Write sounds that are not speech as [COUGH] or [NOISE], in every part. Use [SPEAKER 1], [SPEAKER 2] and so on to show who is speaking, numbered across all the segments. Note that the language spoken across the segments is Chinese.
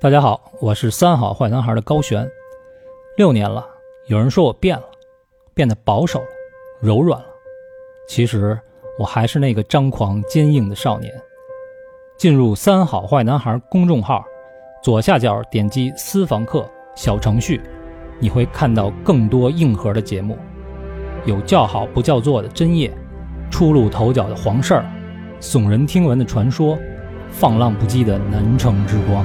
[SPEAKER 1] 大家好，我是三好坏男孩的高璇。六年了，有人说我变了，变得保守了，柔软了。其实我还是那个张狂坚硬的少年。进入“三好坏男孩”公众号，左下角点击“私房课”小程序，你会看到更多硬核的节目，有叫好不叫座的真夜，出露头角的黄事儿，耸人听闻的传说，放浪不羁的南城之光。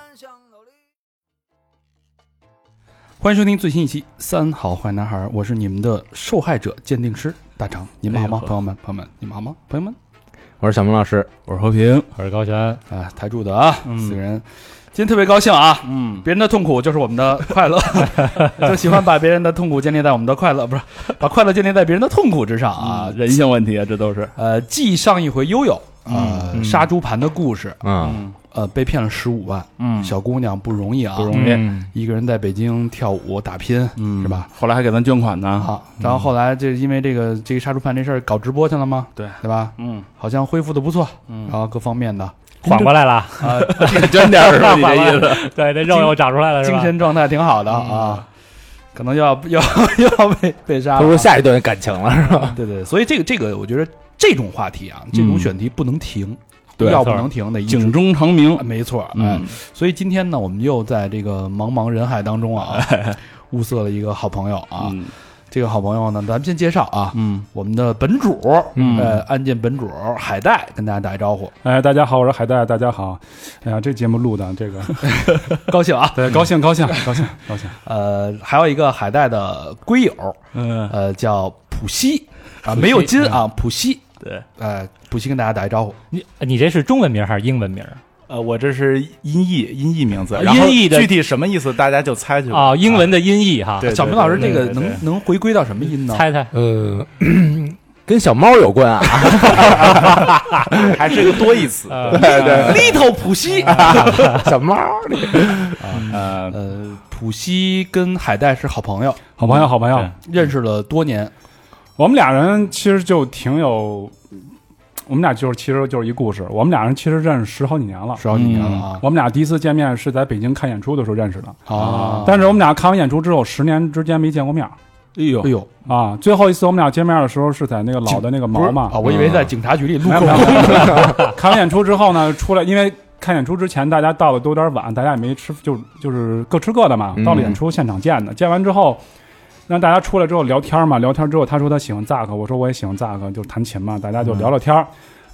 [SPEAKER 2] 欢迎收听最新一期《三好坏男孩》，我是你们的受害者鉴定师大长。你哎们好吗，朋友们？朋友们，你们好吗？朋友们，
[SPEAKER 3] 我是小明老师，
[SPEAKER 2] 我是和平。
[SPEAKER 1] 我是高璇，
[SPEAKER 2] 啊，台柱的啊，
[SPEAKER 1] 嗯
[SPEAKER 2] 四个人，今天特别高兴啊！
[SPEAKER 1] 嗯，
[SPEAKER 2] 别人的痛苦就是我们的快
[SPEAKER 4] [LAUGHS]
[SPEAKER 2] 乐，就喜欢把别人的痛苦建立在我们的快乐，不是 [LAUGHS] 把快乐建立在别人的痛苦之上啊
[SPEAKER 5] 嗯
[SPEAKER 3] 啊，！人性问题啊，这都是
[SPEAKER 2] 呃，继上一回悠悠呃
[SPEAKER 1] 嗯
[SPEAKER 2] 杀猪盘的故事，
[SPEAKER 3] 啊，
[SPEAKER 2] 呃，被骗了十五万，
[SPEAKER 6] 嗯，
[SPEAKER 2] 小姑娘不容易啊，
[SPEAKER 6] 不容易
[SPEAKER 1] 嗯，
[SPEAKER 2] 一个人在北京跳舞打拼，
[SPEAKER 6] 嗯
[SPEAKER 2] 是吧？
[SPEAKER 3] 后来还给咱捐款
[SPEAKER 5] 嗯
[SPEAKER 3] 呢，
[SPEAKER 2] 好，然后后来这因为这个这个杀猪盘这事儿搞直播去了吗？
[SPEAKER 3] 对，
[SPEAKER 2] 对吧？
[SPEAKER 6] 嗯
[SPEAKER 2] 好像恢复的不错，
[SPEAKER 6] 嗯
[SPEAKER 2] 然后各方面的
[SPEAKER 1] 缓过来了，
[SPEAKER 2] 啊，
[SPEAKER 3] 捐点儿是吧？你
[SPEAKER 1] 缓过来
[SPEAKER 3] 这意思？
[SPEAKER 1] 了， [LAUGHS] 对，这肉又长出来了，是
[SPEAKER 2] 精
[SPEAKER 1] 吧？
[SPEAKER 2] 神状态挺好的啊，可能要要要被被杀
[SPEAKER 3] 投
[SPEAKER 2] 了啊
[SPEAKER 3] 入下一段感情了是吧？
[SPEAKER 2] 对对，所以这个这个，我觉得这种话题啊，这种
[SPEAKER 3] 嗯
[SPEAKER 2] 选题不能停，
[SPEAKER 3] 对
[SPEAKER 2] 要不能停得一
[SPEAKER 6] 警
[SPEAKER 2] 直。
[SPEAKER 6] 钟长鸣
[SPEAKER 2] 啊，没错，哎
[SPEAKER 3] 嗯，
[SPEAKER 2] 所以今天呢，我们又在这个茫茫人海当中啊， [LAUGHS] 物色了一个好朋友啊。
[SPEAKER 6] 嗯
[SPEAKER 2] 这个好朋友呢，咱们先介绍啊，
[SPEAKER 6] 嗯，
[SPEAKER 2] 我们的本主，
[SPEAKER 3] 嗯
[SPEAKER 2] 呃，案件本主海带跟大家打一招呼，
[SPEAKER 5] 哎，大家好，我是海带，大家好。哎呀，这节目录的这个，
[SPEAKER 2] 高兴 [LAUGHS] 啊。
[SPEAKER 5] 对，高兴，高兴，高兴，高兴。
[SPEAKER 2] 呃，还有一个海带的龟友，
[SPEAKER 6] 嗯，
[SPEAKER 2] 呃，叫普西啊，没有金啊，普西。
[SPEAKER 6] 对，
[SPEAKER 2] 呃，普西跟大家打一招呼，
[SPEAKER 1] 你你这是中文名还是英文名
[SPEAKER 4] 呃，我这是音译音译名字，
[SPEAKER 1] 啊
[SPEAKER 4] 然后
[SPEAKER 1] 音译的
[SPEAKER 4] 具体什么意思，大家就猜去吧。
[SPEAKER 1] 啊？英文的音译哈，
[SPEAKER 4] 对
[SPEAKER 2] 小明老师，这个
[SPEAKER 4] 对对
[SPEAKER 2] 能能回归到什么音呢？
[SPEAKER 1] 猜猜。
[SPEAKER 3] 呃，跟小猫有关啊，
[SPEAKER 4] 还是个多义词
[SPEAKER 1] 呃
[SPEAKER 3] 对对，
[SPEAKER 2] Little 普西，
[SPEAKER 4] 啊
[SPEAKER 3] [LAUGHS] 小猫那个
[SPEAKER 4] 呃，
[SPEAKER 2] 呃，普西跟海带是好朋友，
[SPEAKER 5] 好朋友，好朋友
[SPEAKER 4] 对，
[SPEAKER 2] 认识了多年。
[SPEAKER 5] 我们俩人其实就挺有，我们俩就是其实就是一故事。我们俩人其实认识十好几年了。
[SPEAKER 2] 十好几年了啊
[SPEAKER 5] 我们俩第一次见面是在北京看演出的时候认识的，
[SPEAKER 2] 啊！
[SPEAKER 5] 但是我们俩看完演出之后，十年之间没见过面儿
[SPEAKER 4] 哎呦
[SPEAKER 2] 哎，呦，
[SPEAKER 5] 啊。最后一次我们俩见面的时候是在那个老的那个
[SPEAKER 2] 不
[SPEAKER 5] 毛
[SPEAKER 2] 是
[SPEAKER 5] 嘛嗯
[SPEAKER 2] 啊，，我以为在警察局里录
[SPEAKER 5] 没有
[SPEAKER 2] 过
[SPEAKER 5] 没有，没有看完演出之后呢，出来因为看演出之前大家到的都有点晚，大家也没吃，就就是各吃各的嘛
[SPEAKER 3] 嗯。
[SPEAKER 5] 到了演出现场见的，见完之后。让大家出来之后聊天嘛，聊天之后他说他喜欢 Zack，我说我也喜欢 Zack，就是弹琴嘛，大家就聊聊天儿。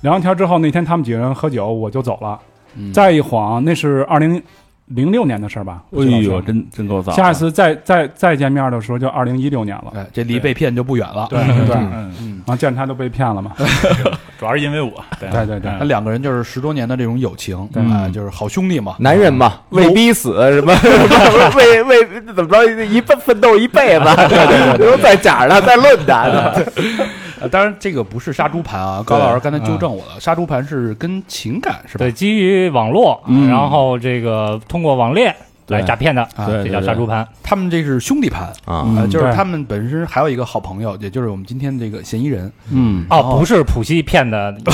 [SPEAKER 5] 聊完天儿之后，那天他们几个人喝酒，我就走了。
[SPEAKER 2] 嗯
[SPEAKER 5] 再一晃，那是二零零六年的事儿吧？
[SPEAKER 4] 哎呦，真真够早。
[SPEAKER 5] 下一次再再再见面的时候就二零一六年
[SPEAKER 2] [LAUGHS]
[SPEAKER 5] 了。
[SPEAKER 2] 哎，这离被骗就不远了。
[SPEAKER 5] 对对，然
[SPEAKER 4] 嗯，
[SPEAKER 5] 后见着他都被骗
[SPEAKER 2] [LAUGHS]
[SPEAKER 5] 了嘛。
[SPEAKER 4] 主要是因为我。
[SPEAKER 5] 对啊对对
[SPEAKER 2] 那两个人就是十多年的这种友情
[SPEAKER 5] 嗯
[SPEAKER 2] 啊，就是好兄弟嘛。
[SPEAKER 3] 男人嘛，
[SPEAKER 4] 嗯
[SPEAKER 3] 为逼死什
[SPEAKER 4] [LAUGHS]
[SPEAKER 3] 么，为为怎么着一奋奋斗一辈子， [LAUGHS] 然后再假的，再论的，
[SPEAKER 2] 啊当然，这个不是杀猪盘啊，高老师刚才纠正我了，杀猪盘是跟情感是吧？
[SPEAKER 1] 对，基于网络，
[SPEAKER 4] 嗯
[SPEAKER 1] 然后这个通过网恋来
[SPEAKER 4] 对
[SPEAKER 1] 诈骗的，
[SPEAKER 2] 啊
[SPEAKER 4] 对
[SPEAKER 1] 这叫杀猪盘。
[SPEAKER 2] 他们这是兄弟盘
[SPEAKER 3] 啊
[SPEAKER 2] 啊，
[SPEAKER 4] 嗯
[SPEAKER 2] 就是
[SPEAKER 5] 对
[SPEAKER 2] 他们本身还有一个好朋友，也就是我们今天这个嫌疑人。
[SPEAKER 4] 嗯，
[SPEAKER 1] 哦，不是普西骗
[SPEAKER 4] [LAUGHS]
[SPEAKER 1] 的
[SPEAKER 2] [LAUGHS]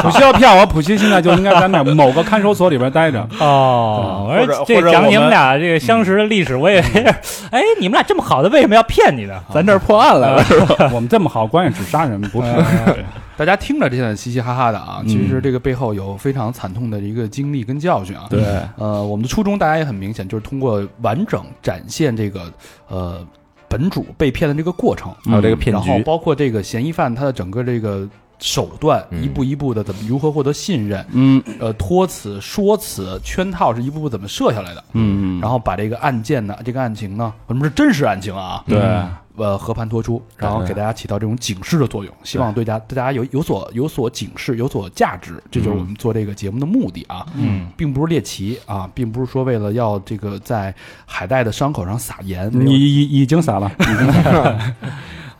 [SPEAKER 5] 普希要骗我，普希现在就应该在那某个看守所里边待着。
[SPEAKER 1] 哦，而
[SPEAKER 4] 嗯或者
[SPEAKER 1] 这
[SPEAKER 4] 或者
[SPEAKER 1] 讲
[SPEAKER 4] 我
[SPEAKER 1] 你们
[SPEAKER 4] 们嗯
[SPEAKER 1] 俩这个相识的历史，我也， [LAUGHS] 哎，你们俩这么好的，为什么要骗你呢？
[SPEAKER 2] 啊
[SPEAKER 4] 咱这儿破案来了。
[SPEAKER 5] 我们这么好关系只杀人不骗。
[SPEAKER 2] 呃大家听着这现在嘻嘻哈哈的啊，
[SPEAKER 4] 嗯
[SPEAKER 2] 其实这个背后有非常惨痛的一个经历跟教训啊。
[SPEAKER 4] 对，
[SPEAKER 2] 呃，我们的初衷大家也很明显，就是通过完整展现这个呃本主被骗的这个过程，
[SPEAKER 3] 还有
[SPEAKER 4] 嗯
[SPEAKER 3] 这个嗯骗
[SPEAKER 2] 然后
[SPEAKER 3] 局，
[SPEAKER 2] 包括这个嫌疑犯他的整个这个手段，
[SPEAKER 3] 嗯
[SPEAKER 2] 一步一步的怎么如何获得信任，
[SPEAKER 4] 嗯
[SPEAKER 2] 呃，托词、说辞、圈套是一步步怎么设下来的，
[SPEAKER 4] 嗯，
[SPEAKER 2] 然后
[SPEAKER 4] 后
[SPEAKER 2] 把这个案件呢，这个案情呢，我们是真实案情啊，
[SPEAKER 4] 对，
[SPEAKER 2] 呃和盘托出，然后给大家起到这种警示的作用，希望对大大家有有所有所警示，有所价值，这就是我们做这个节目的目的啊，
[SPEAKER 4] 嗯，
[SPEAKER 2] 并不是猎奇啊，并不是说为了要这个在海带的伤口上撒盐，没有
[SPEAKER 5] 你
[SPEAKER 4] [LAUGHS]
[SPEAKER 5] 已已经撒了，
[SPEAKER 2] [LAUGHS]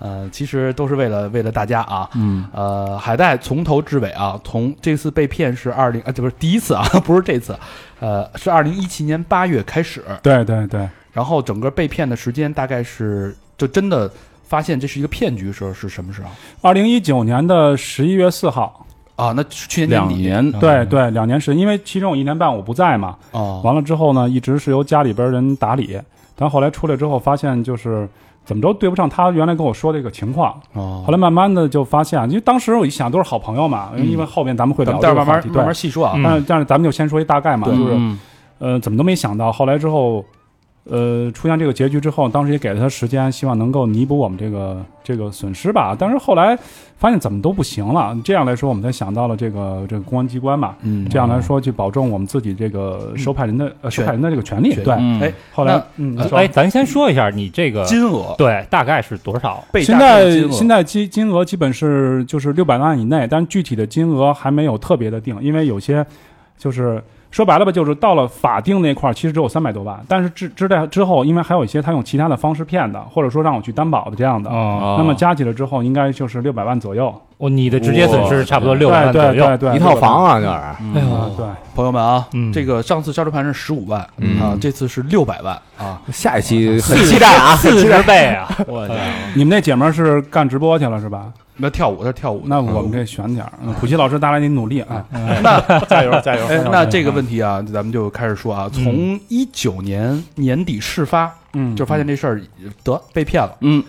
[SPEAKER 2] 呃，其实都是为了为了大家啊。
[SPEAKER 5] 嗯，
[SPEAKER 2] 呃，海带从头至尾啊，从这次被骗是二零啊，这不是第一次啊， [LAUGHS] 不是这次，呃，是二零一七年八月开始，
[SPEAKER 5] 对对对，
[SPEAKER 2] 然后整个被骗的时间大概是就真的发现这是一个骗局的时候是什么时候
[SPEAKER 5] 二零一九年的十一月四号，
[SPEAKER 2] 啊？那是去年
[SPEAKER 4] 两
[SPEAKER 2] 年底啊
[SPEAKER 4] 年
[SPEAKER 5] 对对，两年时，因为其中有一年半我不在嘛，
[SPEAKER 2] 哦，
[SPEAKER 5] 完了之后呢，一直是由家里边人打理，但后来出来之后发现就是怎么着对不上他原来跟我说的一个情况，
[SPEAKER 2] 哦
[SPEAKER 5] 后来慢慢的就发现，啊因为当时我一想都是好朋友嘛，因为后边咱们会
[SPEAKER 2] 咱
[SPEAKER 5] 聊这个
[SPEAKER 2] 们嗯待会儿慢
[SPEAKER 5] 话
[SPEAKER 2] 慢
[SPEAKER 5] 题，
[SPEAKER 2] 慢慢
[SPEAKER 5] 对，
[SPEAKER 2] 细说啊。
[SPEAKER 5] 但是但是咱们就先说一大概嘛，
[SPEAKER 2] 对
[SPEAKER 5] 就是
[SPEAKER 1] 嗯
[SPEAKER 5] 呃怎么都没想到，后来之后。呃，出现这个结局之后，当时也给了他时间，希望能够弥补我们这个这个损失吧。但是后来发现怎么都不行了，这样来说，我们才想到了这个这个公安机关嘛，
[SPEAKER 2] 嗯，
[SPEAKER 5] 这样来说去保证我们自己这个受派人的、呃受
[SPEAKER 2] 权
[SPEAKER 5] 派人的这个权利。
[SPEAKER 2] 权利
[SPEAKER 5] 对，
[SPEAKER 4] 嗯
[SPEAKER 2] 哎，
[SPEAKER 5] 后来
[SPEAKER 2] 那
[SPEAKER 5] 嗯，
[SPEAKER 2] 呃
[SPEAKER 5] 说
[SPEAKER 1] 哎，咱先说一下你这个
[SPEAKER 2] 金额
[SPEAKER 1] 对大概是多少？
[SPEAKER 2] 被
[SPEAKER 5] 现
[SPEAKER 2] 诈骗的
[SPEAKER 5] 在
[SPEAKER 2] 金额
[SPEAKER 5] 现在金金额基本是就是六百万以内，但具体的金额还没有特别的定，因为有些就是说白了吧，就是到了法定那块儿，其实只有三百多万，但是之之在之后，因为还有一些他用其他的方式骗的，或者说让我去担保的这样的。
[SPEAKER 2] 啊
[SPEAKER 1] 哦，
[SPEAKER 4] 那
[SPEAKER 5] 那么加起来之后，应该就是六百万左右，
[SPEAKER 1] 我你的直接损失差不多六
[SPEAKER 5] 对
[SPEAKER 1] 万左
[SPEAKER 5] 对
[SPEAKER 1] 右。
[SPEAKER 5] 对对，
[SPEAKER 3] 一套房啊，就是
[SPEAKER 1] 哎
[SPEAKER 5] 对，啊
[SPEAKER 1] 呦，
[SPEAKER 5] 对，
[SPEAKER 2] 朋友们啊，
[SPEAKER 1] 嗯
[SPEAKER 2] 这个上次杀猪盘是十五万啊，这次是六百万啊，
[SPEAKER 3] 下一期很期待啊，很
[SPEAKER 1] 四
[SPEAKER 3] 期待
[SPEAKER 1] 十倍啊！我
[SPEAKER 5] 你们那姐们儿是干直播去了是吧？
[SPEAKER 2] 那跳舞，那跳舞，啊
[SPEAKER 5] 那我们这选点儿，嗯普希老师，大家得努力啊！
[SPEAKER 4] 加油
[SPEAKER 3] [LAUGHS]
[SPEAKER 4] 加油
[SPEAKER 2] 哎，那这个问题啊，咱们就开始说啊，从一九年年底事发，
[SPEAKER 5] 嗯
[SPEAKER 2] 就发现这事儿得被骗了。
[SPEAKER 4] 嗯，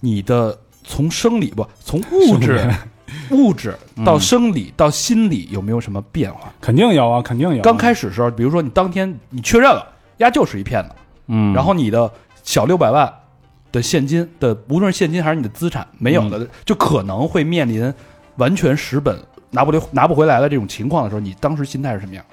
[SPEAKER 2] 你的从生理不从物质、
[SPEAKER 4] [LAUGHS]
[SPEAKER 2] 物质
[SPEAKER 4] 嗯
[SPEAKER 2] 到生理到心理有没有什么变化？
[SPEAKER 5] 肯定有啊，肯定有啊。
[SPEAKER 2] 刚开始的时候，比如说你当天你确认了，呀就是一骗子，
[SPEAKER 4] 嗯，
[SPEAKER 2] 然后你的小六百万的现金的，无论是现金还是你的资产没有
[SPEAKER 4] 嗯
[SPEAKER 2] 了，就可能会面临完全蚀本。拿不留拿不回来的这种情况的时候，你当时心态是什么样？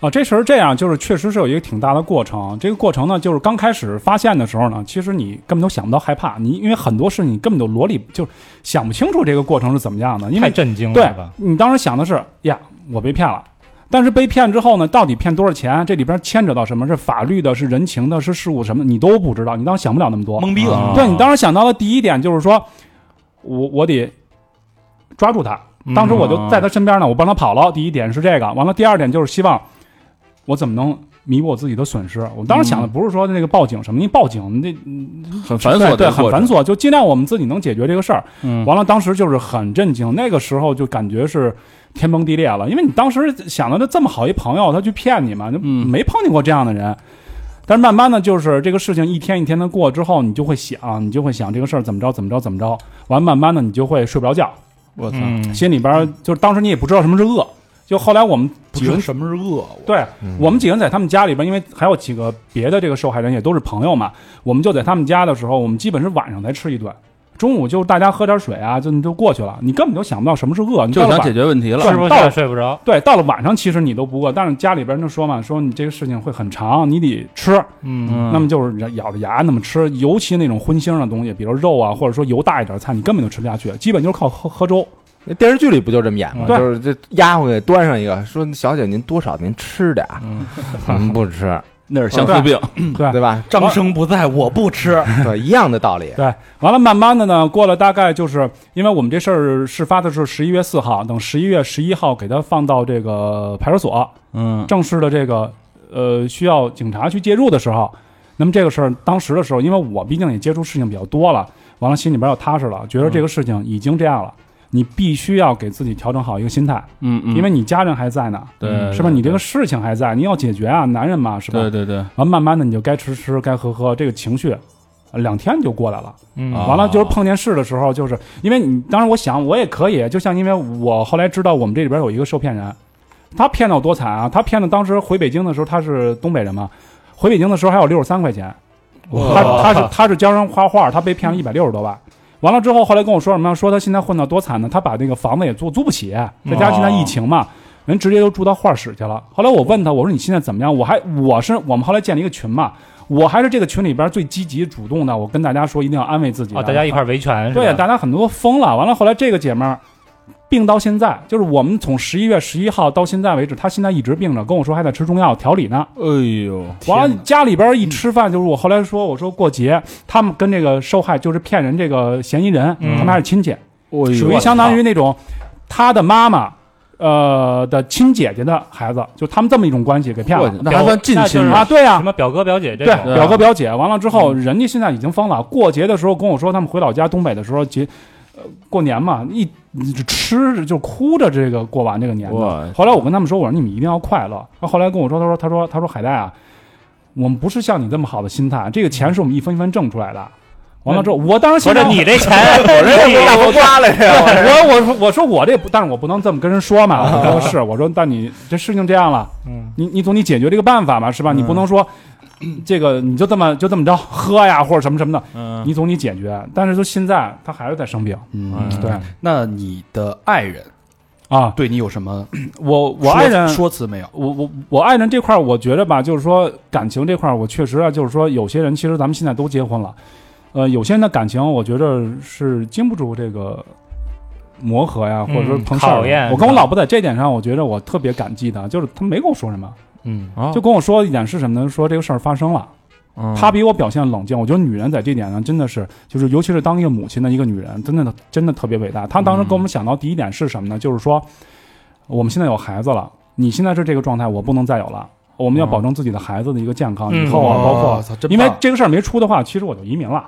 [SPEAKER 5] 啊，这事儿这样，就是确实是有一个挺大的过程。啊这个过程呢，就是刚开始发现的时候呢，其实你根本都想不到害怕，你因为很多事情你根本就逻理就想不清楚这个过程是怎么样的，因
[SPEAKER 1] 太
[SPEAKER 5] 为
[SPEAKER 1] 震惊了，
[SPEAKER 5] 对
[SPEAKER 1] 是吧？
[SPEAKER 5] 你当时想的是呀，我被骗了。但是被骗之后呢，到底骗多少钱？这里边牵扯到什么是法律的，是人情的，是事务什么的，你都不知道，你当时想不了那么多。
[SPEAKER 2] 懵逼了，
[SPEAKER 4] 啊
[SPEAKER 5] 对你当时想到的第一点就是说，我我得抓住他。
[SPEAKER 1] 嗯
[SPEAKER 5] 当时我就在他身边呢，我帮他跑了。第一点是这个，完了第二点就是希望我怎么能弥补我自己的损失。我当时想的不是说那个报警什么，因为报警那
[SPEAKER 4] 很繁琐的
[SPEAKER 5] 对，很
[SPEAKER 4] 过程
[SPEAKER 5] 繁琐，就尽量我们自己能解决这个事儿。
[SPEAKER 4] 嗯
[SPEAKER 5] 完了，当时就是很震惊，那个时候就感觉是天崩地裂了，因为你当时想的这这么好一朋友，他去骗你嘛，就
[SPEAKER 4] 嗯
[SPEAKER 5] 没碰见过这样的人。但是慢慢的就是这个事情一天一天的过之后，你就会想，你就会想这个事儿怎么着怎么着怎么着，完慢慢的你就会睡不着觉，
[SPEAKER 4] 我操，
[SPEAKER 1] 嗯，
[SPEAKER 5] 心里边儿就是当时你也不知道什么是恶，就后来我们
[SPEAKER 2] 不
[SPEAKER 5] 几
[SPEAKER 2] 知
[SPEAKER 5] 个
[SPEAKER 2] 道
[SPEAKER 5] 人
[SPEAKER 2] 什么是恶，
[SPEAKER 5] 对我们几个人在他们家里边，因为还有几个别的这个受害人也都是朋友嘛，我们就在他们家的时候，我们基本是晚上才吃一顿，中午就大家喝点水啊，就就过去了。你根本就想不到什么是饿，你
[SPEAKER 4] 就
[SPEAKER 5] 到了
[SPEAKER 4] 想
[SPEAKER 5] 晚
[SPEAKER 4] 解决问题了，
[SPEAKER 1] 是不
[SPEAKER 5] 到
[SPEAKER 1] 是睡不着？
[SPEAKER 5] 对，到了晚上其实你都不饿，但是家里边就说嘛，说你这个事情会很长，你得吃，
[SPEAKER 1] 嗯，
[SPEAKER 5] 那么就是咬着牙那么吃，尤其那种荤腥的东西，比如肉啊，或者说油大一点的菜，你根本就吃不下去，基本就是靠喝喝粥。
[SPEAKER 3] 那电视剧里不就这么演吗？
[SPEAKER 5] 对
[SPEAKER 3] 就是这丫鬟给端上一个，说小姐您多少您吃点儿， [LAUGHS] 您不吃，
[SPEAKER 2] 那是
[SPEAKER 4] 相思病，
[SPEAKER 5] 对
[SPEAKER 3] 对吧？
[SPEAKER 2] 张生不在，我不吃。
[SPEAKER 3] 对，一样的道理。
[SPEAKER 5] 对，完了，慢慢的呢，过了大概就是因为我们这事儿事发的是十一月四号，等十一月十一号给他放到这个派出所，
[SPEAKER 4] 嗯
[SPEAKER 5] 正式的这个呃需要警察去介入的时候，那么这个事儿当时的时候，因为我毕竟也接触事情比较多了，完了心里边要踏实了，觉得这个事情已经这样了，你必须要给自己调整好一个心态，
[SPEAKER 4] 嗯嗯，
[SPEAKER 5] 因为你家人还在呢，
[SPEAKER 4] 对
[SPEAKER 5] 是吧？你这个事情还在，你要解决啊，男人嘛，是吧？
[SPEAKER 4] 对对对，
[SPEAKER 5] 完，慢慢的你就该吃吃，该喝喝，这个情绪。呃两天就过来了，
[SPEAKER 1] 嗯
[SPEAKER 4] 啊
[SPEAKER 5] 完了就是碰见事的时候，就是因为你，当然我想我也可以，就像因为我后来知道我们这里边有一个受骗人，他骗的有多惨啊！他骗的当时回北京的时候，他是东北人嘛，回北京的时候还有六十三块钱，他他是他是教人画画，他被骗了一百六十多万。完了之后，后来跟我说什么？说他现在混到多惨呢？他把那个房子也租租不起，再加上现在疫情嘛，人直接就住到画室去了。后来我问他，我说你现在怎么样？我还我是我们后来建了一个群嘛，我还是这个群里边最积极主动的。我跟大家说一定要安慰自己
[SPEAKER 1] 啊，大家一块
[SPEAKER 5] 儿
[SPEAKER 1] 儿维权是吧？
[SPEAKER 5] 对，啊大家很多疯了。完了后来这个姐们儿病到现在，就是我们从十一月十一号到现在为止，她现在一直病着，跟我说还在吃中药调理呢。
[SPEAKER 4] 哎呦，
[SPEAKER 5] 完了
[SPEAKER 4] 天，
[SPEAKER 5] 家里边一吃饭，就是我后来说，我说过节，他们跟这个受害就是骗人这个嫌疑人，
[SPEAKER 1] 嗯
[SPEAKER 5] 他们还是亲戚，
[SPEAKER 4] 哪哎呦
[SPEAKER 5] 属于相当于那种他的妈妈，呃的亲姐姐的孩子，就他们这么一种关系给骗
[SPEAKER 2] 啊
[SPEAKER 4] 我
[SPEAKER 5] 了
[SPEAKER 4] 去那还算近亲
[SPEAKER 1] 那就是
[SPEAKER 5] 啊，
[SPEAKER 4] 人，
[SPEAKER 5] 对呀、
[SPEAKER 1] 什么表哥表姐这
[SPEAKER 5] 对
[SPEAKER 1] 种，，
[SPEAKER 5] 表哥表姐，完了之
[SPEAKER 4] 嗯
[SPEAKER 5] 后，人家现在已经疯了。过节的时候跟我说，他们回老家东北的时候节，呃，过年嘛，一一直吃着就哭着这个过完这个年的。
[SPEAKER 3] 嗯
[SPEAKER 4] 我
[SPEAKER 5] 后来我跟他们说，我说你们一定要快乐。那后来跟我说，他说他说他说海带啊，我们不是像你这么好的心态，这个钱是我们一分一分挣出来的。完了之后，我当时
[SPEAKER 1] 不
[SPEAKER 5] 心
[SPEAKER 1] 是
[SPEAKER 5] 想，
[SPEAKER 1] 你这啊钱，
[SPEAKER 5] [LAUGHS]
[SPEAKER 1] 我
[SPEAKER 3] 这不大风刮了呀！
[SPEAKER 5] 我我说我说我这不，但是我不能这么跟人说嘛。我说是，我说但你这事情这样了，
[SPEAKER 1] 嗯，
[SPEAKER 5] 你你总得解决这个办法嘛，是吧？你不能说这个你就这么就这么着喝呀，或者什么什么的，
[SPEAKER 4] 嗯，
[SPEAKER 5] 你总得解决。但是就现在他还是在生病，
[SPEAKER 2] 嗯，
[SPEAKER 5] 对
[SPEAKER 2] 那你的爱人
[SPEAKER 5] 啊，
[SPEAKER 2] 对你有什么
[SPEAKER 5] 我我
[SPEAKER 2] 说
[SPEAKER 5] 爱人。
[SPEAKER 2] 说辞没有？
[SPEAKER 5] 我我我爱人这块儿，我觉着吧，就是说感情这块儿，我确实啊，就是说有些人其实咱们现在都结婚了，呃，有些人的感情，我觉着是经不住这个磨合呀，或者说
[SPEAKER 1] 嗯
[SPEAKER 5] 碰事儿的。啊
[SPEAKER 1] 考验
[SPEAKER 5] 我跟我老婆在这点上，我觉着我特别感激的，就是她没跟我说什么，
[SPEAKER 1] 嗯，
[SPEAKER 4] 啊
[SPEAKER 3] 哦
[SPEAKER 5] 就跟我说一点是什么呢？说这个事儿发生了。
[SPEAKER 4] 嗯
[SPEAKER 5] 她比我表现冷静，我觉得女人在这点上真的是，就是尤其是当一个母亲的一个女人，真的真的特别伟大。她当时给我们想到第一点是什么呢？嗯就是说，我们现在有孩子了，你现在是这个状态，我不能再有了。我们要
[SPEAKER 4] 嗯
[SPEAKER 5] 保证自己的孩子的一个健康，
[SPEAKER 1] 嗯
[SPEAKER 5] 以后啊，
[SPEAKER 1] 哦
[SPEAKER 5] 包括
[SPEAKER 2] 操，真
[SPEAKER 5] 因为
[SPEAKER 2] 棒
[SPEAKER 5] 这哦个事儿没出的话，其实我就移民了，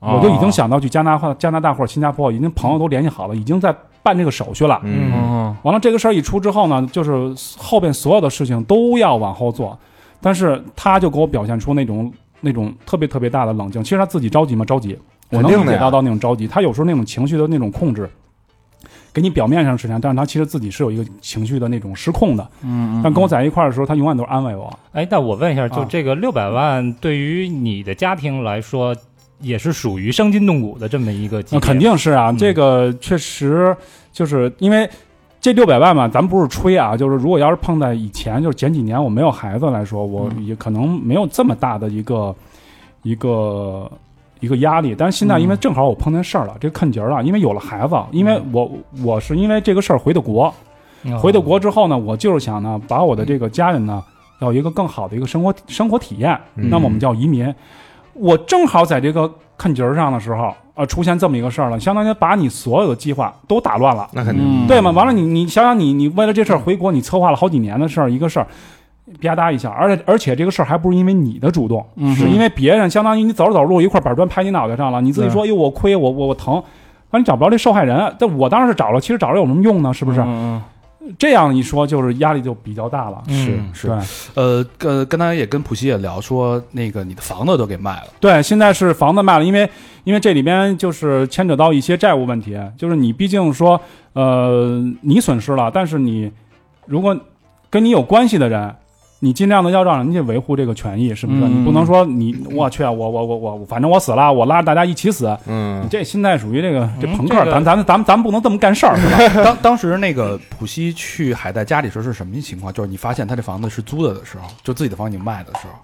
[SPEAKER 5] 我就已经，想到去加拿大、加拿大或者新加坡，已经朋友都联系好了，已经在办这个手续
[SPEAKER 3] 哦
[SPEAKER 5] 了。
[SPEAKER 1] 嗯
[SPEAKER 4] 嗯
[SPEAKER 5] 完了，这个事儿一出之后呢，就是后边所有的事情都要往后做，但是他就给我表现出那种那种特别特别大的冷静。其实他自己着急吗？着急，我能
[SPEAKER 3] 肯定
[SPEAKER 5] 理
[SPEAKER 3] 的
[SPEAKER 5] 解
[SPEAKER 3] 呀
[SPEAKER 5] 到到那种着急。他有时候那种情绪的那种控制，给你表面上是这样，但是他其实自己是有一个情绪的那种失控的。
[SPEAKER 4] 嗯，
[SPEAKER 5] 但跟我在一块儿的时候，他永远都是安慰我。
[SPEAKER 1] 哎，那我问一下，就
[SPEAKER 5] 啊
[SPEAKER 1] 这个六百万对于你的家庭来说，也是属于伤筋动骨的这么一个级
[SPEAKER 5] 那
[SPEAKER 1] 别，
[SPEAKER 5] 肯定是啊，
[SPEAKER 1] 嗯
[SPEAKER 5] 这个确实就是因为这六百万嘛，咱不是吹啊，就是如果要是碰在以前，就是前几年我没有孩子来说，我也可能没有这么大的一个一个一个压力。但是现在因为正好我碰见事儿了，这个坎节儿了，因为有了孩子，因为我我是因为这个事儿回的国，
[SPEAKER 1] 嗯
[SPEAKER 5] 回到国之后呢，我就是想呢，把我的这个家人呢，要有一个更好的一个生活生活体验。
[SPEAKER 1] 嗯
[SPEAKER 5] 那么我们叫移民。我正好在这个坎节儿上的时候，呃，出现这么一个事儿了，相当于把你所有的计划都打乱了，
[SPEAKER 3] 那肯定，
[SPEAKER 5] 嗯
[SPEAKER 3] 嗯
[SPEAKER 4] 嗯
[SPEAKER 5] 对吗？完了你，你想想你，你为了这事儿回国，你策划了好几年的事儿，一个事儿。吧嗒一下，而且而且这个事儿还不是因为你的主动，
[SPEAKER 4] 嗯
[SPEAKER 5] 是因为别人，相当于你走着走着路一块板砖拍你脑袋上了，你自己说，哎呦我亏，我我我疼，那你找不着这受害人，但我当然是找了，其实找着有什么用呢？是不是？
[SPEAKER 4] 嗯
[SPEAKER 5] 这样一说，就是压力就比较大了。
[SPEAKER 1] 是
[SPEAKER 2] 是
[SPEAKER 5] 对
[SPEAKER 2] 呃，跟刚才也跟普希也聊说，那个你的房子都给卖了， [LAUGHS]
[SPEAKER 5] 对，现在是房子卖了，因为因为这里边就是牵扯到一些债务问题，就是你毕竟说，呃，你损失了，但是你如果跟你有关系的人，你尽量的要让人家维护这个权益，是不是？
[SPEAKER 4] 嗯
[SPEAKER 5] 你不能说你我去啊，我我我我，反正我死了，我拉着大家一起死，你
[SPEAKER 3] 嗯，
[SPEAKER 5] 这现在属于这个这
[SPEAKER 1] 嗯
[SPEAKER 5] 朋克，
[SPEAKER 1] 这个
[SPEAKER 5] 咱咱们咱们咱们不能这么干事儿，是吧？
[SPEAKER 2] 当当时那个普希去海带家里时候是什么情况？就是你发现他这房子是租的的时候，就自己的房已经卖的时候，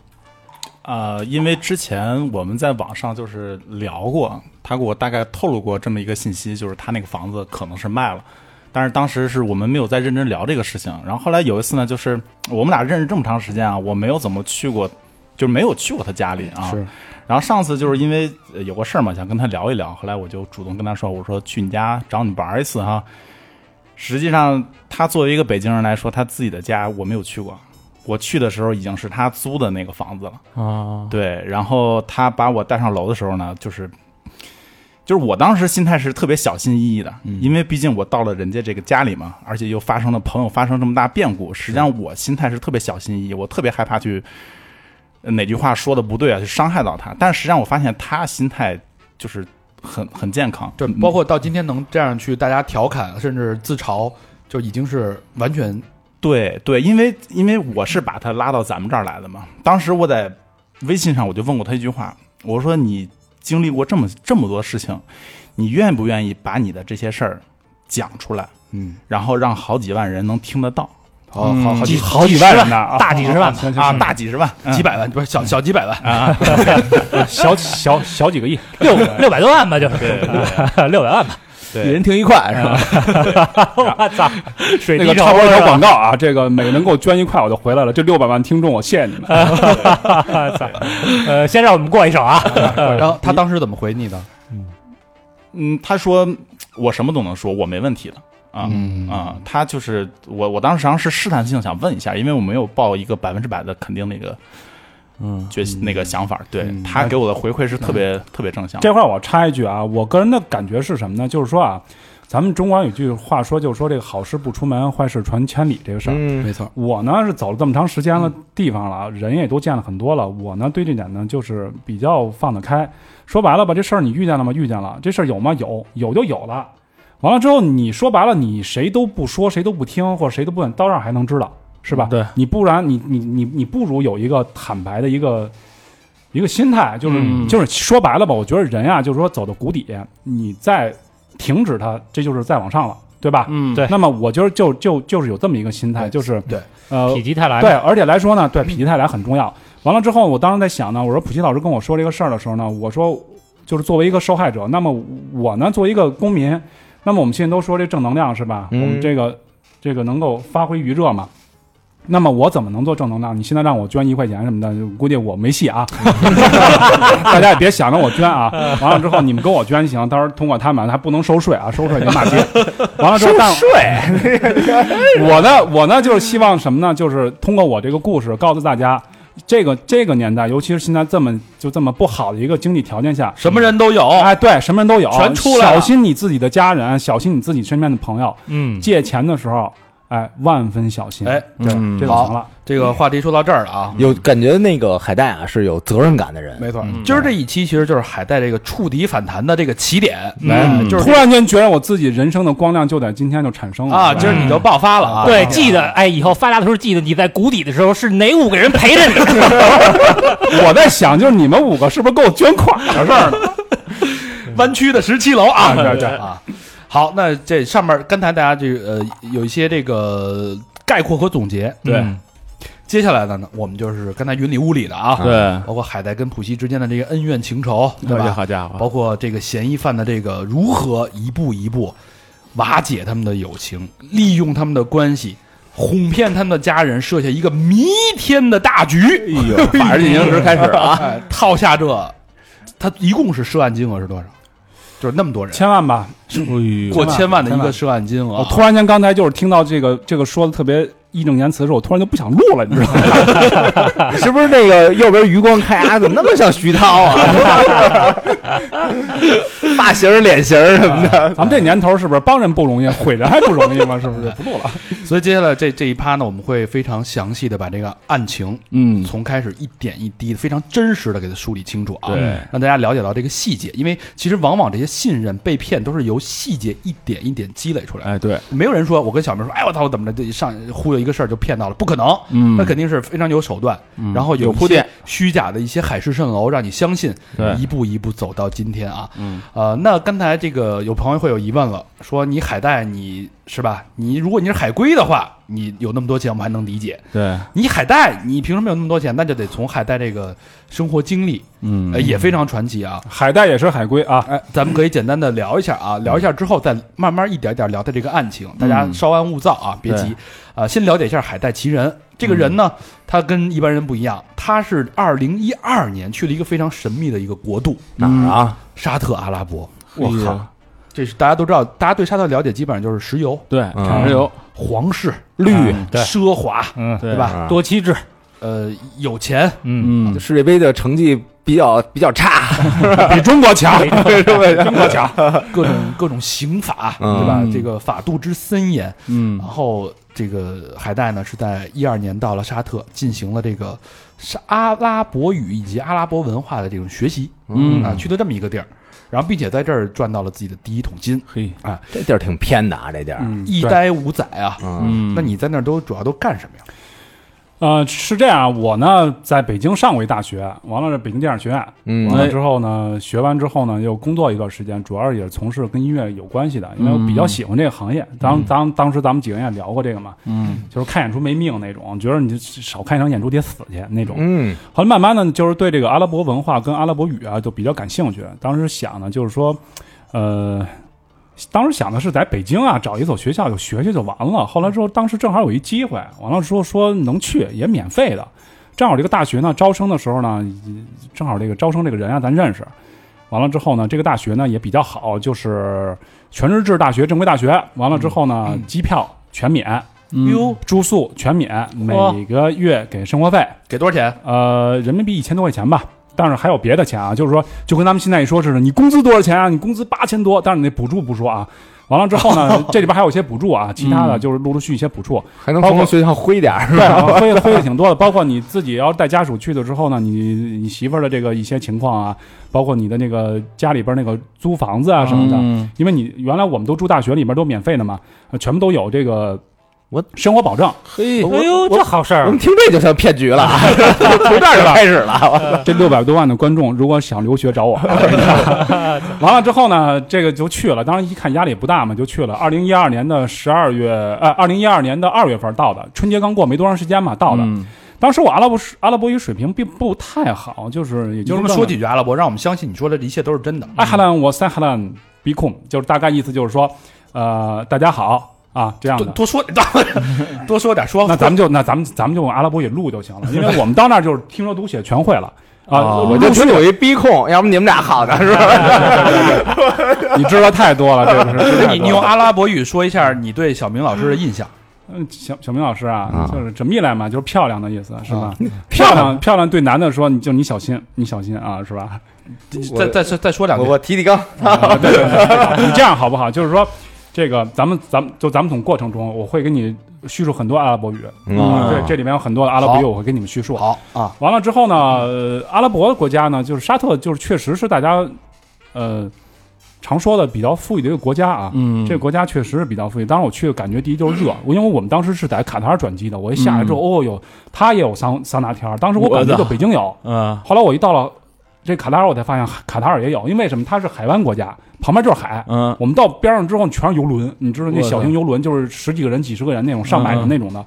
[SPEAKER 4] 啊，因为之前我们在网上就是聊过，他给我大概透露过这么一个信息，就是他那个房子可能是卖了。但是当时是我们没有再认真聊这个事情，然后后来有一次呢，就是我们俩认识这么长时间啊，我没有怎么去过，就是没有去过他家里啊。
[SPEAKER 2] 是。
[SPEAKER 4] 然后上次就是因为呃有个事儿嘛，想跟他聊一聊，后来我就主动跟他说，我说去你家找你玩一次哈。实际上，他作为一个北京人来说，他自己的家我没有去过，我去的时候已经是他租的那个房子了。
[SPEAKER 1] 啊，
[SPEAKER 4] 对，然后他把我带上楼的时候呢，就是，就是我当时心态是特别小心翼翼的，因为毕竟我到了人家这个家里嘛，而且又发生了朋友发生这么大变故，实际上我心态是特别小心翼翼，我特别害怕去呃哪句话说的不对啊，去伤害到他。但是实际上我发现他心态就是很很健康，
[SPEAKER 2] 就啊包括到今天能这样去大家调侃甚至自嘲，就已经是完全
[SPEAKER 4] 对对，因为因为我是把他拉到咱们这儿来的嘛。当时我在微信上我就问过他一句话，我说你经历过这么这么多事情，你愿不愿意把你的这些事儿讲出来，
[SPEAKER 2] 嗯
[SPEAKER 4] 然后让好几万人能听得到？哦
[SPEAKER 2] 嗯
[SPEAKER 4] 好好
[SPEAKER 5] 几
[SPEAKER 4] 几
[SPEAKER 5] 好几万人呢，啊
[SPEAKER 1] 大几十万
[SPEAKER 5] 行行
[SPEAKER 4] 啊，
[SPEAKER 5] 行
[SPEAKER 4] 大几十万，
[SPEAKER 2] 几百万不是小小几百万，
[SPEAKER 5] 小小小几个亿，
[SPEAKER 1] 六六百多万吧，就是
[SPEAKER 4] 对
[SPEAKER 1] [LAUGHS]
[SPEAKER 4] 对
[SPEAKER 1] 六百万吧。啊
[SPEAKER 2] 一人听一块是吧？
[SPEAKER 4] [LAUGHS]
[SPEAKER 1] 我操，水
[SPEAKER 5] 那
[SPEAKER 1] 滴
[SPEAKER 5] 个
[SPEAKER 1] 筹
[SPEAKER 5] 插播一条
[SPEAKER 1] 是吧
[SPEAKER 5] 广告啊，这个每能够捐一块我就回来了，这六百万听众我谢谢你们。
[SPEAKER 1] 操，呃，先让我们过一首啊。
[SPEAKER 2] 然后他当时怎么回你的？
[SPEAKER 4] 嗯，他说我什么都能说，我没问题的啊。
[SPEAKER 2] 嗯
[SPEAKER 4] 啊，他就是我，我当时实际上是试探性想问一下，因为我没有抱一个百分之百的肯定那个
[SPEAKER 2] 嗯，
[SPEAKER 4] 决心、那个想法。对、
[SPEAKER 2] 嗯
[SPEAKER 4] 他给我的回馈是特别、
[SPEAKER 6] 嗯
[SPEAKER 4] 特别正向的。
[SPEAKER 5] 这块儿我插一句啊，我个人的感觉是什么呢？就是说啊，咱们中国有句话说，就是说这个好事不出门，坏事传千里这个事儿。
[SPEAKER 3] 嗯
[SPEAKER 2] 没错，
[SPEAKER 5] 我呢是走了这么长时间了地方了，啊人也都见了很多了。我呢对这点呢就是比较放得开。说白了吧，这事儿你遇见了吗？遇见了。这事儿有吗？有，有就有了。完了之后，你说白了，你谁都不说，谁都不听，或者谁都不问，到这儿还能知道，是吧？
[SPEAKER 1] 对，
[SPEAKER 5] 你不然你你你你不如有一个坦白的一个一个心态，就是、
[SPEAKER 4] 嗯
[SPEAKER 5] 就是说白了吧，我觉得人啊，就是说走到谷底，你再停止它，这就是再往上了，对吧？
[SPEAKER 4] 嗯
[SPEAKER 1] 对
[SPEAKER 5] 那么我觉得就就就是有这么一个心态，就是
[SPEAKER 2] 对，
[SPEAKER 5] 呃，
[SPEAKER 1] 否极泰来嘛，
[SPEAKER 5] 对，而且来说呢，对否极泰来很重要。完了之后，我当时在想呢，我说普希老师跟我说这个事儿的时候呢，我说就是作为一个受害者，那么我呢作为一个公民，那么我们现在都说这正能量是吧？
[SPEAKER 3] 嗯
[SPEAKER 5] 我们这个这个能够发挥余热嘛。那么我怎么能做正能量？你现在让我捐一块钱什么的，估计我没戏啊！ [LAUGHS] 大家也别想着我捐啊！完了之后你们跟我捐行，到时候通过他们还不能收税啊，收税得骂街。完了之后，但 [LAUGHS] 我呢，我呢就是希望什么呢？就是通过我这个故事告诉大家，这个这个年代，尤其是现在这么就这么不好的一个经济条件下，
[SPEAKER 2] 什么人都有，
[SPEAKER 5] 哎，对，什么人都有，
[SPEAKER 2] 哦全出来
[SPEAKER 5] 小
[SPEAKER 2] 了
[SPEAKER 5] 心你自己的家人，小心你自己身边的朋友，
[SPEAKER 1] 嗯，
[SPEAKER 5] 借钱的时候，哎，万分小心。
[SPEAKER 2] 哎，
[SPEAKER 5] 对，
[SPEAKER 4] 嗯
[SPEAKER 5] 这就
[SPEAKER 2] 好
[SPEAKER 5] 行了。
[SPEAKER 2] 这个话题说到这儿了啊，
[SPEAKER 6] 有感觉那个海带啊是有责任感的人，
[SPEAKER 2] 没错
[SPEAKER 4] 嗯
[SPEAKER 2] 今儿这一期其实就是海带这个触底反弹的这个起点，哎
[SPEAKER 4] 嗯
[SPEAKER 2] 就是
[SPEAKER 5] 突然间觉得我自己人生的光亮就在今天就产生了
[SPEAKER 2] 啊，
[SPEAKER 5] 对
[SPEAKER 2] 今儿你就爆发了啊，
[SPEAKER 1] 对，记得哎，以后发家的时候记得你在谷底的时候是哪五个人陪着你。
[SPEAKER 5] 哎我在想，就是你们五个是不是给我捐
[SPEAKER 2] [LAUGHS]
[SPEAKER 5] 款
[SPEAKER 2] 哎
[SPEAKER 5] 的事儿呢？
[SPEAKER 2] 湾区的十七楼啊，
[SPEAKER 5] 啊对对
[SPEAKER 2] 啊。好，那这上面刚才大家这个呃有一些这个概括和总结，
[SPEAKER 1] 嗯
[SPEAKER 2] 接下来的呢，我们就是刚才云里雾里的啊，
[SPEAKER 4] 对，
[SPEAKER 2] 包括海带跟普希之间的这个恩怨情仇，对吧？
[SPEAKER 4] 好家伙，
[SPEAKER 2] 包括这个嫌疑犯的这个如何一步一步瓦解他们的友情，利用他们的关系，哄骗他们的家人，设下一个弥天的大局。哎呦，
[SPEAKER 4] 法制进行时开始啊，
[SPEAKER 2] [LAUGHS] 套下这，他一共是涉案金额是多少？就是那么多人，
[SPEAKER 5] 千万吧！
[SPEAKER 2] 过千万的一
[SPEAKER 5] 千
[SPEAKER 2] 个
[SPEAKER 5] 万哦
[SPEAKER 2] 涉案金额
[SPEAKER 5] 我
[SPEAKER 2] [LAUGHS] 啊。
[SPEAKER 5] 突然间刚才就是听到这个这个说的特别义正言辞的时候，我突然就不想录了，你知道吗？
[SPEAKER 2] [LAUGHS]
[SPEAKER 6] 是不是那个右边余光开啊？怎么那么像徐涛啊？发型儿、脸型儿什么的，
[SPEAKER 5] 咱们这年头是不是帮人不容易，毁人还不容易吗？是不
[SPEAKER 2] [LAUGHS]
[SPEAKER 5] 是？不录了。
[SPEAKER 2] [LAUGHS] 所以接下来这这一趴呢，我们会非常详细的把这个案情
[SPEAKER 4] 嗯，
[SPEAKER 2] 从开始一点一滴的非常真实的给它梳理清楚啊，
[SPEAKER 4] 对
[SPEAKER 2] 让大家了解到这个细节，因为其实往往这些信任被骗都是由细节一点一点积累出来的。
[SPEAKER 4] 哎对，
[SPEAKER 2] 没有人说我跟小明说，哎我操我怎么着，这一上忽悠一个事儿就骗到了，不可能，
[SPEAKER 4] 嗯
[SPEAKER 2] 那肯定是非常有手段，然后
[SPEAKER 4] 有
[SPEAKER 2] 一些
[SPEAKER 4] 铺垫，
[SPEAKER 2] 虚假的一些海市蜃楼，让你相信
[SPEAKER 4] 对，
[SPEAKER 2] 一步一步走到今天啊。
[SPEAKER 4] 嗯，
[SPEAKER 2] 呃，那刚才这个有朋友会有疑问了，说你海带你是吧？你如果你是海归的话，你有那么多钱我们还能理解，
[SPEAKER 4] 对，
[SPEAKER 2] 你海带你凭什么有那么多钱？那就得从海带这个生活经历，
[SPEAKER 4] 嗯
[SPEAKER 2] 呃，也非常传奇啊。
[SPEAKER 5] 海带也是海龟啊，
[SPEAKER 2] 哎，咱们可以简单的聊一下啊，聊一下之后再慢慢一点一点聊到这个案情，大家稍安勿躁啊，别急啊、先了解一下海带奇人嗯这个人呢，他跟一般人不一样，他是二零一二年去了一个非常神秘的一个国度
[SPEAKER 6] 哪儿啊？
[SPEAKER 2] 沙特阿拉伯，
[SPEAKER 4] 我
[SPEAKER 2] 哎
[SPEAKER 4] 靠
[SPEAKER 2] 呀，这是大家都知道，大家对沙特了解基本上就是石油、嗯
[SPEAKER 4] 对，产石油，
[SPEAKER 2] 皇室、
[SPEAKER 6] 绿
[SPEAKER 1] 对
[SPEAKER 2] 奢华，
[SPEAKER 1] 嗯，
[SPEAKER 4] 对
[SPEAKER 2] 对？吧？
[SPEAKER 1] 多期制，
[SPEAKER 2] 呃，有钱，
[SPEAKER 1] 嗯，
[SPEAKER 4] 嗯，
[SPEAKER 6] 世界杯的成绩比较比较差， [LAUGHS]
[SPEAKER 5] 比中国
[SPEAKER 2] [LAUGHS]
[SPEAKER 5] 强，
[SPEAKER 6] 是
[SPEAKER 5] 中国强。
[SPEAKER 2] 各种各种刑法，
[SPEAKER 6] 嗯
[SPEAKER 2] 对吧？
[SPEAKER 4] 嗯
[SPEAKER 2] 这个法度之森严，
[SPEAKER 5] 哎
[SPEAKER 4] 嗯
[SPEAKER 2] 然后这个海带呢是在一二年到了沙特，进行了这个沙阿拉伯语以及阿拉伯文化的这种学习，
[SPEAKER 4] 嗯
[SPEAKER 2] 啊，去了这么一个地儿，然后并且在这儿赚到了自己的第一桶金，
[SPEAKER 4] 嘿，
[SPEAKER 6] 这地儿挺偏的啊，这地儿。
[SPEAKER 5] 嗯，
[SPEAKER 2] 一
[SPEAKER 5] 对
[SPEAKER 2] 待五载啊。
[SPEAKER 6] 嗯，
[SPEAKER 4] 嗯，
[SPEAKER 2] 那你在那儿都主要都干什么呀？
[SPEAKER 5] 呃，是这样，我呢在北京上过一大学，完了是北京电影学院，
[SPEAKER 6] 嗯
[SPEAKER 5] 完了之后呢，学完之后呢，又工作一段时间，主要也是从事跟音乐有关系的，因为我
[SPEAKER 6] 嗯
[SPEAKER 5] 比较喜欢这个行业。当当当时咱们几个人也聊过这个嘛，嗯，就是看演出没命那种，觉得你就少看一场演出得死去那种。
[SPEAKER 6] 嗯
[SPEAKER 5] 后来慢慢的，就是对这个阿拉伯文化跟阿拉伯语啊，就比较感兴趣。当时想呢，就是说，呃，当时想的是在北京啊找一所学校有学学就完了。后来之后，当时正好有一机会，完了说说嗯能去也免费的。正好这个大嗯学呢招生的时候呢，正好这个招生这个人啊咱认识。完了之后呢，这个大学呢也比较好，就是全日制大学正规大学。完了之后呢，
[SPEAKER 4] 嗯
[SPEAKER 5] 机票全免，
[SPEAKER 4] 哟，
[SPEAKER 5] 住宿全免，
[SPEAKER 4] 哇
[SPEAKER 5] 每个月给生活费。
[SPEAKER 4] 给多少钱？
[SPEAKER 5] 呃，人民币一千多块钱吧。但是还有别的钱啊，就是说，就跟咱们现在一说似的，你工资多少钱啊？你工资八千多，但是你那补助不说啊。完了之后呢，这里边还有一些补助啊，其他的就是陆陆续续一些补助，
[SPEAKER 6] 还能从学校挥点儿
[SPEAKER 5] 对，然后挥的挥的挺多的。包括你自己要是带家属去的之后呢，你你媳妇儿的这个一些情况啊，包括你的那个家里边那个租房子啊什么的，
[SPEAKER 4] 嗯
[SPEAKER 5] 因为你原来我们都住大学里面都免费的嘛，呃全部都有这个
[SPEAKER 6] 我
[SPEAKER 5] 生活保障。
[SPEAKER 6] 嘿
[SPEAKER 1] 哎呦，这好事
[SPEAKER 6] 我
[SPEAKER 1] 儿
[SPEAKER 6] 们！听这就像骗局了，从这儿就开始了。
[SPEAKER 4] [LAUGHS]
[SPEAKER 5] 这六百多万的观众，如果想留学找我，完了之后呢，这个就去了。当时一看压力也不大嘛，就去了。二零一二年的十二月，呃，二零一二年的二月份到的，春节刚过没多长时间嘛，到的。
[SPEAKER 4] 嗯
[SPEAKER 5] 当时我阿拉伯阿拉伯语水平并不太好，就是也
[SPEAKER 4] 你
[SPEAKER 5] 就是
[SPEAKER 4] 就这么
[SPEAKER 5] 问
[SPEAKER 4] 说几句阿拉啊嗯伯，让我们相信你说的一切都是真
[SPEAKER 2] 嗯
[SPEAKER 4] 的。
[SPEAKER 5] 阿哈兰我塞哈兰比控，就是大概意思就是说，呃，大家好啊这样
[SPEAKER 4] 多
[SPEAKER 5] 的。
[SPEAKER 4] 多说
[SPEAKER 2] [LAUGHS]
[SPEAKER 4] 多说点说。
[SPEAKER 5] 那咱们就那咱们咱们就用阿拉伯语录就行了，因为我们到那儿就是听说读写全会了啊。
[SPEAKER 4] 哦
[SPEAKER 6] 我就只有一逼控，要不你们俩好的是吧？
[SPEAKER 5] 你知道太多了，这个
[SPEAKER 4] [LAUGHS]
[SPEAKER 5] 是。
[SPEAKER 4] 你你用阿拉伯语说一下你对小明老师的印象。
[SPEAKER 5] 嗯，小小明老师啊
[SPEAKER 6] 啊，
[SPEAKER 5] 就是缜密来嘛，就是漂亮的意思，是吧？漂亮漂亮对男的说，你就你小心，你小心啊，是吧？
[SPEAKER 4] 再再再再说两
[SPEAKER 2] 啊
[SPEAKER 6] 我
[SPEAKER 4] 句。
[SPEAKER 6] 我提提纲，
[SPEAKER 5] 啊你这样好不好？就是说，这个咱们咱们就咱们从过程中，我会给你叙述很多阿拉伯语，
[SPEAKER 6] 嗯
[SPEAKER 5] 对，这里面有很多的阿拉伯语，我会给你们叙述。
[SPEAKER 4] 啊好啊，
[SPEAKER 5] 完了之后呢，呃阿拉伯国家呢，就是沙特，就是确实是大家呃常说的比较富裕的一个国家啊。
[SPEAKER 4] 嗯
[SPEAKER 5] 这个国家确实是比较富裕。当时我去的感觉第一就是热，我因为我们当时是在卡塔尔转机的，我一下来之后，哦哟，他也有桑桑拿天儿，当时我感觉
[SPEAKER 4] 嗯我
[SPEAKER 5] 就
[SPEAKER 4] 操
[SPEAKER 5] 北京有，
[SPEAKER 4] 嗯
[SPEAKER 5] 后来我一到了这卡塔尔，我才发现卡塔尔也有，因为什么？它是海湾国家，旁边就是海。
[SPEAKER 4] 嗯
[SPEAKER 5] 我们到边上之后，全是游轮，你知道那
[SPEAKER 4] 我操
[SPEAKER 5] 小型游轮就是十几个人、几十个人那种，上百人那种的，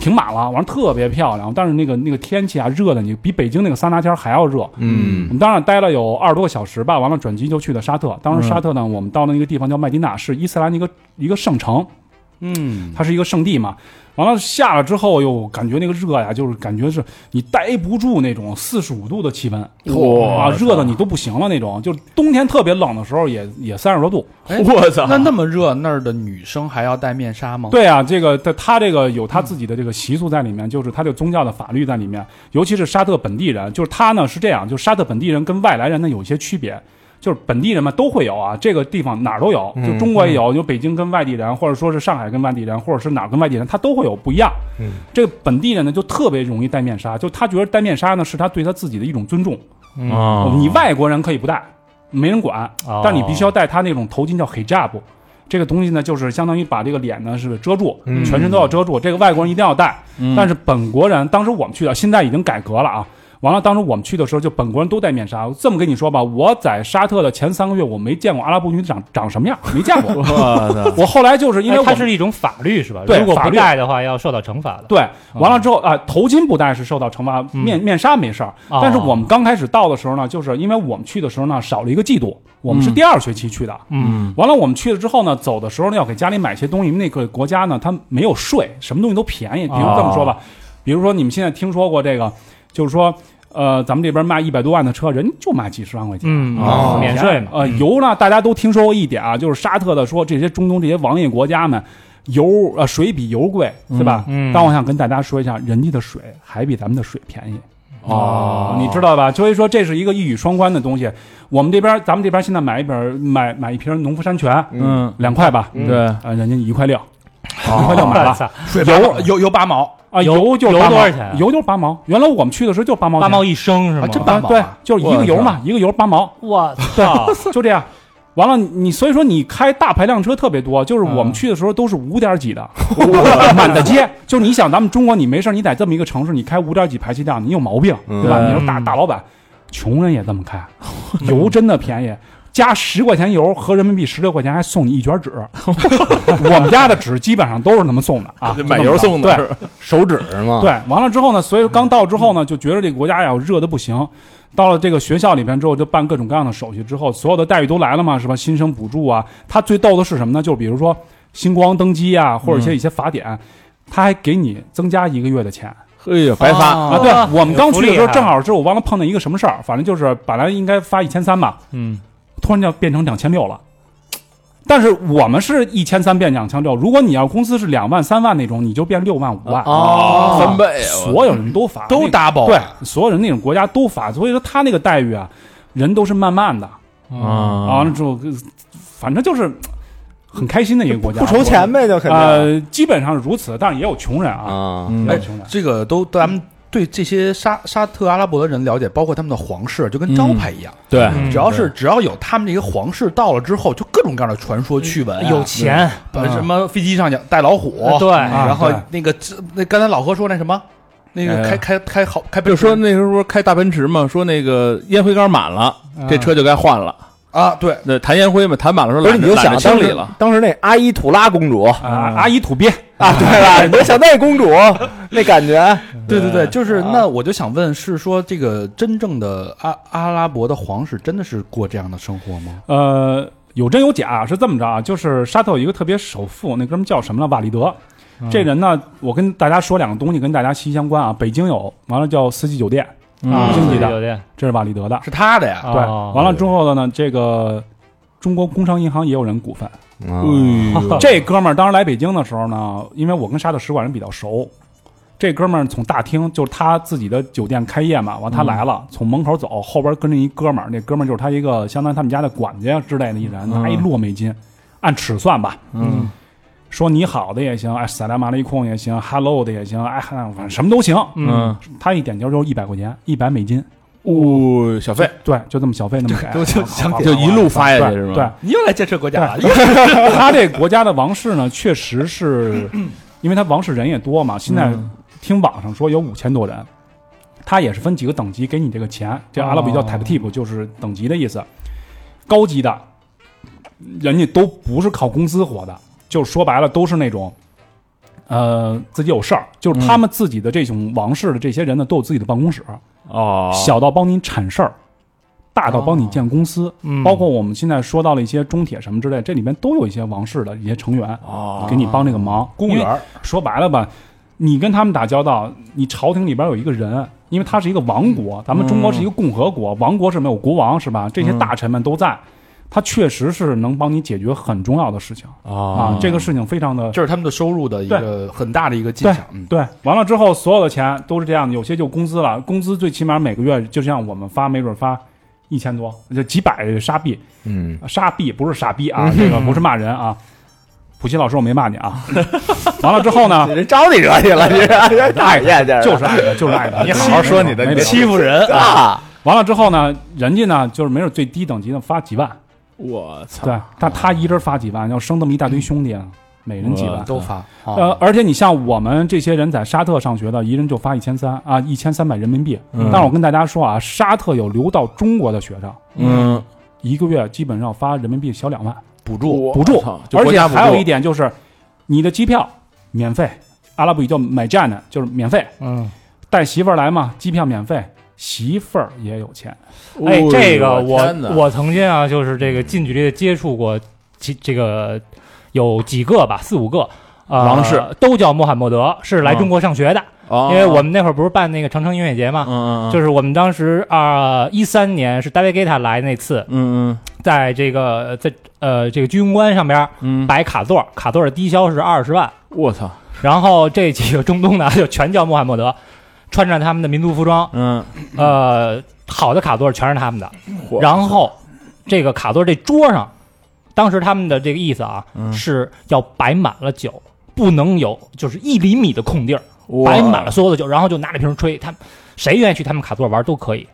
[SPEAKER 5] 停满了，完了特别漂亮。但是那个那个天气啊，热的你比北京那个桑拿天儿还要热。我
[SPEAKER 6] 嗯
[SPEAKER 5] 们当然待了有二十多个小时吧，完了转机就去的沙特。当时沙特呢，我们到了一个地方叫麦迪纳，是伊斯兰的一个一个圣城，
[SPEAKER 4] 嗯，
[SPEAKER 5] 它是一个圣地嘛。完了下了之后，又感觉那个热呀，就是感觉是你待不住那种四十五度的气温，哇，热的你都不行了那种。就是冬天特别冷的时候也，也三十多度。
[SPEAKER 4] 我操！那那么热，那儿的女生还要戴面纱吗？
[SPEAKER 5] 对啊，这个他他这个有他自己的这个习俗在里面，就是他这个宗教的法律在里面，尤其是沙特本地人，就是他呢是这样，就是沙特本地人跟外来人呢有一些区别。就是本地人嘛都会有啊，这个地方哪儿都有，就中国也有，有北京跟外地人，或者说是上海跟外地人，或者是哪儿跟外地人，他都会有不一样。嗯，这个本地人呢就特别容易戴面纱，就他觉得戴面纱呢是他对他自己的一种尊重。
[SPEAKER 1] 哦
[SPEAKER 5] 你外国人可以不戴，没人管
[SPEAKER 1] 哦，
[SPEAKER 5] 但你必须要戴他那种头巾叫 hijab，这个东西呢，就是相当于把这个脸呢是遮住，
[SPEAKER 1] 嗯
[SPEAKER 5] 全身都要遮住。这个外国人一定要戴，但是本国人当时我们去的，现在已经改革了啊。完了，当时我们去的时候，就本国人都戴面纱。这么跟你说吧，我在沙特的前三个月，我没见过阿拉伯女长长什么样，没见
[SPEAKER 1] [LAUGHS]
[SPEAKER 5] 过。我后来就是因为
[SPEAKER 1] 哎
[SPEAKER 5] 我
[SPEAKER 1] 它
[SPEAKER 5] 们
[SPEAKER 1] 是一种法律是吧？
[SPEAKER 5] 对
[SPEAKER 1] 如果
[SPEAKER 5] 法
[SPEAKER 1] 不
[SPEAKER 5] 律
[SPEAKER 1] 戴的话，要受到惩罚的。
[SPEAKER 5] 对，完了之后啊、头巾不戴是受到惩罚，面面纱没事儿。
[SPEAKER 1] 嗯哦
[SPEAKER 5] 但是我们刚开始到的时候呢，就是因为我们去的时候呢少了一个季度，我们是第二学期去的。
[SPEAKER 1] 嗯，
[SPEAKER 5] 完了我们去了之后呢，走的时候呢要给家里买些东西，因为那个国家呢它没有税，什么东西都便宜。比如这么说吧，
[SPEAKER 1] 哦
[SPEAKER 5] 比如说你们现在听说过这个，就是说呃咱们这边卖一百多万的车，人就卖几十万块钱。
[SPEAKER 1] 嗯，
[SPEAKER 6] 哦
[SPEAKER 1] 免税嘛。
[SPEAKER 5] 呃，油呢，大家都听说过一点啊，就是沙特的说这些中东这些王爷国家们，油呃水比油贵，是吧？
[SPEAKER 1] 嗯嗯
[SPEAKER 5] 但我想跟大家说一下，人家的水还比咱们的水便宜。啊
[SPEAKER 1] 哦
[SPEAKER 5] 你知道吧？所以说这是一个一语双关的东西。我们这边，咱们这边现在买一本买买一瓶农夫山泉，
[SPEAKER 4] 嗯，
[SPEAKER 5] 两块吧，
[SPEAKER 6] 嗯
[SPEAKER 4] 对，
[SPEAKER 5] 啊，人家一块六，一
[SPEAKER 1] 嗯
[SPEAKER 5] 块六买了
[SPEAKER 1] 操
[SPEAKER 4] 水油油油八毛，
[SPEAKER 5] 啊，
[SPEAKER 1] 油
[SPEAKER 5] 油就
[SPEAKER 1] 油
[SPEAKER 5] 八毛
[SPEAKER 1] 多少钱啊
[SPEAKER 5] 油就是八毛。原来我们去的时候就八毛
[SPEAKER 1] 八
[SPEAKER 5] 钱，
[SPEAKER 1] 毛一升是吗？
[SPEAKER 4] 啊这八
[SPEAKER 5] 啊，
[SPEAKER 4] 毛
[SPEAKER 5] 对
[SPEAKER 4] 啊，
[SPEAKER 5] [LAUGHS] 就是一个油嘛，一个油八毛，
[SPEAKER 1] 我操！
[SPEAKER 5] 就这样。完了，你所以说你开大排量车特别多，就是我们
[SPEAKER 4] 嗯
[SPEAKER 5] 去的时候都是五点几
[SPEAKER 4] [LAUGHS]
[SPEAKER 5] 的，满大街。就是你想，咱们中国你没事儿，你在这么一个城市，你开五点几排气量，你有毛病对吧？
[SPEAKER 4] 嗯
[SPEAKER 5] 你说大大老板，穷人也这么
[SPEAKER 4] [LAUGHS]
[SPEAKER 5] 开，油真的便宜。加十块钱油合人民币十六块钱，还送你一卷纸。 [LAUGHS] 我们家的纸基本上都是那么送的啊，
[SPEAKER 4] [LAUGHS] 买油送的
[SPEAKER 5] 对，
[SPEAKER 6] 手指是吗？
[SPEAKER 5] 对，完了之后呢，所以刚到之后呢，就觉得这个国家呀热的不行。到了这个学校里边之后，就办各种各样的手续，之后所有的待遇都来了嘛，是吧？新生补助啊，他最逗的是什么呢？就是比如说星光登机啊，或者一些一些法典，他还给你增加一个月的钱。
[SPEAKER 6] 哎呀，白发，
[SPEAKER 5] 啊，对，我们刚
[SPEAKER 1] 有福
[SPEAKER 5] 去的
[SPEAKER 1] 利
[SPEAKER 5] 时候
[SPEAKER 6] 啊
[SPEAKER 1] 哈
[SPEAKER 5] 正好是我忘了碰到一个什么事儿，反正就是本来应该发一千三吧，
[SPEAKER 1] 嗯，
[SPEAKER 5] 突然就变成两千六了。但是我们是一千三变两千六，如果你要公司是两万三万那种，你就变六万五万
[SPEAKER 1] 哦
[SPEAKER 5] 翻倍，所有人都发那个
[SPEAKER 4] double，
[SPEAKER 5] 对，所有人那种国家都发，所以说他那个待遇啊，人都是慢慢的，
[SPEAKER 1] 啊
[SPEAKER 5] 完了之后，呃反正就是很开心的一个国家，
[SPEAKER 6] 不愁钱呗，就肯定
[SPEAKER 5] 呃，基本上是如此，但是也有穷人啊，
[SPEAKER 6] 啊。
[SPEAKER 5] 也
[SPEAKER 4] 嗯
[SPEAKER 5] 有
[SPEAKER 7] 哎
[SPEAKER 5] 穷人，
[SPEAKER 7] 这个都咱们对这些沙沙特阿拉伯的人了解，包括他们的皇室，就跟招牌一样，
[SPEAKER 6] 对
[SPEAKER 1] 嗯
[SPEAKER 7] 只要是只要有他们这个皇室到了之后，就各种各样的传说趣闻啊、
[SPEAKER 1] 有钱，
[SPEAKER 7] 把什么飞机上养带老虎，
[SPEAKER 1] 对
[SPEAKER 5] 啊
[SPEAKER 7] 然后
[SPEAKER 5] 对
[SPEAKER 7] 那个这那刚才老何说那什么，那个开开开好开奔奔驰，
[SPEAKER 6] 就说那时候不是开大奔驰嘛，说那个烟灰缸满了，
[SPEAKER 7] 嗯
[SPEAKER 6] 这车就该换了。
[SPEAKER 7] 啊，对，
[SPEAKER 6] 那弹烟灰嘛，弹满了说
[SPEAKER 3] 嗯不是，
[SPEAKER 6] 懒
[SPEAKER 3] 你
[SPEAKER 6] 得
[SPEAKER 3] 就想
[SPEAKER 6] 懒得
[SPEAKER 3] 当
[SPEAKER 6] 清理
[SPEAKER 3] 时
[SPEAKER 6] 了。
[SPEAKER 3] 当时那阿依土拉
[SPEAKER 7] [LAUGHS]
[SPEAKER 3] 公主啊，
[SPEAKER 5] 啊，阿姨土鳖，
[SPEAKER 7] 啊
[SPEAKER 3] 对吧？ [LAUGHS] 你就想那公主那感觉，
[SPEAKER 7] 对对对，就是那我就想问，是说这个真正的阿阿拉伯的皇室真的是过这样的生活吗？
[SPEAKER 5] 呃，有真有假，是这么着啊，就是沙特有一个特别首富，那哥们叫什么了？瓦利德。这人呢，我跟大家说两个东西，跟大家息息相关啊。北京有，完了叫四季酒店，
[SPEAKER 1] 啊
[SPEAKER 5] 嗯经济的
[SPEAKER 1] 有点，哦
[SPEAKER 5] 这是瓦利德的。
[SPEAKER 7] 是他的呀，
[SPEAKER 5] 对，完
[SPEAKER 1] 了
[SPEAKER 5] 了之后的呢，这个中国工商银行也有人股份。
[SPEAKER 1] 呦
[SPEAKER 5] 这哥们儿当时来北京的时候呢，因为我跟沙特使馆人比较熟，这哥们儿从大厅就是他自己的酒店开业嘛，完他来了，从门口走，后边跟着一哥们儿，那哥们儿就是他一个相当于他们家的管家之类的一人，拿一摞美金，按尺算吧，
[SPEAKER 1] 嗯，
[SPEAKER 5] 说你好的也行，哎，萨拉马利控也行，hello 的也行，哎，反正什么都行。
[SPEAKER 1] 嗯，
[SPEAKER 5] 他一点交就是一百块钱，一百美金，
[SPEAKER 6] 呜，小费啊
[SPEAKER 5] 对，就这么小费那么给，啊
[SPEAKER 7] 就就想
[SPEAKER 6] 就一路发下去是吗？
[SPEAKER 5] 对对，
[SPEAKER 7] 你又来建设国家了，
[SPEAKER 5] [LAUGHS] 他这国家的王室呢，确实是，因为他王室人也多嘛。现在听网上说有五千多人，他也是分几个等级给你这个钱，这阿拉伯语叫 t a t i b 就是等级的意思。高级的，人家都不是靠工资活的，就说白了都是那种，呃，自己有事儿，就是他们自己的这种王室的这些人呢，都有自己的办公室，
[SPEAKER 6] 哦，
[SPEAKER 5] 小到帮你铲事儿，大到帮你建公司。
[SPEAKER 1] 嗯
[SPEAKER 5] 包括我们现在说到了一些中铁什么之类，这里面都有一些王室的一些成员给你帮这个忙。
[SPEAKER 7] 哦公务员
[SPEAKER 5] 因为
[SPEAKER 7] 儿
[SPEAKER 5] 说白了吧，你跟他们打交道，你朝廷里边有一个人，因为他是一个王
[SPEAKER 7] 嗯
[SPEAKER 5] 国，咱们中国是一个共和国，王国是没有国王是吧？这些大臣们都在，他确实是能帮你解决很重要的事情啊。
[SPEAKER 7] 哦
[SPEAKER 5] 这个事情非常的
[SPEAKER 7] 这是他们的收入的一个很大的一个进项，嗯，
[SPEAKER 5] 对，完了之后所有的钱都是这样的，有些就工资了，工资最起码每个月就像我们发，没准发一千多，就几百沙币，嗯，沙币不是傻逼啊，这个不是骂人啊。普希老师，我没骂你啊。 [LAUGHS] 完了之后
[SPEAKER 4] [LAUGHS]
[SPEAKER 5] 呢，
[SPEAKER 3] 人招你惹你了，你 [LAUGHS] 这讨厌这
[SPEAKER 5] 就是爱的，就是爱的。
[SPEAKER 4] 你好好说你的，
[SPEAKER 5] 没
[SPEAKER 4] 你
[SPEAKER 5] 得
[SPEAKER 4] 欺负人，
[SPEAKER 3] 啊，
[SPEAKER 5] 完了之后呢，人家呢就是没准最低等级的发几万，
[SPEAKER 6] 我操，
[SPEAKER 5] 对，但他一人发几万，要生这么一大堆兄弟啊，每人几万，
[SPEAKER 7] 都发，啊
[SPEAKER 5] 呃，而且你像我们这些人在沙特上学的，一人就发一千三啊，一千三百人民币。
[SPEAKER 4] 嗯
[SPEAKER 5] 但是我跟大家说啊，沙特有留到中国的学生，
[SPEAKER 6] 嗯，
[SPEAKER 5] 一个月基本上发人民币小两万
[SPEAKER 7] 补助
[SPEAKER 5] 补助
[SPEAKER 6] 我操，就
[SPEAKER 5] 而
[SPEAKER 6] 国
[SPEAKER 5] 且
[SPEAKER 6] 家补助
[SPEAKER 5] 还有一点就是，你的机票免费，阿拉伯语叫买站的，就是免费。
[SPEAKER 1] 嗯，
[SPEAKER 5] 带媳妇儿来嘛，机票免费，媳妇儿也有钱。
[SPEAKER 1] 哎，
[SPEAKER 6] 哦
[SPEAKER 1] 这个
[SPEAKER 6] 我
[SPEAKER 1] 我
[SPEAKER 6] 天哪
[SPEAKER 1] 我曾经啊，就是这个近距离的接触过几这个有几个吧，四五个。呃、
[SPEAKER 6] 王室
[SPEAKER 1] 都叫穆罕默德，是来
[SPEAKER 6] 嗯
[SPEAKER 1] 中国上学的，
[SPEAKER 6] 哦
[SPEAKER 1] 因为我们那会儿不是办那个长城音乐节嘛，
[SPEAKER 6] 嗯嗯
[SPEAKER 1] 就是我们当时啊，一、三年是 David Guetta 来那次，
[SPEAKER 6] 嗯嗯
[SPEAKER 1] 在这个在呃这个居庸关上边
[SPEAKER 6] 嗯，
[SPEAKER 1] 摆卡座，卡座的低消是二十万，
[SPEAKER 6] 我操，
[SPEAKER 1] 然后这几个中东的就全叫穆罕默德，穿着他们的民族服装，
[SPEAKER 6] 嗯，
[SPEAKER 1] 呃，好的卡座全是他们的，然后这个卡座这桌上，当时他们的这个意思啊，
[SPEAKER 6] 嗯
[SPEAKER 1] 是要摆满了酒，不能有就是一厘米的空地儿，
[SPEAKER 6] 哇
[SPEAKER 1] 摆满了所有的酒，然后就拿着瓶儿吹，他们谁愿意去他们卡座玩都可以。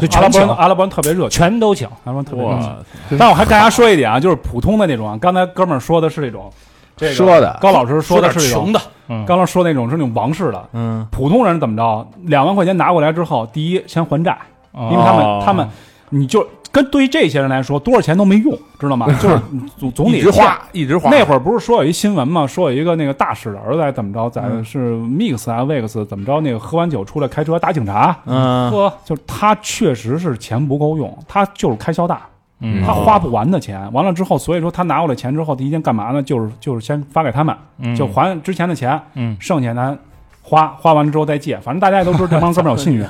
[SPEAKER 1] 就
[SPEAKER 5] 阿拉
[SPEAKER 1] 全
[SPEAKER 5] 伯
[SPEAKER 1] 请
[SPEAKER 5] 人，阿拉伯人特别热情，
[SPEAKER 1] 全都请。
[SPEAKER 5] 阿拉伯人特别热情。但我还跟大家说一点啊，就是普通的那种啊，刚才哥们儿说的是这种，这个
[SPEAKER 6] 说的
[SPEAKER 5] 高老师
[SPEAKER 7] 啊说
[SPEAKER 5] 的
[SPEAKER 7] 点
[SPEAKER 5] 是这种
[SPEAKER 7] 穷，的，
[SPEAKER 1] 嗯，
[SPEAKER 5] 刚刚说那种是那种王式的，
[SPEAKER 6] 嗯，
[SPEAKER 5] 普通人怎么着？两万块钱拿过来之后，第一先还债，因为他们、他们，你就跟对于这些人来说，多少钱都没用，知道吗？就是总总
[SPEAKER 4] 一
[SPEAKER 5] 得
[SPEAKER 4] 直
[SPEAKER 5] 花。
[SPEAKER 4] 花，一直花。
[SPEAKER 5] 那会儿不是说有一新闻吗？说有一个那个大使的儿子还怎么着，在
[SPEAKER 1] 嗯
[SPEAKER 5] 是 Mix 啊 Vex 怎么着，那个喝完酒出来开车打警察，
[SPEAKER 6] 嗯 [LAUGHS]
[SPEAKER 5] 呵，就是他确实是钱不够用，他就是开销大，
[SPEAKER 1] 嗯
[SPEAKER 5] 他花不完的钱。完了之后，所以说他拿过来钱之后，第一件干嘛呢？就是就是先发给他们，
[SPEAKER 1] 嗯
[SPEAKER 5] 就还之前的钱，
[SPEAKER 1] 嗯
[SPEAKER 5] 剩下咱花花完了之后再借。反正大家也都知道这帮哥们
[SPEAKER 1] [LAUGHS]
[SPEAKER 5] 儿有信誉，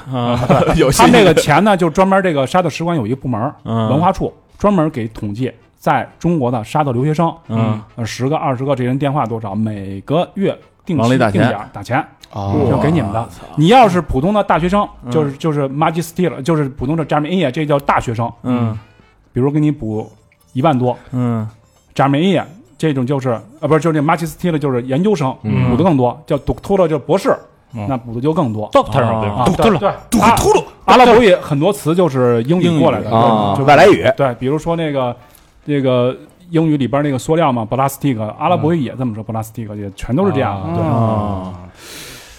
[SPEAKER 4] 有
[SPEAKER 5] 他们这个钱呢，就专门这个沙特使馆有一个部门儿，
[SPEAKER 6] 嗯
[SPEAKER 5] 文化处专门给统计在中国的沙特留学生，
[SPEAKER 6] 嗯
[SPEAKER 5] 呃，十个二十个，这人电话多少，每个月定
[SPEAKER 6] 往
[SPEAKER 5] 期
[SPEAKER 6] 里打
[SPEAKER 5] 定
[SPEAKER 6] 钱
[SPEAKER 5] 点儿打钱，
[SPEAKER 7] 哦
[SPEAKER 5] 就给你们的。你要是普通的大学生，
[SPEAKER 6] 嗯
[SPEAKER 5] 就是就是 magister，就是普通的 jamia，这叫大学生，
[SPEAKER 6] 嗯
[SPEAKER 5] 比如给你补一万多
[SPEAKER 6] 嗯
[SPEAKER 5] jamia。这种就是啊，呃不是，就是这 magister 就是研究生，
[SPEAKER 1] 嗯
[SPEAKER 5] 补的更多，叫 doctor 就是博士，
[SPEAKER 1] 嗯
[SPEAKER 5] 那补的就更多。
[SPEAKER 1] ，Doctor
[SPEAKER 6] 哦
[SPEAKER 1] 对吧
[SPEAKER 5] 啊，
[SPEAKER 1] Doctor
[SPEAKER 5] 对，对阿阿拉伯语很多词就是英语过来的
[SPEAKER 6] 啊
[SPEAKER 5] 对就
[SPEAKER 3] 外来语，
[SPEAKER 5] 对，比如说那个这个英语里边那个塑料嘛，plastic，阿拉伯
[SPEAKER 6] 嗯
[SPEAKER 5] 语也这么说，plastic 也全都是这样的。对
[SPEAKER 7] 啊
[SPEAKER 6] 哦，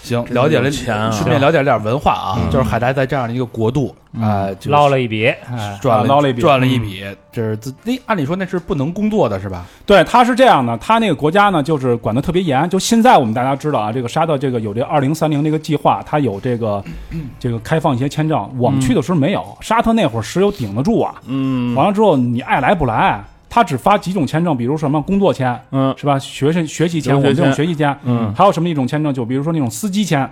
[SPEAKER 7] 行，了解了
[SPEAKER 6] 钱啊
[SPEAKER 7] 顺便了解了点文化啊，就是海达在这样的一个国度啊，就是
[SPEAKER 1] 捞了一笔，
[SPEAKER 5] 哎
[SPEAKER 7] 赚
[SPEAKER 5] 啊捞了一笔，
[SPEAKER 7] 赚了一笔，这是自那按理说那是不能工作的是吧？
[SPEAKER 5] 对，他是这样的，他那个国家呢，就是管得特别严。就现在我们大家知道啊，这个沙特这个有这二零三零这个计划，它有这个这个开放一些签证。我们去的时候没有，沙特那会儿石油顶得住啊。
[SPEAKER 6] 嗯
[SPEAKER 5] 完了之后，你爱来不来，他只发几种签证，比如什么工作签，
[SPEAKER 6] 嗯
[SPEAKER 5] 是吧？学生学习签，
[SPEAKER 6] 留
[SPEAKER 5] 我
[SPEAKER 6] 学
[SPEAKER 5] 们这种
[SPEAKER 6] 签
[SPEAKER 5] 学习签，
[SPEAKER 6] 嗯
[SPEAKER 5] 还有什么一种签证？就比如说那种司机签，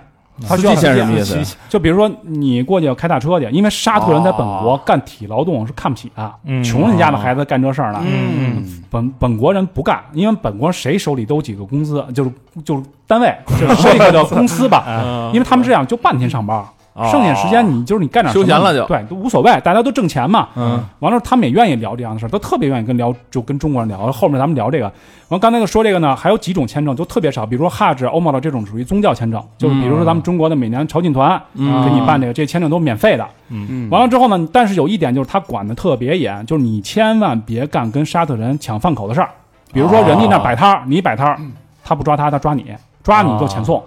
[SPEAKER 5] 他需
[SPEAKER 6] 司机
[SPEAKER 5] 要
[SPEAKER 6] 签是什
[SPEAKER 5] 司
[SPEAKER 6] 么
[SPEAKER 5] 机
[SPEAKER 6] 意思？
[SPEAKER 5] 就比如说你过去要开大车去，因为沙特人在本国干体力劳动是看不起的，
[SPEAKER 1] 嗯
[SPEAKER 5] 穷人家的孩子干这事儿呢，
[SPEAKER 7] 嗯，
[SPEAKER 5] 本本国人不干，因为本国谁手里都有几个公司，就是就是单位，就是说一个叫公司吧，因为他们这样就半天上班。剩下时间你就是你干点什么
[SPEAKER 6] 休闲了就
[SPEAKER 5] 对都无所谓，大家都挣钱嘛。
[SPEAKER 6] 嗯，
[SPEAKER 5] 完了他们也愿意聊这样的事儿，都特别愿意跟聊就跟中国人聊。后面咱们聊这个，完刚才就说这个呢，还有几种签证就特别少，比如说哈指、欧贸的这种属于宗教签证，就是比如说咱们中国的每年朝觐团
[SPEAKER 6] 嗯
[SPEAKER 5] 给你办这个，这签证都是免费的。
[SPEAKER 1] 嗯
[SPEAKER 5] 完了之后呢，但是有一点就是他管的特别严，就是你千万别干跟沙特人抢饭口的事儿，比如说人家那摆摊儿，你摆摊儿，他不抓他，他抓你，抓你就遣送。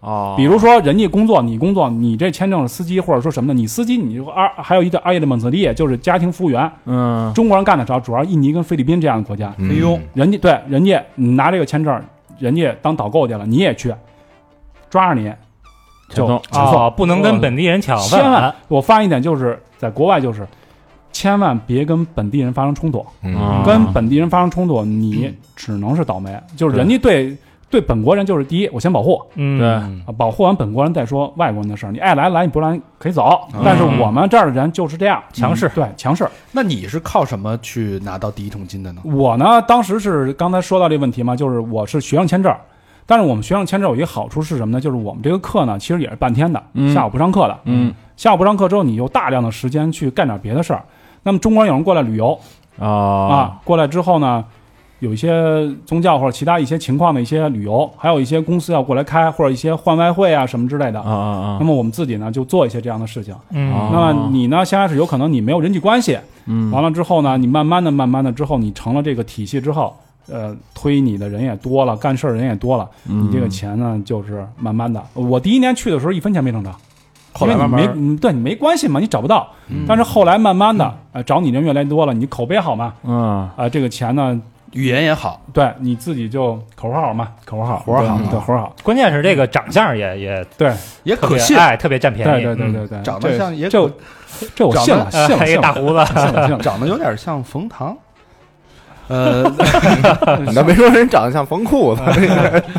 [SPEAKER 6] 哦
[SPEAKER 5] 比如说人家工作，你工作，你这签证是司机或者说什么的，你司机你就二还有一个二叶的蒙特利，就是家庭服务员，
[SPEAKER 6] 嗯
[SPEAKER 5] 中国人干的少，主要印尼跟菲律宾这样的国家，
[SPEAKER 3] 哎呦，
[SPEAKER 5] 人家对人家你拿这个签证，人家当导购去了，你也去，抓着你就
[SPEAKER 6] 遣送
[SPEAKER 5] 遣送
[SPEAKER 1] 啊，不能跟本地人抢饭
[SPEAKER 5] 千万
[SPEAKER 1] 碗，，
[SPEAKER 5] 我发现一点就是，在国外就是，千万别跟本地人发生冲突，
[SPEAKER 6] 嗯
[SPEAKER 5] 跟本地人发生冲突，你只能是倒霉。就是人家对对本国人就是第一，我先保护，
[SPEAKER 1] 嗯，
[SPEAKER 5] 啊保护完本国人再说外国人的事儿。你爱来来，你不来可以走。但是我们这儿的人就是这样，嗯
[SPEAKER 1] 强势
[SPEAKER 5] 对强势。
[SPEAKER 7] 那你是靠什么去拿到第一桶金的呢？
[SPEAKER 5] 我呢，当时是刚才说到这问题嘛，就是我是学生签证，但是我们学生签证有一个好处是什么呢？就是我们这个课呢，其实也是半天的，下午不上课的，
[SPEAKER 6] 嗯，
[SPEAKER 5] 下午不上课之后，你有大量的时间去干点别的事儿。那么中国人有人过来旅游
[SPEAKER 6] 啊
[SPEAKER 5] 啊，过来之后呢，有一些宗教或者其他一些情况的一些旅游，还有一些公司要过来开或者一些换外汇啊什么之类的。
[SPEAKER 6] 啊啊
[SPEAKER 5] 那么我们自己呢，就做一些这样的事情。
[SPEAKER 1] 嗯
[SPEAKER 6] 哦
[SPEAKER 5] 那么你呢？先开始有可能你没有人际关系，
[SPEAKER 6] 嗯
[SPEAKER 5] 完了之后呢，你慢慢的、慢慢的之后，你成了这个体系之后，呃，推你的人也多了，干事儿人也多了，你这个钱呢，就是慢慢的。我第一年去的时候一分钱没挣着，
[SPEAKER 7] 后来
[SPEAKER 5] 因为
[SPEAKER 7] 慢
[SPEAKER 5] 你
[SPEAKER 7] 慢
[SPEAKER 5] 没你对你没关系嘛，你找不到。但是后来慢慢的，呃，找你人越来越多了，你口碑好嘛，
[SPEAKER 6] 啊，
[SPEAKER 5] 啊、这个钱呢，
[SPEAKER 7] 语言也好，
[SPEAKER 5] 对你自己就口号嘛，口号，
[SPEAKER 7] 活儿好
[SPEAKER 5] 对对，活儿好，
[SPEAKER 1] 关键是这个长相也也
[SPEAKER 5] 对
[SPEAKER 7] 也
[SPEAKER 1] 特
[SPEAKER 7] 可
[SPEAKER 1] 别
[SPEAKER 7] 信，
[SPEAKER 1] 哎，特别占便
[SPEAKER 5] 对
[SPEAKER 1] 宜，
[SPEAKER 5] 对对
[SPEAKER 1] 嗯
[SPEAKER 5] 对对，
[SPEAKER 7] 长得像也
[SPEAKER 5] 这
[SPEAKER 7] 可
[SPEAKER 5] 这这我信了，信
[SPEAKER 1] 呃
[SPEAKER 5] 了，
[SPEAKER 1] [LAUGHS] 还有
[SPEAKER 5] 信
[SPEAKER 1] 一
[SPEAKER 5] 了
[SPEAKER 1] 大胡子，
[SPEAKER 5] 信了，信了。
[SPEAKER 7] 长得有点像冯唐。呃，
[SPEAKER 6] 你
[SPEAKER 7] 嗯
[SPEAKER 6] 倒没说人长得像缝裤子，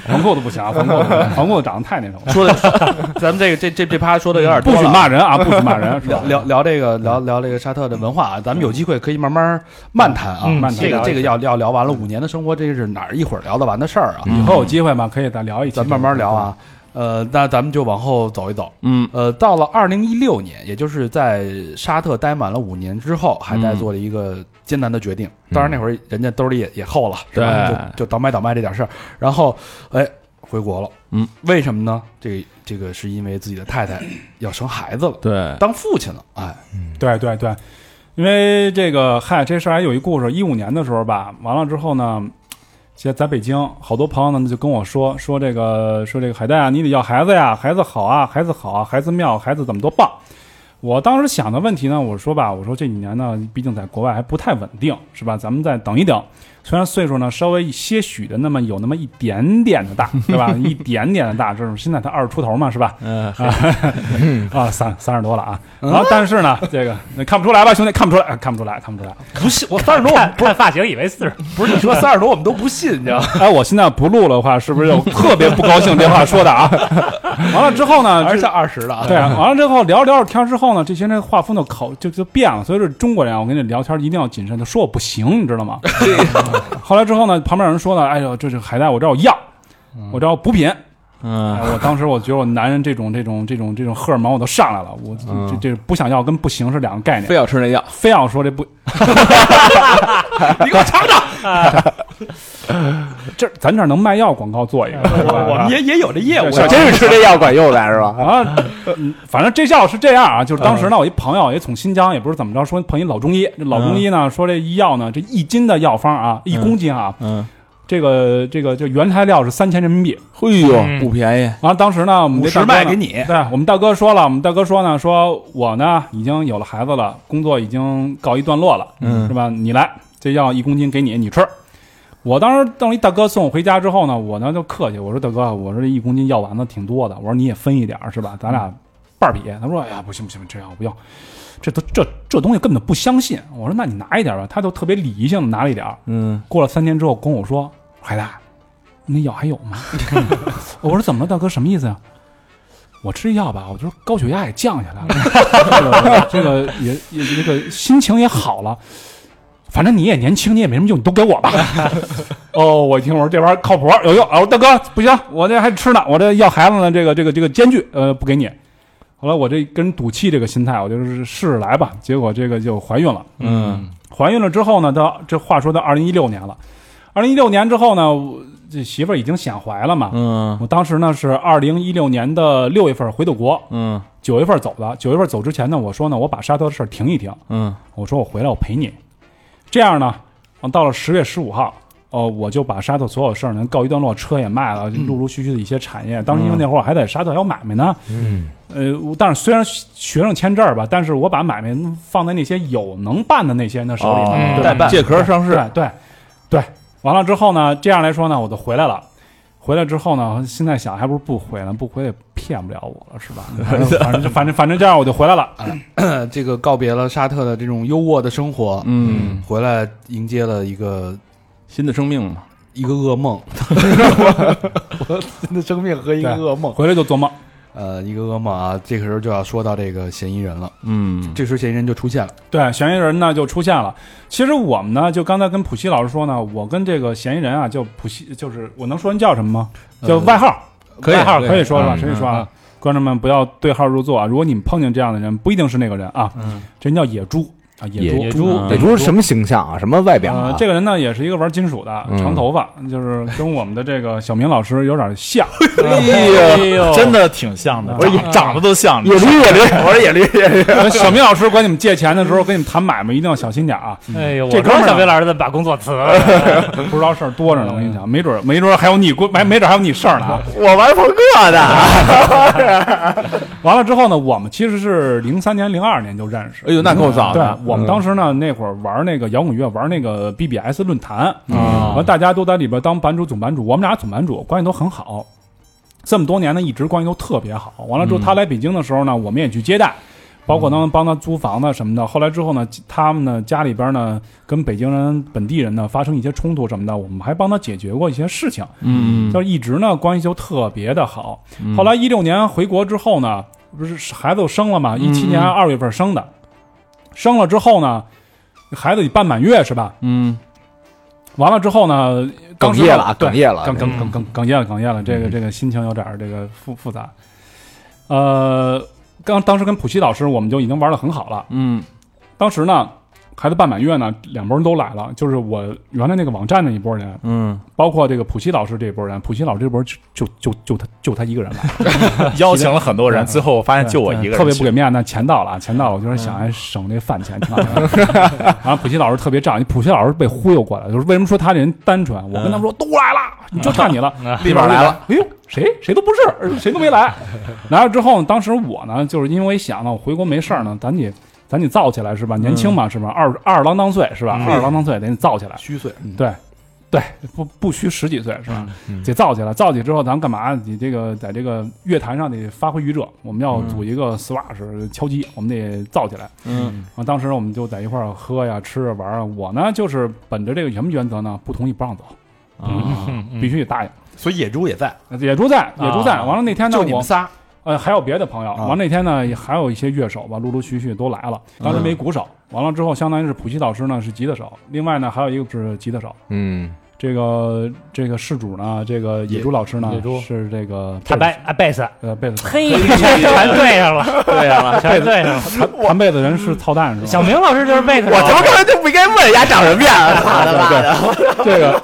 [SPEAKER 5] 黄扣子不
[SPEAKER 7] [LAUGHS]
[SPEAKER 5] 行啊，黄扣子，黄扣子长得太那什么了，
[SPEAKER 7] 说的，咱们这个这这这趴说的有点
[SPEAKER 5] 不
[SPEAKER 7] 多
[SPEAKER 5] 许
[SPEAKER 7] 了啊。
[SPEAKER 5] 骂人啊，不许骂人，是吧
[SPEAKER 7] 聊聊聊这个聊聊这个沙特的文化啊，咱们有机会可以慢慢慢谈啊。
[SPEAKER 1] 嗯
[SPEAKER 5] 慢谈
[SPEAKER 7] 这个
[SPEAKER 5] 聊一
[SPEAKER 7] 这个要要聊完了五年的生活，这是哪儿一会儿聊得完的事儿啊？
[SPEAKER 5] 以后有机会嘛，可以再聊一期，
[SPEAKER 7] 咱慢慢聊。啊。呃，那咱们就往后走一走。
[SPEAKER 6] 嗯，
[SPEAKER 7] 呃，到了二零一六年，也就是在沙特待满了五年之后，海带做了一个艰难的决定。当然那会儿人家兜里也也厚了，是吧
[SPEAKER 6] 对
[SPEAKER 7] 就就倒卖倒卖这点事儿。然后，哎，回国了，
[SPEAKER 2] 嗯，
[SPEAKER 7] 为什么呢？这个这个是因为自己的太太要生孩子了，
[SPEAKER 2] 对，
[SPEAKER 7] 当父亲了，哎，
[SPEAKER 5] 对对对，因为这个嗨，这事儿还有一故事。一五年的时候吧，完了之后呢，现在在北京，好多朋友呢就跟我说说这个说这个海带啊，你得要孩子呀，孩子好啊，孩子好啊，孩子妙，孩子怎么多棒。我当时想的问题呢，我说吧，我说这几年呢，毕竟在国外还不太稳定，是吧？咱们再等一等。虽然岁数呢稍微些许的那么有那么一点点的大，对吧？一点点的大，这种现在他二十出头嘛，是吧？
[SPEAKER 2] 嗯，
[SPEAKER 5] 啊，三三十多了啊，
[SPEAKER 7] 嗯
[SPEAKER 5] 然后但是呢，这个那看不出来吧，兄弟，看不出来，啊看不出来，看不出来。
[SPEAKER 7] 不信我三十多，
[SPEAKER 1] 看看发型以为四十，
[SPEAKER 7] 不是你说三十多我们都不信，你知道吗？
[SPEAKER 5] 哎，我现在不录了的话，
[SPEAKER 7] [LAUGHS]
[SPEAKER 5] 是不是就特别不高兴？这话说的啊。 [LAUGHS] 完了之后呢，
[SPEAKER 7] 还
[SPEAKER 5] 就是
[SPEAKER 7] 像二十的啊？
[SPEAKER 5] 对，完了之后聊着聊着天之后呢，这些人画风就口就就变了。所以说中国人啊，我跟你聊天一定要谨慎，就说我不行，你知道吗？ [LAUGHS] 后来之后呢，旁边有人说呢，哎呦，这是海带，我这儿有药，我这儿有补品。
[SPEAKER 2] 嗯
[SPEAKER 5] 哎，我当时我觉得我男人这种这种这种这种荷尔蒙我都上来了，我
[SPEAKER 7] 嗯
[SPEAKER 5] 这这这不想要跟不行是两个概念
[SPEAKER 2] 非。要吃那药，
[SPEAKER 5] 非要说
[SPEAKER 7] [LAUGHS]
[SPEAKER 5] 这不，你 [LAUGHS] 给我尝尝。这咱这儿能卖药广告做一个，是吧
[SPEAKER 7] 哎我们也也有这业务
[SPEAKER 5] 对
[SPEAKER 7] 啊，
[SPEAKER 3] 真是吃这药管用的是吧？
[SPEAKER 5] 啊，嗯反正这药是这样啊，就是当时呢，我一朋友也从新疆，也不是怎么着，说碰一老中医，这老中医
[SPEAKER 7] 嗯
[SPEAKER 5] 呢说这医药呢，这一斤的药方啊，一公斤啊，
[SPEAKER 2] 嗯，
[SPEAKER 5] 这个这个就原材料是三千人民币。
[SPEAKER 2] 嘿呦，
[SPEAKER 1] 嗯
[SPEAKER 2] 不便宜，
[SPEAKER 5] 然后当时呢，我们
[SPEAKER 4] 五
[SPEAKER 5] 这
[SPEAKER 4] 十
[SPEAKER 5] 大哥呢
[SPEAKER 4] 卖给你，
[SPEAKER 5] 对我们大哥说了，我们大哥说呢，说我呢已经有了孩子了，工作已经告一段落了，
[SPEAKER 2] 嗯
[SPEAKER 5] 是吧？你来，这药一公斤给你，你吃。我当时等一大哥送我回家之后呢，我呢就客气，我说大哥，我说这一公斤药丸子挺多的，我说你也分一点儿是吧？咱俩半儿比。他说哎呀不行不行，这样我不要，这都这这东西根本都不相信。我说那你拿一点儿吧，他都特别礼仪性的拿了一点儿。
[SPEAKER 2] 嗯，
[SPEAKER 5] 过了三天之后跟我说，海大，那药还有吗？我说怎么了，大哥，什么意思呀、我吃药吧，我觉得高血压也降下来了，这个这个也也这个心情也好了。反正你也年轻，你也没什么用，你都给我吧。哦，我一听我说这玩意儿靠谱有用。哦，大哥不行，我这还吃呢，我这要孩子呢，这个这个这个艰巨，呃，不给你。后来我这跟人赌气这个心态，我就是试着来吧。结果这个就怀孕了。
[SPEAKER 2] 嗯
[SPEAKER 5] 怀孕了之后呢，到这话说到二零一六年了，二零一六年之后呢，我这媳妇儿已经显怀了嘛。
[SPEAKER 2] 嗯
[SPEAKER 5] 我当时呢是二零一六年的六月份回的国，
[SPEAKER 2] 嗯
[SPEAKER 5] 九月份走的。九月份走之前呢，我说呢，我把沙特的事儿停一停，
[SPEAKER 2] 嗯，
[SPEAKER 5] 我说我回来我陪你。这样呢，嗯到了十月十五号，哦，我就把沙特所有事儿呢告一段落，车也卖了，陆陆续续的一些产业。当时因为那会儿我还在沙特还有买卖呢，
[SPEAKER 6] 嗯，
[SPEAKER 5] 呃，我但是虽然学生签证儿吧，但是我把买卖放在那些有能办的那些人的手
[SPEAKER 7] 哦
[SPEAKER 5] 里呢，
[SPEAKER 6] 啊
[SPEAKER 1] 嗯
[SPEAKER 5] 对吧
[SPEAKER 1] 代办
[SPEAKER 7] 借壳上市，
[SPEAKER 5] 对对对，完了之后呢，这样来说呢，我就回来了。回来之后呢，现在想还不如不回呢，不回也骗不了我了，是吧？反正反正反正反正这样我就回来了。
[SPEAKER 7] 呃这个告别了沙特的这种优渥的生活，
[SPEAKER 2] 嗯，
[SPEAKER 7] 回来迎接了一个
[SPEAKER 2] 新的生命嘛，
[SPEAKER 7] 一个噩梦，
[SPEAKER 6] 真的生命和一
[SPEAKER 5] 个
[SPEAKER 6] 噩梦。
[SPEAKER 5] 回来就做梦，
[SPEAKER 7] 呃，一个噩梦啊。这个时候就要说到这个嫌疑人了，
[SPEAKER 2] 嗯
[SPEAKER 7] 这时候嫌疑人就出现了，
[SPEAKER 5] 对，嫌疑人呢就出现了。其实我们呢，就刚才跟普希老师说呢，我跟这个嫌疑人啊，叫普希，就是我能说人叫什么吗？叫
[SPEAKER 7] 呃
[SPEAKER 5] 外号，
[SPEAKER 2] 可以
[SPEAKER 5] 外号可
[SPEAKER 2] 可
[SPEAKER 5] 以
[SPEAKER 2] 以
[SPEAKER 5] 说是吧？
[SPEAKER 2] 嗯
[SPEAKER 5] 可以说啊，观众们不要对号入座啊！如果你们碰见这样的人，不一定是那个人啊，
[SPEAKER 2] 嗯
[SPEAKER 5] 这人叫野猪啊，野
[SPEAKER 2] 野
[SPEAKER 5] 猪
[SPEAKER 2] 猪
[SPEAKER 5] 对
[SPEAKER 6] 野猪是什么形象啊？什么外表
[SPEAKER 5] 呃
[SPEAKER 6] 啊？，
[SPEAKER 5] 这个人呢，也是一个玩金属的，
[SPEAKER 6] 嗯
[SPEAKER 5] 长头发，就是跟我们的这个小明老师有点像。
[SPEAKER 4] 哎
[SPEAKER 1] 呦
[SPEAKER 4] 真的挺像的，
[SPEAKER 5] 啊
[SPEAKER 4] 我也长得都像。
[SPEAKER 6] 野驴，野驴，我是野驴，野驴。
[SPEAKER 5] 小明老师管你们借钱的时候，跟你们谈买卖一定要小心点啊，
[SPEAKER 1] 哎呦，我
[SPEAKER 5] 这哥们儿
[SPEAKER 1] 说小
[SPEAKER 5] 呢
[SPEAKER 1] 明老师怎么把工作辞了？
[SPEAKER 5] 不知道事儿多着呢。我跟你讲，没准儿没准儿还有你过，没没准儿还有你事儿呢啊。
[SPEAKER 3] 我玩朋克的，
[SPEAKER 5] [LAUGHS] 完了之后呢，我们其实是零三年、零二年就认识。
[SPEAKER 2] 哎呦，那够早
[SPEAKER 5] 对
[SPEAKER 2] 的，，
[SPEAKER 5] 我们当时呢，那会儿玩那个摇滚乐，玩那个 BBS 论坛，
[SPEAKER 2] 啊
[SPEAKER 5] 完、大家都在里边当版主、总版主，我们俩总版主关系都很好，这么多年呢，一直关系都特别好。完了之后，他来北京的时候呢，我们也去接待，包括
[SPEAKER 2] 嗯
[SPEAKER 5] 呢帮他租房子什么的。后来之后呢，他们呢家里边呢跟北京人本地人呢发生一些冲突什么的，我们还帮他解决过一些事情，
[SPEAKER 2] 嗯
[SPEAKER 5] 就是一直呢关系就特别的好。
[SPEAKER 2] 嗯
[SPEAKER 5] 后来一六年回国之后呢，不是孩子都生了
[SPEAKER 2] 嗯
[SPEAKER 5] 嘛，一七年二月份生的，生了之后呢，孩子得办满月是吧？
[SPEAKER 2] 嗯
[SPEAKER 5] 完了之后呢，刚
[SPEAKER 6] 哽
[SPEAKER 5] 生
[SPEAKER 6] 咽了啊，
[SPEAKER 5] 对
[SPEAKER 6] 哽咽了啊
[SPEAKER 5] 哽，哽哽
[SPEAKER 2] 嗯
[SPEAKER 5] 哽哽咽了，哽咽了，这个这个心情有点儿这个复复杂。呃，刚当时跟普希老师我们就已经玩的很好了，
[SPEAKER 2] 嗯
[SPEAKER 5] 当时呢，孩子办满月呢，两拨人都来了，就是我原来那个网站那一拨人，啊
[SPEAKER 2] 嗯，
[SPEAKER 5] 包括这个普希老师这一拨人，普希老师这波就就就就他就他一个人来，
[SPEAKER 4] 邀请了很多
[SPEAKER 6] 嗯
[SPEAKER 4] 人，
[SPEAKER 5] 对
[SPEAKER 4] 最后我发现就我一
[SPEAKER 5] 对
[SPEAKER 4] 个人去，
[SPEAKER 5] 特别不给面子。但钱到了，钱到了，我就是想哎省这饭钱。挺好的
[SPEAKER 4] 嗯
[SPEAKER 5] [LAUGHS] 然后普希老师特别仗义，普希老师被忽悠过来，就是为什么说他这人单纯？我跟他们说
[SPEAKER 4] 嗯
[SPEAKER 5] 都来了，你就差你了，
[SPEAKER 4] 立马来了。
[SPEAKER 5] 哎呦，谁谁都不是，谁都没来。来了之后，当时我呢，就是因为想呢，我回国没事儿呢，咱得咱得造起来是吧？年轻嘛是吧？二二郎当岁是吧？二郎当岁得造起来，
[SPEAKER 7] 虚岁，嗯
[SPEAKER 5] 对。对，不不虚十几岁是吧？得造起来，造起之后咱们干嘛？你这个在这个乐坛上得发挥余热，我们要组一个 SWAT 敲击，我们得造起来。
[SPEAKER 2] 嗯
[SPEAKER 5] 啊，当时我们就在一块儿喝呀、吃啊、玩啊。我呢，就是本着这个什么原则呢？不同意不让走，
[SPEAKER 1] 嗯嗯
[SPEAKER 5] [LAUGHS] 必须得答应。
[SPEAKER 7] 所以野猪也在，
[SPEAKER 5] 野猪在，野猪在。完了那天呢，
[SPEAKER 7] 就你
[SPEAKER 5] 我
[SPEAKER 7] 们仨，
[SPEAKER 5] 呃，还有别的朋友。完了那天呢，也还有一些乐手吧，陆陆续续都来了。当时没鼓手，完了之后，相当于是普希老师呢是吉他手，另外呢还有一个是吉他手。
[SPEAKER 6] 嗯，
[SPEAKER 5] 这个这个事主呢，这个野猪老师呢
[SPEAKER 1] 野猪
[SPEAKER 5] 是这个
[SPEAKER 1] 他
[SPEAKER 5] 贝
[SPEAKER 1] 白啊贝斯，
[SPEAKER 5] 呃贝斯
[SPEAKER 1] 嘿，全对上了，对上了，全对上了。
[SPEAKER 5] 手，弹贝斯人是操蛋是吧？
[SPEAKER 1] 小明老师就是贝斯手，
[SPEAKER 3] 我根本就不应该问人家长什么样啊，操他妈的！
[SPEAKER 5] 这个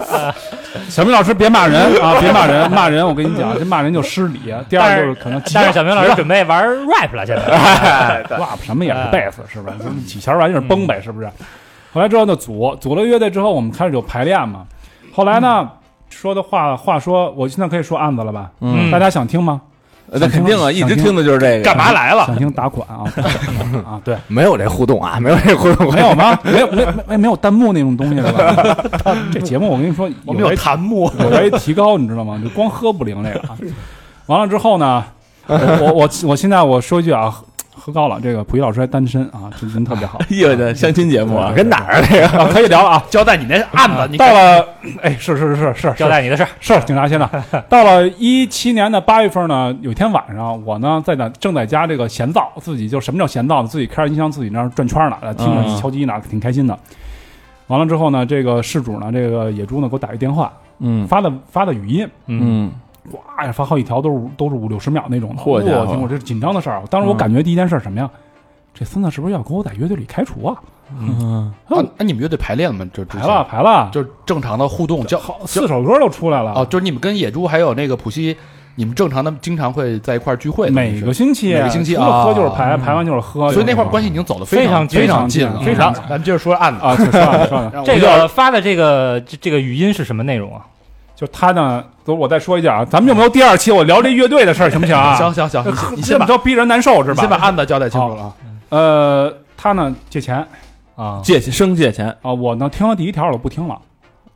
[SPEAKER 5] 小明老师别骂人啊，别骂人，骂人我跟你讲，这骂人就失礼。啊第二
[SPEAKER 1] 但
[SPEAKER 5] 就是是可能急
[SPEAKER 1] 但
[SPEAKER 5] 了
[SPEAKER 1] 是小明老
[SPEAKER 5] 急
[SPEAKER 1] 师
[SPEAKER 5] 了
[SPEAKER 1] 准备玩 rap 了，现在
[SPEAKER 5] rap 什么也是
[SPEAKER 1] 哎
[SPEAKER 5] 贝斯，是吧？
[SPEAKER 7] 嗯
[SPEAKER 5] 就是几弦玩意儿崩呗，是不是？后来之后呢，组组了乐队之后，我们开始就排练嘛。后来
[SPEAKER 7] 嗯
[SPEAKER 5] 呢，说的话话说，我现在可以说案子了吧？
[SPEAKER 1] 嗯
[SPEAKER 5] 大家想听吗？
[SPEAKER 2] 呃
[SPEAKER 6] 那肯定啊，一直听的就是这个，
[SPEAKER 4] 干嘛来了？
[SPEAKER 5] 想听打款
[SPEAKER 7] [LAUGHS]
[SPEAKER 5] 啊啊，对，
[SPEAKER 6] 没有这互动啊，没有这互动，
[SPEAKER 5] 没有吗？没有没没没有弹幕那种东西是吧？
[SPEAKER 7] [LAUGHS]
[SPEAKER 5] 这节目我跟你说，
[SPEAKER 7] 我们有
[SPEAKER 5] 待
[SPEAKER 7] 弹幕，
[SPEAKER 5] 有待提高，你知道吗？就光喝不灵这
[SPEAKER 7] [LAUGHS]
[SPEAKER 5] 个啊。完了之后呢，我我我我现在我说一句啊，喝喝高了，这个溥仪老师还单身啊，这人特别好。
[SPEAKER 6] 意味着相亲节目啊，
[SPEAKER 5] 跟
[SPEAKER 6] 哪儿这个？
[SPEAKER 5] 啊， [LAUGHS] 可以聊了啊。
[SPEAKER 7] 交代你那案子，你
[SPEAKER 5] 到了，哎，是是是是
[SPEAKER 1] 交
[SPEAKER 5] 是
[SPEAKER 1] 代你的事儿，
[SPEAKER 5] 是，警察先生。到了一七年的八月份呢，有一天晚上，我呢在那正在家这个闲造，自己就什么叫闲造呢？自己开着音箱，自己那儿转圈儿呢，听着敲击呢，挺开心的。完了之后呢，这个事主呢，这个野猪呢给我打一电话，
[SPEAKER 2] 嗯
[SPEAKER 5] 发的发的语音，
[SPEAKER 2] 嗯
[SPEAKER 5] 哇呀，发好几条都是五都是五六十秒那种的。
[SPEAKER 2] 嚯
[SPEAKER 5] 我
[SPEAKER 2] 家伙
[SPEAKER 5] 听我这是紧张的事儿啊。当时我感觉第一件事儿什么呀？这孙子是不是要给我在乐队里开除啊？
[SPEAKER 2] 嗯，
[SPEAKER 5] 嗯
[SPEAKER 7] 啊那你们乐队排练了吗？这之
[SPEAKER 5] 排
[SPEAKER 7] 前
[SPEAKER 5] 了，排了，
[SPEAKER 7] 就是正常的互动交
[SPEAKER 5] 好四首歌都出来了
[SPEAKER 7] 哦，就是你们跟野猪还有那个普希，你们正常的经常会在一块儿聚会的，
[SPEAKER 5] 每
[SPEAKER 7] 是
[SPEAKER 5] 个星期，
[SPEAKER 7] 每个星期
[SPEAKER 5] 除了喝就是
[SPEAKER 7] 啊
[SPEAKER 5] 排，排完就是喝，
[SPEAKER 7] 所以那块儿关
[SPEAKER 5] 系
[SPEAKER 7] 系已经走的
[SPEAKER 1] 非常
[SPEAKER 7] 常非常
[SPEAKER 5] 近
[SPEAKER 7] 了。嗯
[SPEAKER 5] 非常
[SPEAKER 7] 然后咱们接着说案子，
[SPEAKER 5] 啊，就算了算了，
[SPEAKER 7] 让我
[SPEAKER 1] 这个发的这个这这个语音是什么内容啊？
[SPEAKER 5] 就他呢，等我再说一下啊，咱们有没有第二期我聊这乐队的事儿，行不行啊？
[SPEAKER 7] 行行行，你你
[SPEAKER 5] 这
[SPEAKER 7] 先把
[SPEAKER 5] 么着逼人难受是
[SPEAKER 7] 你
[SPEAKER 5] 吧？
[SPEAKER 7] 先把案子交代清楚了啊。
[SPEAKER 5] 呃，他呢借钱
[SPEAKER 1] 啊，
[SPEAKER 2] 借钱生借钱
[SPEAKER 5] 啊，我呢听了第一条我都不听了，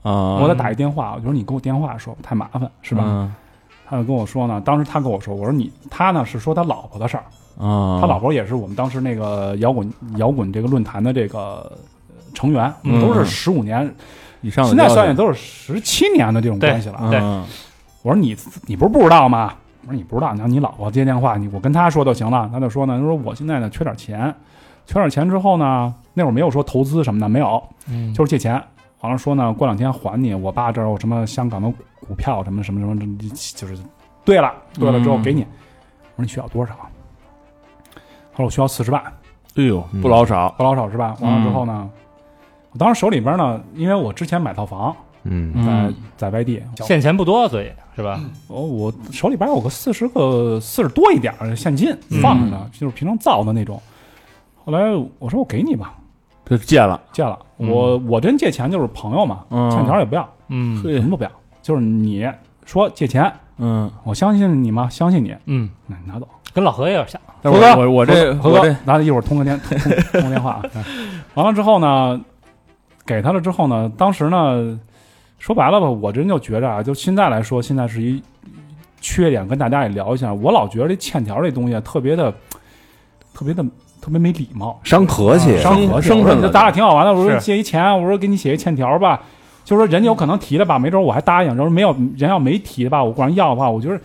[SPEAKER 2] 啊，
[SPEAKER 5] 我再打一电话，我就说你给我电话说太麻烦是
[SPEAKER 7] 嗯
[SPEAKER 5] 吧？
[SPEAKER 2] 吧？
[SPEAKER 5] 他就跟我说呢，当时他跟我说，我说你他呢是说他老婆的事儿，
[SPEAKER 2] 啊，
[SPEAKER 5] 他老婆也是我们当时那个摇滚摇滚这个论坛的这个呃成员，我们
[SPEAKER 7] 嗯
[SPEAKER 5] 都是十五年，
[SPEAKER 2] 以上的
[SPEAKER 5] 现在
[SPEAKER 2] 标
[SPEAKER 5] 算也
[SPEAKER 2] 准
[SPEAKER 5] 都是十七年的这种
[SPEAKER 1] 对
[SPEAKER 5] 关系了啊。
[SPEAKER 1] 对
[SPEAKER 2] 嗯
[SPEAKER 5] 我说你你不是不知道吗？我说你不知道，你让你老婆接电话，你我跟她说就行了。他就说呢，他说我现在呢缺点钱，缺点钱之后呢，那会儿没有说投资什么的，没有，
[SPEAKER 1] 嗯
[SPEAKER 5] 就是借钱。完了说呢，过两天还你。我爸这儿有什么香港的股票，什么什么什么，就是对了，对了之后
[SPEAKER 2] 嗯
[SPEAKER 5] 给你。我说你需要多少？他说我需要四十万，
[SPEAKER 2] 哎呦，不老少，
[SPEAKER 5] 不老少是吧？完了之后
[SPEAKER 1] 嗯
[SPEAKER 5] 呢，我当时手里边呢，因为我之前买套房
[SPEAKER 6] 嗯，
[SPEAKER 5] 在
[SPEAKER 2] 嗯
[SPEAKER 5] 在外地，
[SPEAKER 1] 现钱不多，所以是吧？
[SPEAKER 5] 哦，我手里边有个四十个四十多一点儿现金放着呢，就是平常造的那种。后来我说我给你吧，
[SPEAKER 2] 这借了，
[SPEAKER 5] 借了。我我真借钱就是朋友嘛，
[SPEAKER 2] 嗯
[SPEAKER 5] 欠条也不要，
[SPEAKER 1] 嗯
[SPEAKER 5] 什
[SPEAKER 2] 嘿
[SPEAKER 5] 么都不要，就是你说借钱，
[SPEAKER 2] 嗯，
[SPEAKER 5] 我相信你吗？相信你，
[SPEAKER 1] 嗯，
[SPEAKER 5] 那你拿走。
[SPEAKER 1] 跟老何也有点像，
[SPEAKER 2] 但
[SPEAKER 5] 猴
[SPEAKER 2] 我
[SPEAKER 5] 哥
[SPEAKER 2] 我我这
[SPEAKER 5] 何哥
[SPEAKER 2] 我这，
[SPEAKER 5] 拿着一会儿通
[SPEAKER 2] [LAUGHS]
[SPEAKER 5] 个电通通通个电话啊。完了之后呢，给他了之后呢，当时呢，说白了吧，我真就觉着啊，就现在来说，现在是一缺点，跟大家也聊一下。我老觉得这欠条这东西啊特别的，特别的，特别没礼貌，
[SPEAKER 6] 伤和
[SPEAKER 7] 哎
[SPEAKER 6] 气，
[SPEAKER 5] 伤和气。
[SPEAKER 6] 生
[SPEAKER 5] 我说
[SPEAKER 6] 分
[SPEAKER 5] 你这
[SPEAKER 6] 了，
[SPEAKER 5] 咱俩挺好玩的，我说
[SPEAKER 1] 是
[SPEAKER 5] 借一钱，我说给你写一欠条吧。就说人家有可能提的吧，没准我还答应。要是没有人要没提的吧，我管人要的话，我就是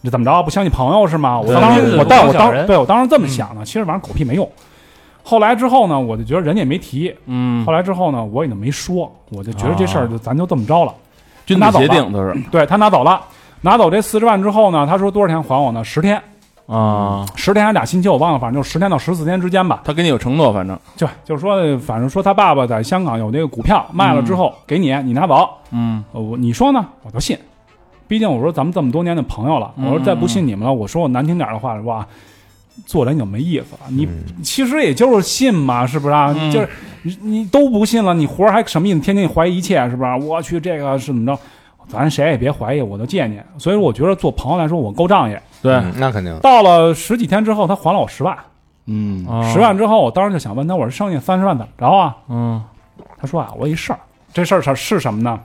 [SPEAKER 5] 你怎么着不相信朋友是吗？我
[SPEAKER 1] 对
[SPEAKER 5] 当
[SPEAKER 1] 君
[SPEAKER 5] 时
[SPEAKER 1] 子
[SPEAKER 5] 我
[SPEAKER 1] 不
[SPEAKER 5] 但
[SPEAKER 1] 可
[SPEAKER 5] 我
[SPEAKER 1] 小
[SPEAKER 5] 当
[SPEAKER 1] 人
[SPEAKER 5] 对我当时这么想的，其实反正狗屁没用。后来之后呢，我就觉得人家也没提。
[SPEAKER 2] 嗯，
[SPEAKER 5] 后来之后呢，我也就没说，我就觉得这事儿就咱就这么着了。
[SPEAKER 2] 君
[SPEAKER 5] 拿
[SPEAKER 2] 子
[SPEAKER 5] 走
[SPEAKER 2] 协
[SPEAKER 5] 吧
[SPEAKER 2] 定都是
[SPEAKER 5] 对他拿走了，拿走这四十万之后呢，他说多少天还我呢？十天。
[SPEAKER 2] 啊，
[SPEAKER 5] 十天还是俩星期，我忘了，反正就十天到十四天之间吧。
[SPEAKER 2] 他跟你有承诺，反正
[SPEAKER 5] 就就是说，反正说他爸爸在香港有那个股票，卖了之后给你，你拿走。
[SPEAKER 2] 嗯
[SPEAKER 5] 呃我你说呢？我就信。毕竟我说咱们这么多年的朋友了，
[SPEAKER 2] 嗯
[SPEAKER 5] 我说再不信你们了，我说我难听点的话，哇，做人就没意思了。你
[SPEAKER 2] 嗯
[SPEAKER 5] 其实也就是信嘛，是不是啊？就是你你都不信了，你活着还什么意思？天天怀疑一切，是不是？我去，这个是怎么着？咱谁也别怀疑，我就借你。所以我觉得做朋友来说，我够仗义。
[SPEAKER 2] 对，
[SPEAKER 6] 嗯那肯定。
[SPEAKER 5] 到了十几天之后，他还了我十万，
[SPEAKER 7] 嗯，
[SPEAKER 6] 哦
[SPEAKER 5] 十万之后，我当时就想问他，我说剩下三十万怎么着啊？
[SPEAKER 2] 嗯
[SPEAKER 5] 他说啊，我有一事儿，这事儿是是什么呢？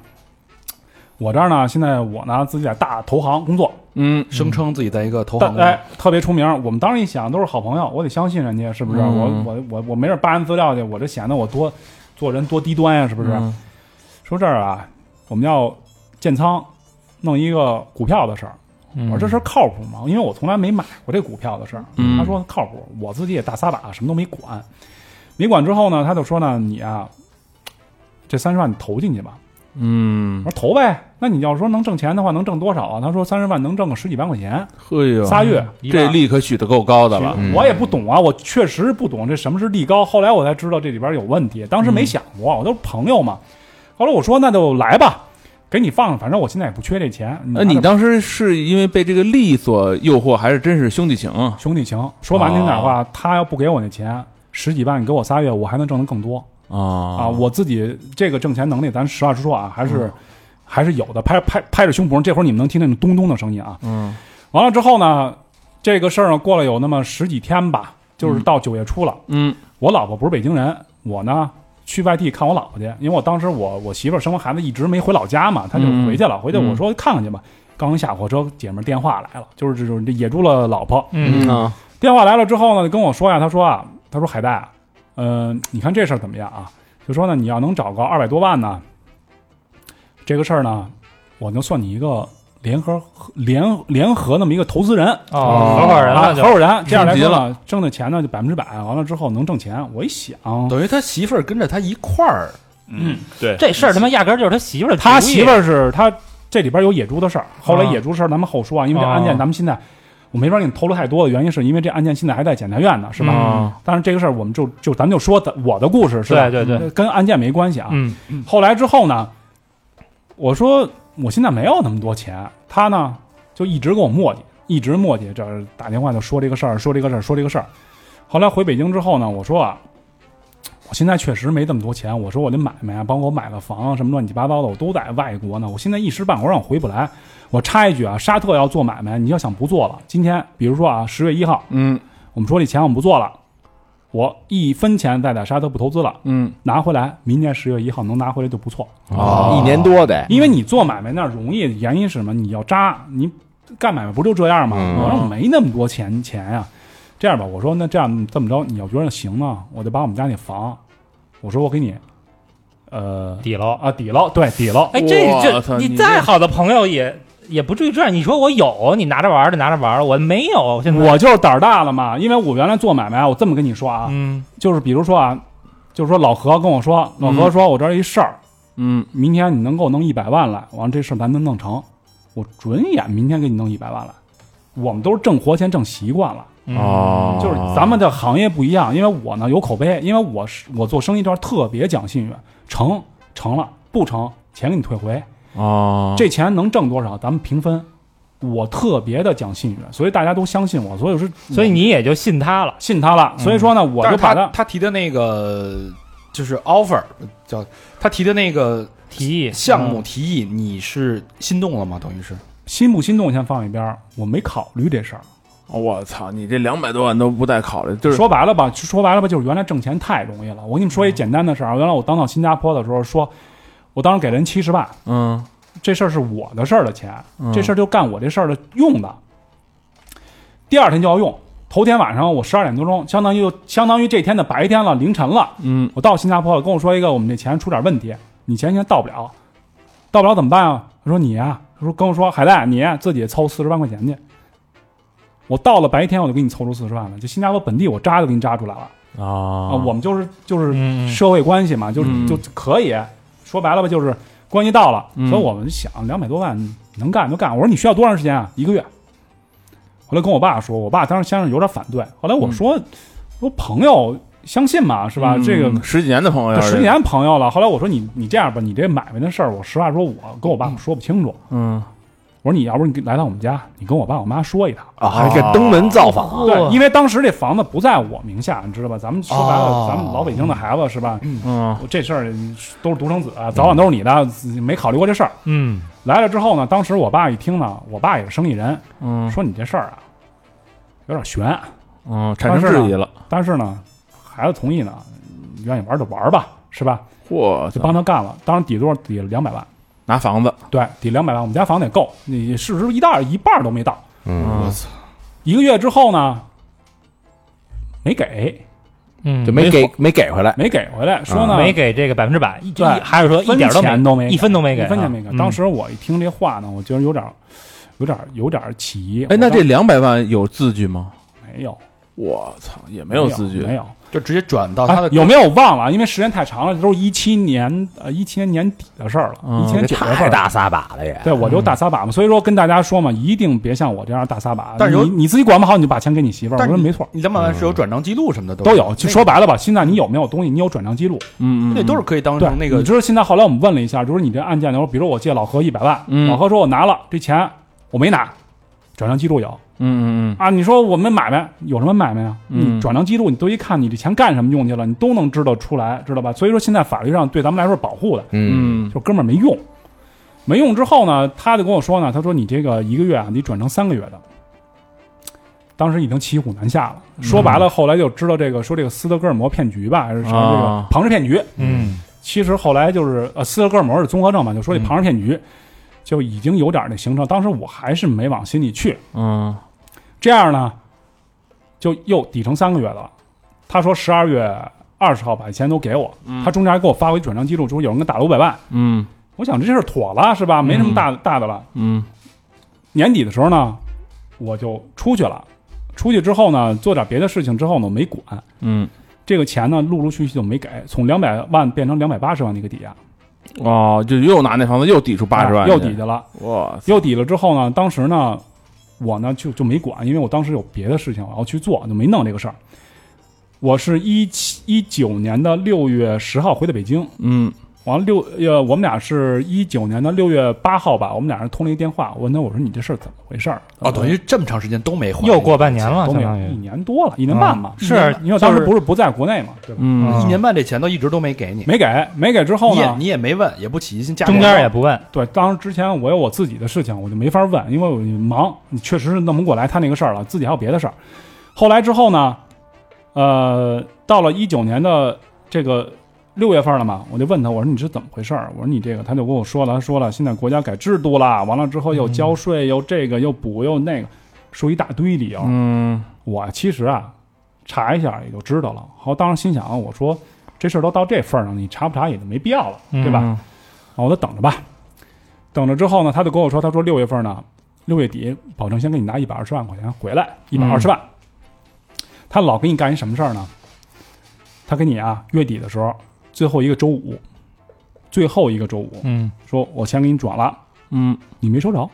[SPEAKER 5] 我这儿呢，现在我呢自己在大投行工作，
[SPEAKER 2] 嗯
[SPEAKER 7] 声称自己在一个投
[SPEAKER 5] 但
[SPEAKER 7] 行工
[SPEAKER 5] 哎
[SPEAKER 7] 作，
[SPEAKER 5] 特别出名。我们当时一想都是好朋友，我得相信人家，是不是？
[SPEAKER 2] 嗯
[SPEAKER 5] 我我我我没事扒人资料去，我这显得我多做人多低端呀、是不是？
[SPEAKER 2] 嗯
[SPEAKER 5] 说这儿啊，我们要建仓，弄一个股票的事儿。我说这事儿靠谱吗？因为我从来没买过这股票的事儿。
[SPEAKER 2] 嗯
[SPEAKER 5] 他说靠谱，我自己也大撒把，什么都没管。没管之后呢，他就说呢，你啊，这三十万你投进去吧。
[SPEAKER 2] 嗯，
[SPEAKER 5] 我说投呗。那你要说能挣钱的话，能挣多少啊？他说三十万能挣个十几万块钱，
[SPEAKER 2] 嘿哎呦，
[SPEAKER 5] 仨月。
[SPEAKER 2] 这利可取的够高的了，
[SPEAKER 6] 嗯
[SPEAKER 5] 我也不懂啊，我确实不懂这什么是利高。后来我才知道这里边有问题，当时没想过，我都是朋友嘛。后来我说那就来吧，给你放，反正我现在也不缺这钱。拿
[SPEAKER 2] 那你
[SPEAKER 5] 着
[SPEAKER 2] 当时是因为被这个利所诱惑，还是真是兄弟情？
[SPEAKER 6] 啊
[SPEAKER 5] 兄弟情，说难听点
[SPEAKER 2] 哦
[SPEAKER 5] 话，他要不给我那钱。十几万，你给我仨月，我还能挣得更多
[SPEAKER 2] 啊
[SPEAKER 5] 啊！
[SPEAKER 2] 啊
[SPEAKER 5] 我自己这个挣钱能力，咱实话实说啊，还
[SPEAKER 2] 嗯
[SPEAKER 5] 是、还是有的。拍拍拍着胸脯，这会儿你们能听见那种咚咚的声音啊！
[SPEAKER 2] 嗯，
[SPEAKER 5] 完了之后呢，这个事儿呢过了有那么十几天吧，就是到九月初了。
[SPEAKER 2] 嗯
[SPEAKER 5] 我老婆不是北京人，我呢去外地看我老婆去，因为我当时我我媳妇儿生完孩子一直没回老家嘛，她就回去了。回去我说看看去吧，刚一下火车，姐们儿电话来了，就是这种这野猪了老婆。
[SPEAKER 1] 嗯
[SPEAKER 6] 啊，
[SPEAKER 5] 电话来了之后呢，跟我说呀，她说啊，她说海带啊，呃，你看这事儿怎么样啊？就说呢，你要能找个二百多万呢，这个事儿呢，我能算你一个联合联联合那么一个投资人。
[SPEAKER 1] 哦，合伙人
[SPEAKER 5] 啊，
[SPEAKER 1] 了
[SPEAKER 5] 合
[SPEAKER 1] 就
[SPEAKER 5] 伙人这样来
[SPEAKER 2] 升级
[SPEAKER 5] 说呢，挣的钱呢就百分之百，完了之后能挣钱。我一想，
[SPEAKER 7] 等于他媳妇儿跟着他一块儿，
[SPEAKER 4] 嗯，对，
[SPEAKER 1] 这事儿他妈压根儿就是他媳妇儿的主意，
[SPEAKER 5] 他媳妇儿是他这里边有野猪的事儿，后来
[SPEAKER 1] 啊
[SPEAKER 5] 野猪事儿咱们后说啊，因为这案件咱们现在我没法给你透露太多的原因，是因为这案件现在还在检察院呢，是吧？
[SPEAKER 1] 嗯
[SPEAKER 5] 但是这个事儿我们就就咱们就说的我的故事是吧呃
[SPEAKER 1] 对？对对，
[SPEAKER 5] 跟案件没关系啊。
[SPEAKER 1] 嗯
[SPEAKER 5] 后来之后呢，我说我现在没有那么多钱，他呢就一直跟我磨叽，一直磨叽，这儿打电话就说这个事儿，说这个事儿，说这个事儿。后来回北京之后呢，我说啊，我现在确实没这么多钱，我说我这买卖啊，包括我买了房啊什么乱七八糟的，我都在外国呢，我现在一时半会儿让我回不来。我插一句啊，沙特要做买卖，你要想不做了，今天比如说啊，十月一号，
[SPEAKER 2] 嗯
[SPEAKER 5] 我们说这钱我们不做了，我一分钱再在沙特不投资了，
[SPEAKER 2] 嗯
[SPEAKER 5] 拿回来，明年十月一号能拿回来就不错。
[SPEAKER 6] 啊一年多得，
[SPEAKER 5] 因为你做买卖那儿容易，原因是什么？你要扎，你干买卖不就这样吗？
[SPEAKER 6] 嗯
[SPEAKER 5] 我说我没那么多钱钱呀、这样吧，我说那这样这么着，你要觉得行呢，我就把我们家那房，我说我给你，呃
[SPEAKER 1] 底楼。
[SPEAKER 5] 啊抵了，对抵了，
[SPEAKER 1] 哎，这
[SPEAKER 2] 我操
[SPEAKER 1] 这
[SPEAKER 2] 你
[SPEAKER 1] 你
[SPEAKER 2] 这
[SPEAKER 1] 再好的朋友也也不至于这样。你说我有，你拿着玩儿的拿着玩儿，我没有。现在
[SPEAKER 5] 我就是胆儿大了嘛，因为我原来做买卖，我这么跟你说啊，
[SPEAKER 1] 嗯
[SPEAKER 5] 就是比如说啊，就是说老何跟我说，老
[SPEAKER 1] 嗯
[SPEAKER 5] 何说我这儿一事儿，
[SPEAKER 2] 嗯
[SPEAKER 5] 明天你能给我弄一百万来，完了这事儿咱能弄成，我准眼明天给你弄一百万来。我们都是挣活钱挣习惯了，
[SPEAKER 1] 嗯
[SPEAKER 2] 哦
[SPEAKER 5] 嗯就是咱们的行业不一样，因为我呢有口碑，因为我是我做生意这块儿特别讲信誉，成成了不成钱给你退回，
[SPEAKER 6] 啊
[SPEAKER 2] 哦
[SPEAKER 5] 这钱能挣多少咱们平分。我特别的讲信誉，所以大家都相信我，所以我是
[SPEAKER 2] 嗯
[SPEAKER 1] 所以你也就信他了。
[SPEAKER 5] 信他了，所以说呢，我
[SPEAKER 7] 但
[SPEAKER 5] 就是把
[SPEAKER 7] 他他提的那个就是 offer 叫他提的那个
[SPEAKER 1] 提议
[SPEAKER 7] 项目提议，你是心动了吗？等于是
[SPEAKER 5] 心不心动先放一边儿，我没考虑这事儿。
[SPEAKER 6] 啊
[SPEAKER 2] 我操，你这两百多万都不带考虑，就是嗯
[SPEAKER 5] 说白了吧，说白了吧，就是原来挣钱太容易了。我跟你们说一简单的事儿啊，原来我刚到新加坡的时候说，我当时给人七十万，
[SPEAKER 2] 嗯
[SPEAKER 5] 这事儿是我的事儿的钱，
[SPEAKER 2] 嗯
[SPEAKER 5] 这事儿就干我这事儿的用的。第二天就要用，头天晚上我十二点多钟，相当于相当于这天的白天了，凌晨了。
[SPEAKER 2] 嗯
[SPEAKER 5] 我到新加坡了，跟我说一个我们这钱出点问题，你钱现在到不了，到不了怎么办啊？他说你呀、他说跟我说海带你呀自己凑四十万块钱去。我到了白天我就给你凑出四十万了，就新加坡本地我扎就给你扎出来了啊、
[SPEAKER 2] 啊
[SPEAKER 5] 我们就是就是
[SPEAKER 1] 嗯
[SPEAKER 5] 社会关系嘛，就是、
[SPEAKER 2] 嗯
[SPEAKER 5] 就可以说白了吧，就是关系到了，
[SPEAKER 2] 嗯
[SPEAKER 5] 所以我们想两百多万能干就干。我说你需要多长时间啊？一个月。后来跟我爸说，我爸当时先是有点反对，后来我说，我说朋友相信嘛，是吧？这个
[SPEAKER 6] 嗯十几年的朋友，
[SPEAKER 5] 这十几，年朋友了。后来我说你你这样吧，你这买卖的事儿，我实话说，我跟我爸说不清楚。
[SPEAKER 6] 嗯，
[SPEAKER 5] 我说你要不你来到我们家，你跟我爸我妈说一趟。
[SPEAKER 3] 啊，还给登门造访，
[SPEAKER 7] 哦
[SPEAKER 6] 啊
[SPEAKER 5] 对，因为当时这房子不在我名下，你知道吧？咱们说白了，咱们老北京的孩子是吧？
[SPEAKER 6] 嗯，
[SPEAKER 5] 这事儿都是独生子，啊早晚都是你的，没考虑过这事儿。
[SPEAKER 1] 嗯，
[SPEAKER 5] 来了之后呢，当时我爸一听呢，我爸也是生意人，
[SPEAKER 6] 嗯
[SPEAKER 5] 说你这事儿啊有点悬，
[SPEAKER 6] 嗯，产生质疑了，
[SPEAKER 5] 但是呢，孩子同意呢，你愿意玩就玩吧，是吧？
[SPEAKER 6] 嚯，
[SPEAKER 5] 就帮他干了，当时抵多少？抵了两百万，
[SPEAKER 6] 拿房子，
[SPEAKER 5] 对，抵两百万，我们家房子也够，你市值一大一半都没到。
[SPEAKER 6] 嗯，
[SPEAKER 5] 一个月之后呢，没给，
[SPEAKER 1] 嗯，
[SPEAKER 3] 就没
[SPEAKER 6] 没
[SPEAKER 3] 给没给回来，
[SPEAKER 5] 没给回来，说呢、
[SPEAKER 1] 啊没给这个百分之百，一
[SPEAKER 5] 对
[SPEAKER 1] 还是说一点儿
[SPEAKER 5] 分钱
[SPEAKER 1] 都
[SPEAKER 5] 都没给
[SPEAKER 1] 一分都没给，
[SPEAKER 5] 一分钱没给
[SPEAKER 1] 啊。
[SPEAKER 5] 当时我一听这话呢，我觉得有点儿，有点儿，有点儿起疑。
[SPEAKER 6] 哎，那
[SPEAKER 5] 我
[SPEAKER 6] 这两百万有字据吗？
[SPEAKER 5] 当没有
[SPEAKER 6] 我操，也没
[SPEAKER 5] 没
[SPEAKER 6] 有字据，
[SPEAKER 5] 没有。
[SPEAKER 7] 就直接转到啊他
[SPEAKER 5] 哎
[SPEAKER 7] 的，
[SPEAKER 5] 有没有忘了？因为时间太长了，都是一七年呃一七年年底的事儿了，
[SPEAKER 6] 嗯
[SPEAKER 5] 一七年九月份
[SPEAKER 3] 太
[SPEAKER 5] 儿。
[SPEAKER 3] 大撒把了也。
[SPEAKER 5] 对，我就大撒把嘛，所以说跟大家说嘛，一定别像我这样大撒把。
[SPEAKER 7] 但是有
[SPEAKER 5] 你你自己管不好，你就把钱给你媳妇儿。我
[SPEAKER 7] 但是
[SPEAKER 5] 说
[SPEAKER 7] 你
[SPEAKER 5] 没错，
[SPEAKER 7] 你两百万是有转账记录什么的
[SPEAKER 5] 都
[SPEAKER 7] 是
[SPEAKER 5] 有。就
[SPEAKER 7] 那
[SPEAKER 5] 说白了吧，现在你有没有东西，你有转账记录，
[SPEAKER 6] 嗯，嗯
[SPEAKER 7] 那都是可以当
[SPEAKER 5] 对，
[SPEAKER 7] 成那个
[SPEAKER 5] 你知道现在后来我们问了一下，就是你这案件的时候，比如我借老何一百万，
[SPEAKER 6] 嗯
[SPEAKER 5] 老何说我拿了这钱，我没拿，转账记录有
[SPEAKER 6] 嗯嗯
[SPEAKER 5] 啊。你说我们买卖有什么买卖啊？
[SPEAKER 6] 嗯
[SPEAKER 5] 你转账记录你都一看，你这钱干什么用去了，你都能知道出来，知道吧？所以说现在法律上对咱们来说是保护的，
[SPEAKER 6] 嗯嗯
[SPEAKER 5] 就哥们儿没用，没用之后呢，他就跟我说呢，他说你这个一个月啊，你转成三个月的。当时已经骑虎难下了，
[SPEAKER 6] 嗯
[SPEAKER 5] 说白了，后来就知道这个说这个斯德哥尔摩骗局吧，还是什么这
[SPEAKER 6] 啊
[SPEAKER 5] 个庞氏骗局，
[SPEAKER 1] 嗯，
[SPEAKER 5] 其实后来就是呃，斯德哥尔摩是综合症嘛，就说
[SPEAKER 6] 嗯
[SPEAKER 5] 这庞氏骗局、就已经有点那形成。当时我还是没往心里去，
[SPEAKER 6] 嗯
[SPEAKER 5] 这样呢，就又抵成三个月了。他说十二月二十号把钱都给我，他中间还给我发过一转账记录，说有人给打了五百万。
[SPEAKER 6] 嗯
[SPEAKER 5] 我想这事儿妥了是吧？没什么大、大的了。
[SPEAKER 6] 嗯
[SPEAKER 5] 年底的时候呢，我就出去了。出去之后呢，做点别的事情之后呢，我没管
[SPEAKER 6] 嗯，
[SPEAKER 5] 这个钱呢，陆陆续续就没给，从两百万变成两百八十万的一个抵押，
[SPEAKER 3] 啊
[SPEAKER 5] 啊
[SPEAKER 6] 哦，就又拿那房子又抵出八十万，
[SPEAKER 5] 又抵，去了。
[SPEAKER 6] 哇，
[SPEAKER 5] 又抵了之后呢，当时呢，我呢就就没管，因为我当时有别的事情我要去做，就没弄这个事儿。我是一七一九年的六月十号回的北京，
[SPEAKER 6] 嗯
[SPEAKER 5] 完了六呃，我们俩是一九年的六月八号吧，我们俩人通了一个电话，我问他我说你这事儿怎么回事儿？啊
[SPEAKER 7] 哦，等于这么长时间都没还，
[SPEAKER 1] 又过半年了，
[SPEAKER 5] 都没
[SPEAKER 1] 相
[SPEAKER 5] 有
[SPEAKER 1] 当
[SPEAKER 5] 一
[SPEAKER 1] 于
[SPEAKER 5] 年多了，一年半吧。
[SPEAKER 1] 嗯
[SPEAKER 5] 一年
[SPEAKER 1] 是
[SPEAKER 5] 半因为当时
[SPEAKER 1] 就是
[SPEAKER 5] 不是不在国内嘛，对吧？
[SPEAKER 6] 嗯
[SPEAKER 2] 啊
[SPEAKER 7] 一年半这钱都一直都没给你，
[SPEAKER 5] 没给，没给之后
[SPEAKER 7] 你也
[SPEAKER 5] 呢
[SPEAKER 7] 你？也没问，也不起疑心，家里
[SPEAKER 1] 中间也不
[SPEAKER 5] [LAUGHS]
[SPEAKER 1] 问，
[SPEAKER 5] 对，当时之前我有我自己的事情，我就没法问，因为我忙，你确实是弄不过来他那个事儿了，自己还有别的事儿。后来之后呢，呃，到了一九年的这个六月份了嘛，我就问他，我说你是怎么回事儿？啊我说你这个，他就跟我说了，他说了，现在国家改制度啦，完了之后又交税，又这个又补又那个，说一大堆理由。
[SPEAKER 6] 嗯
[SPEAKER 5] 我其实啊，查一下也就知道了。好，当时心想啊，我说这事儿都到这份儿上了，你查不查也就没必要了，对吧？
[SPEAKER 6] 嗯
[SPEAKER 5] 啊，我就等着吧。等着之后呢，他就跟我说，他说六月份呢，六月底保证先给你拿一百二十万块钱回来，一百二十万。
[SPEAKER 6] 嗯
[SPEAKER 5] 他老给你干一什么事儿呢？他给你啊，月底的时候，最后一个周五，最后一个周五，
[SPEAKER 1] 嗯，
[SPEAKER 5] 说我钱给你转了，
[SPEAKER 6] 嗯，
[SPEAKER 5] 你没收着。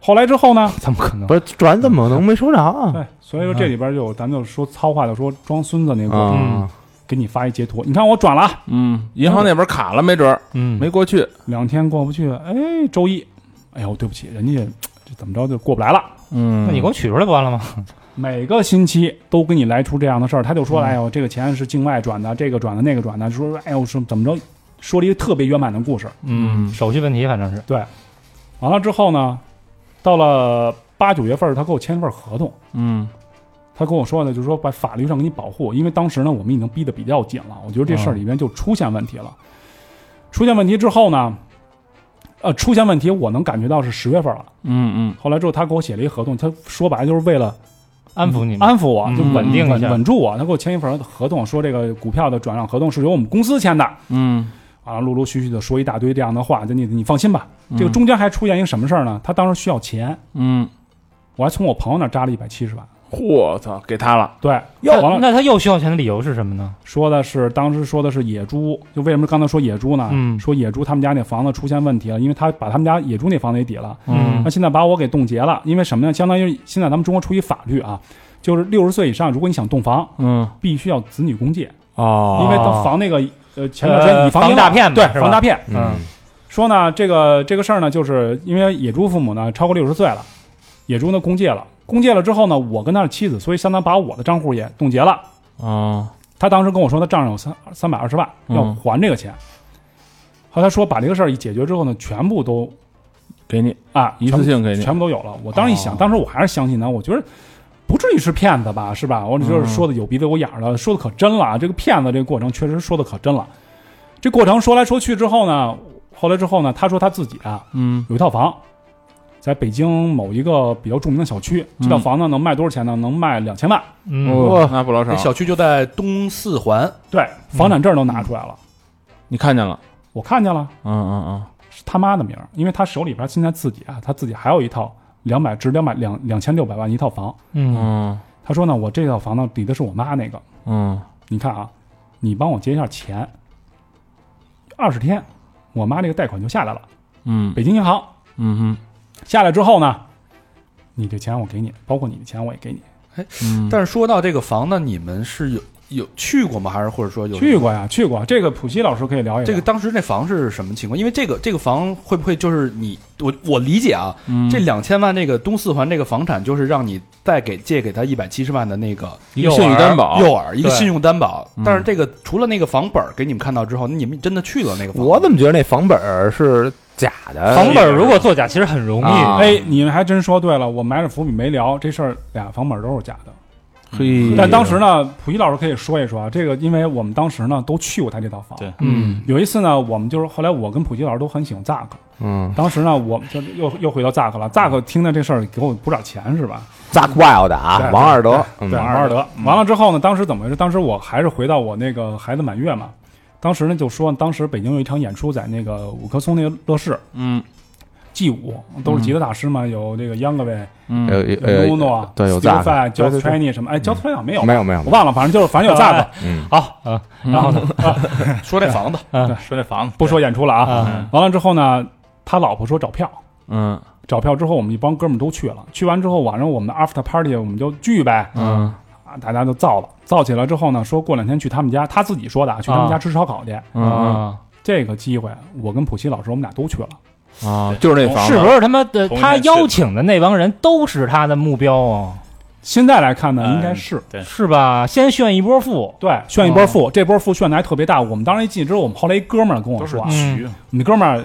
[SPEAKER 5] 后来之后呢？
[SPEAKER 1] 怎么可能？
[SPEAKER 6] 不是转怎么能没收着啊？
[SPEAKER 5] 对，所以说这里边就有咱们就说糙话，就说装孙子那个过程，
[SPEAKER 1] 嗯
[SPEAKER 6] 啊，
[SPEAKER 5] 给你发一截图，你看我转了啊，
[SPEAKER 6] 嗯，银行那边卡了，没准儿
[SPEAKER 1] 嗯，
[SPEAKER 6] 没过去，
[SPEAKER 5] 两天过不去，哎，周一，哎呦，对不起，人家这怎么着就过不来了。
[SPEAKER 6] 嗯，
[SPEAKER 1] 那你给我取出来不完了吗？
[SPEAKER 5] 每个星期都给你来出这样的事儿，他就说，哎呦，这个钱是境外转的，这个转的，那个转的，说，哎呦，是怎么着，说了一个特别圆满的故事。
[SPEAKER 1] 嗯，手续问题反正是，
[SPEAKER 5] 对，完了之后呢，到了八九月份儿，他给我签一份合同，
[SPEAKER 6] 嗯
[SPEAKER 5] 他跟我说的就是说把法律上给你保护，因为当时呢我们已经逼得比较紧了，我觉得这事儿里面就出现问题了。出现问题之后呢，呃，出现问题我能感觉到是十月份了。
[SPEAKER 6] 嗯嗯
[SPEAKER 5] 后来之后他给我写了一合同，他说白了就是为了
[SPEAKER 1] 安抚你们，
[SPEAKER 5] 嗯安抚我，就稳
[SPEAKER 1] 稳定一
[SPEAKER 5] 嗯稳
[SPEAKER 1] 下
[SPEAKER 5] 稳住我。他给我签一份合同，说这个股票的转让合同是由我们公司签的。
[SPEAKER 6] 嗯
[SPEAKER 5] 啊，陆陆续续的说一大堆这样的话，就你你放心吧。
[SPEAKER 1] 嗯
[SPEAKER 5] 这个中间还出现一个什么事儿呢？他当时需要钱，
[SPEAKER 6] 嗯
[SPEAKER 5] 我还从我朋友那儿扎了一百七十万，
[SPEAKER 3] 我操，给他了，
[SPEAKER 5] 对，
[SPEAKER 1] 那
[SPEAKER 5] 完了
[SPEAKER 1] 那他又需要钱的理由是什么呢？
[SPEAKER 5] 说的是当时说的是野猪，就为什么刚才说野猪呢？
[SPEAKER 1] 嗯
[SPEAKER 5] 说野猪他们家那房子出现问题了，因为他把他们家野猪那房子给抵了，
[SPEAKER 1] 嗯
[SPEAKER 5] 那现在把我给冻结了，因为什么呢？相当于现在咱们中国出于法律啊，就是六十岁以上，如果你想动房，
[SPEAKER 1] 嗯，
[SPEAKER 5] 必须要子女共借，
[SPEAKER 3] 啊
[SPEAKER 1] 哦
[SPEAKER 5] 因为他防那个呃前段时间
[SPEAKER 1] 呃
[SPEAKER 5] 以防
[SPEAKER 1] 防
[SPEAKER 5] 银
[SPEAKER 1] 诈
[SPEAKER 5] 行
[SPEAKER 1] 骗嘛
[SPEAKER 5] 对
[SPEAKER 1] 是吧
[SPEAKER 5] 防诈骗。
[SPEAKER 1] 嗯
[SPEAKER 5] 说呢，这个这个事儿呢，就是因为野猪父母呢超过六十岁了，野猪呢公借了，公借了之后呢，我跟他的妻子，所以相当于把我的账户也冻结了。
[SPEAKER 1] 啊
[SPEAKER 5] 他当时跟我说，他账上有三三百二十万，
[SPEAKER 1] 嗯
[SPEAKER 5] 要还这个钱。后来他说把这个事儿一解决之后呢，全部都
[SPEAKER 3] 给你
[SPEAKER 5] 啊
[SPEAKER 3] 一次性给你
[SPEAKER 5] 全部全部都有了。我当时一想，当时我还是相信呢，我觉得不至于是骗子吧，是吧？我就是说的有鼻子有眼儿的，说的可真了啊。这个骗子这个过程确实说的可真了。这过程说来说去之后呢，后来之后呢，他说他自己啊
[SPEAKER 1] 嗯
[SPEAKER 5] 有一套房，在北京某一个比较著名的小区，这套房呢能卖多少钱呢？能卖两千万。
[SPEAKER 1] 嗯
[SPEAKER 3] 哦，那不老
[SPEAKER 7] 那
[SPEAKER 3] 少。
[SPEAKER 7] 小区就在东四环，
[SPEAKER 5] 对，房产证都拿出来了，
[SPEAKER 3] 你看见了？
[SPEAKER 5] 我看见了。
[SPEAKER 3] 嗯嗯嗯，
[SPEAKER 5] 是他妈的名儿，因为他手里边儿现在自己啊，他自己还有一套两百值两百两两千六百万一套房。
[SPEAKER 1] 嗯
[SPEAKER 3] 嗯
[SPEAKER 5] 他说呢，我这套房呢抵的是我妈那个，
[SPEAKER 3] 嗯，
[SPEAKER 5] 你看啊，你帮我结一下钱，二十天，我妈这个贷款就下来了。
[SPEAKER 3] 嗯
[SPEAKER 5] 北京银行
[SPEAKER 3] 嗯
[SPEAKER 5] 下来之后呢，你这钱我给你，包括你的钱我也给你。
[SPEAKER 3] 嗯，
[SPEAKER 7] 但是说到这个房呢，你们是有有去过吗？还是或者说有
[SPEAKER 5] 去？过呀，去过。这个普希老师可以聊一聊
[SPEAKER 7] 这个当时那房是什么情况？因为这个这个房会不会就是你我我理解啊，这两千万这个东四环这个房产就是让你再给借给他一百七十万的那个
[SPEAKER 3] 一个信誉担保
[SPEAKER 7] 诱饵，一个
[SPEAKER 1] 对
[SPEAKER 7] 信用担保。但是这个除了那个房本儿给你们看到之后，那你们真的去了那个房？
[SPEAKER 6] 我怎么觉得那房本儿是假的？
[SPEAKER 7] 哎
[SPEAKER 1] 房本如果作假，其实很容易。
[SPEAKER 6] 啊
[SPEAKER 5] 哎，你们还真说对了，我埋着伏笔没聊这事儿，俩房本儿都是假的。
[SPEAKER 7] 嗯
[SPEAKER 3] 嘿
[SPEAKER 5] 但当时呢，溥仪老师可以说一说啊，这个因为我们当时呢都去过他这套房。
[SPEAKER 4] 对
[SPEAKER 1] 嗯
[SPEAKER 5] 有一次呢，我们就是后来我跟溥仪老师都很喜欢 Zack，
[SPEAKER 6] 嗯
[SPEAKER 5] 当时呢，我们就又又回到 Zack 了。Zack 听到这事儿给我补点钱是吧？
[SPEAKER 6] ，Zack Wild
[SPEAKER 5] 对
[SPEAKER 6] 啊，王二德，嗯
[SPEAKER 5] 对，马尔德。完了之后呢，当时怎么回事？当时我还是回到我那个孩子满月嘛。当时呢就说，当时北京有一场演出在那个五棵松那个乐视，
[SPEAKER 3] 嗯
[SPEAKER 5] G 五都是吉他大师嘛，有这个 Young 呗，
[SPEAKER 3] 嗯
[SPEAKER 6] 有
[SPEAKER 5] 有
[SPEAKER 6] 嗯
[SPEAKER 5] 啊
[SPEAKER 6] 呃
[SPEAKER 5] Luno，
[SPEAKER 6] 对有
[SPEAKER 5] Steve
[SPEAKER 6] Zack，
[SPEAKER 5] Vai，j o s
[SPEAKER 6] 对对
[SPEAKER 5] t r a i n e 什么？哎 j o s t r a i n e 没有吧，
[SPEAKER 6] 没有没有
[SPEAKER 5] 我，忘了，反正就是反正有
[SPEAKER 6] [LAUGHS]
[SPEAKER 5] Zack，
[SPEAKER 6] 嗯，
[SPEAKER 1] 好，嗯，然后呢？
[SPEAKER 7] 说这房子，
[SPEAKER 4] 说这房子
[SPEAKER 5] 不说演出了
[SPEAKER 6] 嗯
[SPEAKER 5] 啊。
[SPEAKER 1] 啊，
[SPEAKER 5] 完了之后呢，他老婆说找票，
[SPEAKER 3] 嗯
[SPEAKER 5] 找票之后，我们一帮哥们儿都去了。去完之后，晚上我们的 after party 我们就聚呗，
[SPEAKER 3] 嗯
[SPEAKER 5] 啊，大家就造了。造起来之后呢，说过两天去他们家，他自己说的，啊，去他们
[SPEAKER 1] 啊
[SPEAKER 4] 嗯
[SPEAKER 5] 家吃烧烤去。
[SPEAKER 1] 啊
[SPEAKER 5] 这个机会，我跟普希老师我们俩都去了。
[SPEAKER 3] 啊，就是那房
[SPEAKER 1] 是
[SPEAKER 3] 子，
[SPEAKER 1] 不是他妈的
[SPEAKER 4] 同一天
[SPEAKER 1] 他邀请的那帮人都是他的目标啊？
[SPEAKER 5] 现在来看呢，
[SPEAKER 4] 嗯嗯
[SPEAKER 5] 应该是。
[SPEAKER 4] 对
[SPEAKER 1] 是吧？先炫一波富，
[SPEAKER 5] 对，炫一波富，这波富炫的还特别大。我们当时一进之后，我们后来一哥们儿跟我
[SPEAKER 4] 都
[SPEAKER 1] 嗯
[SPEAKER 4] 是
[SPEAKER 5] 说啊，
[SPEAKER 4] 局，
[SPEAKER 5] 我们哥们儿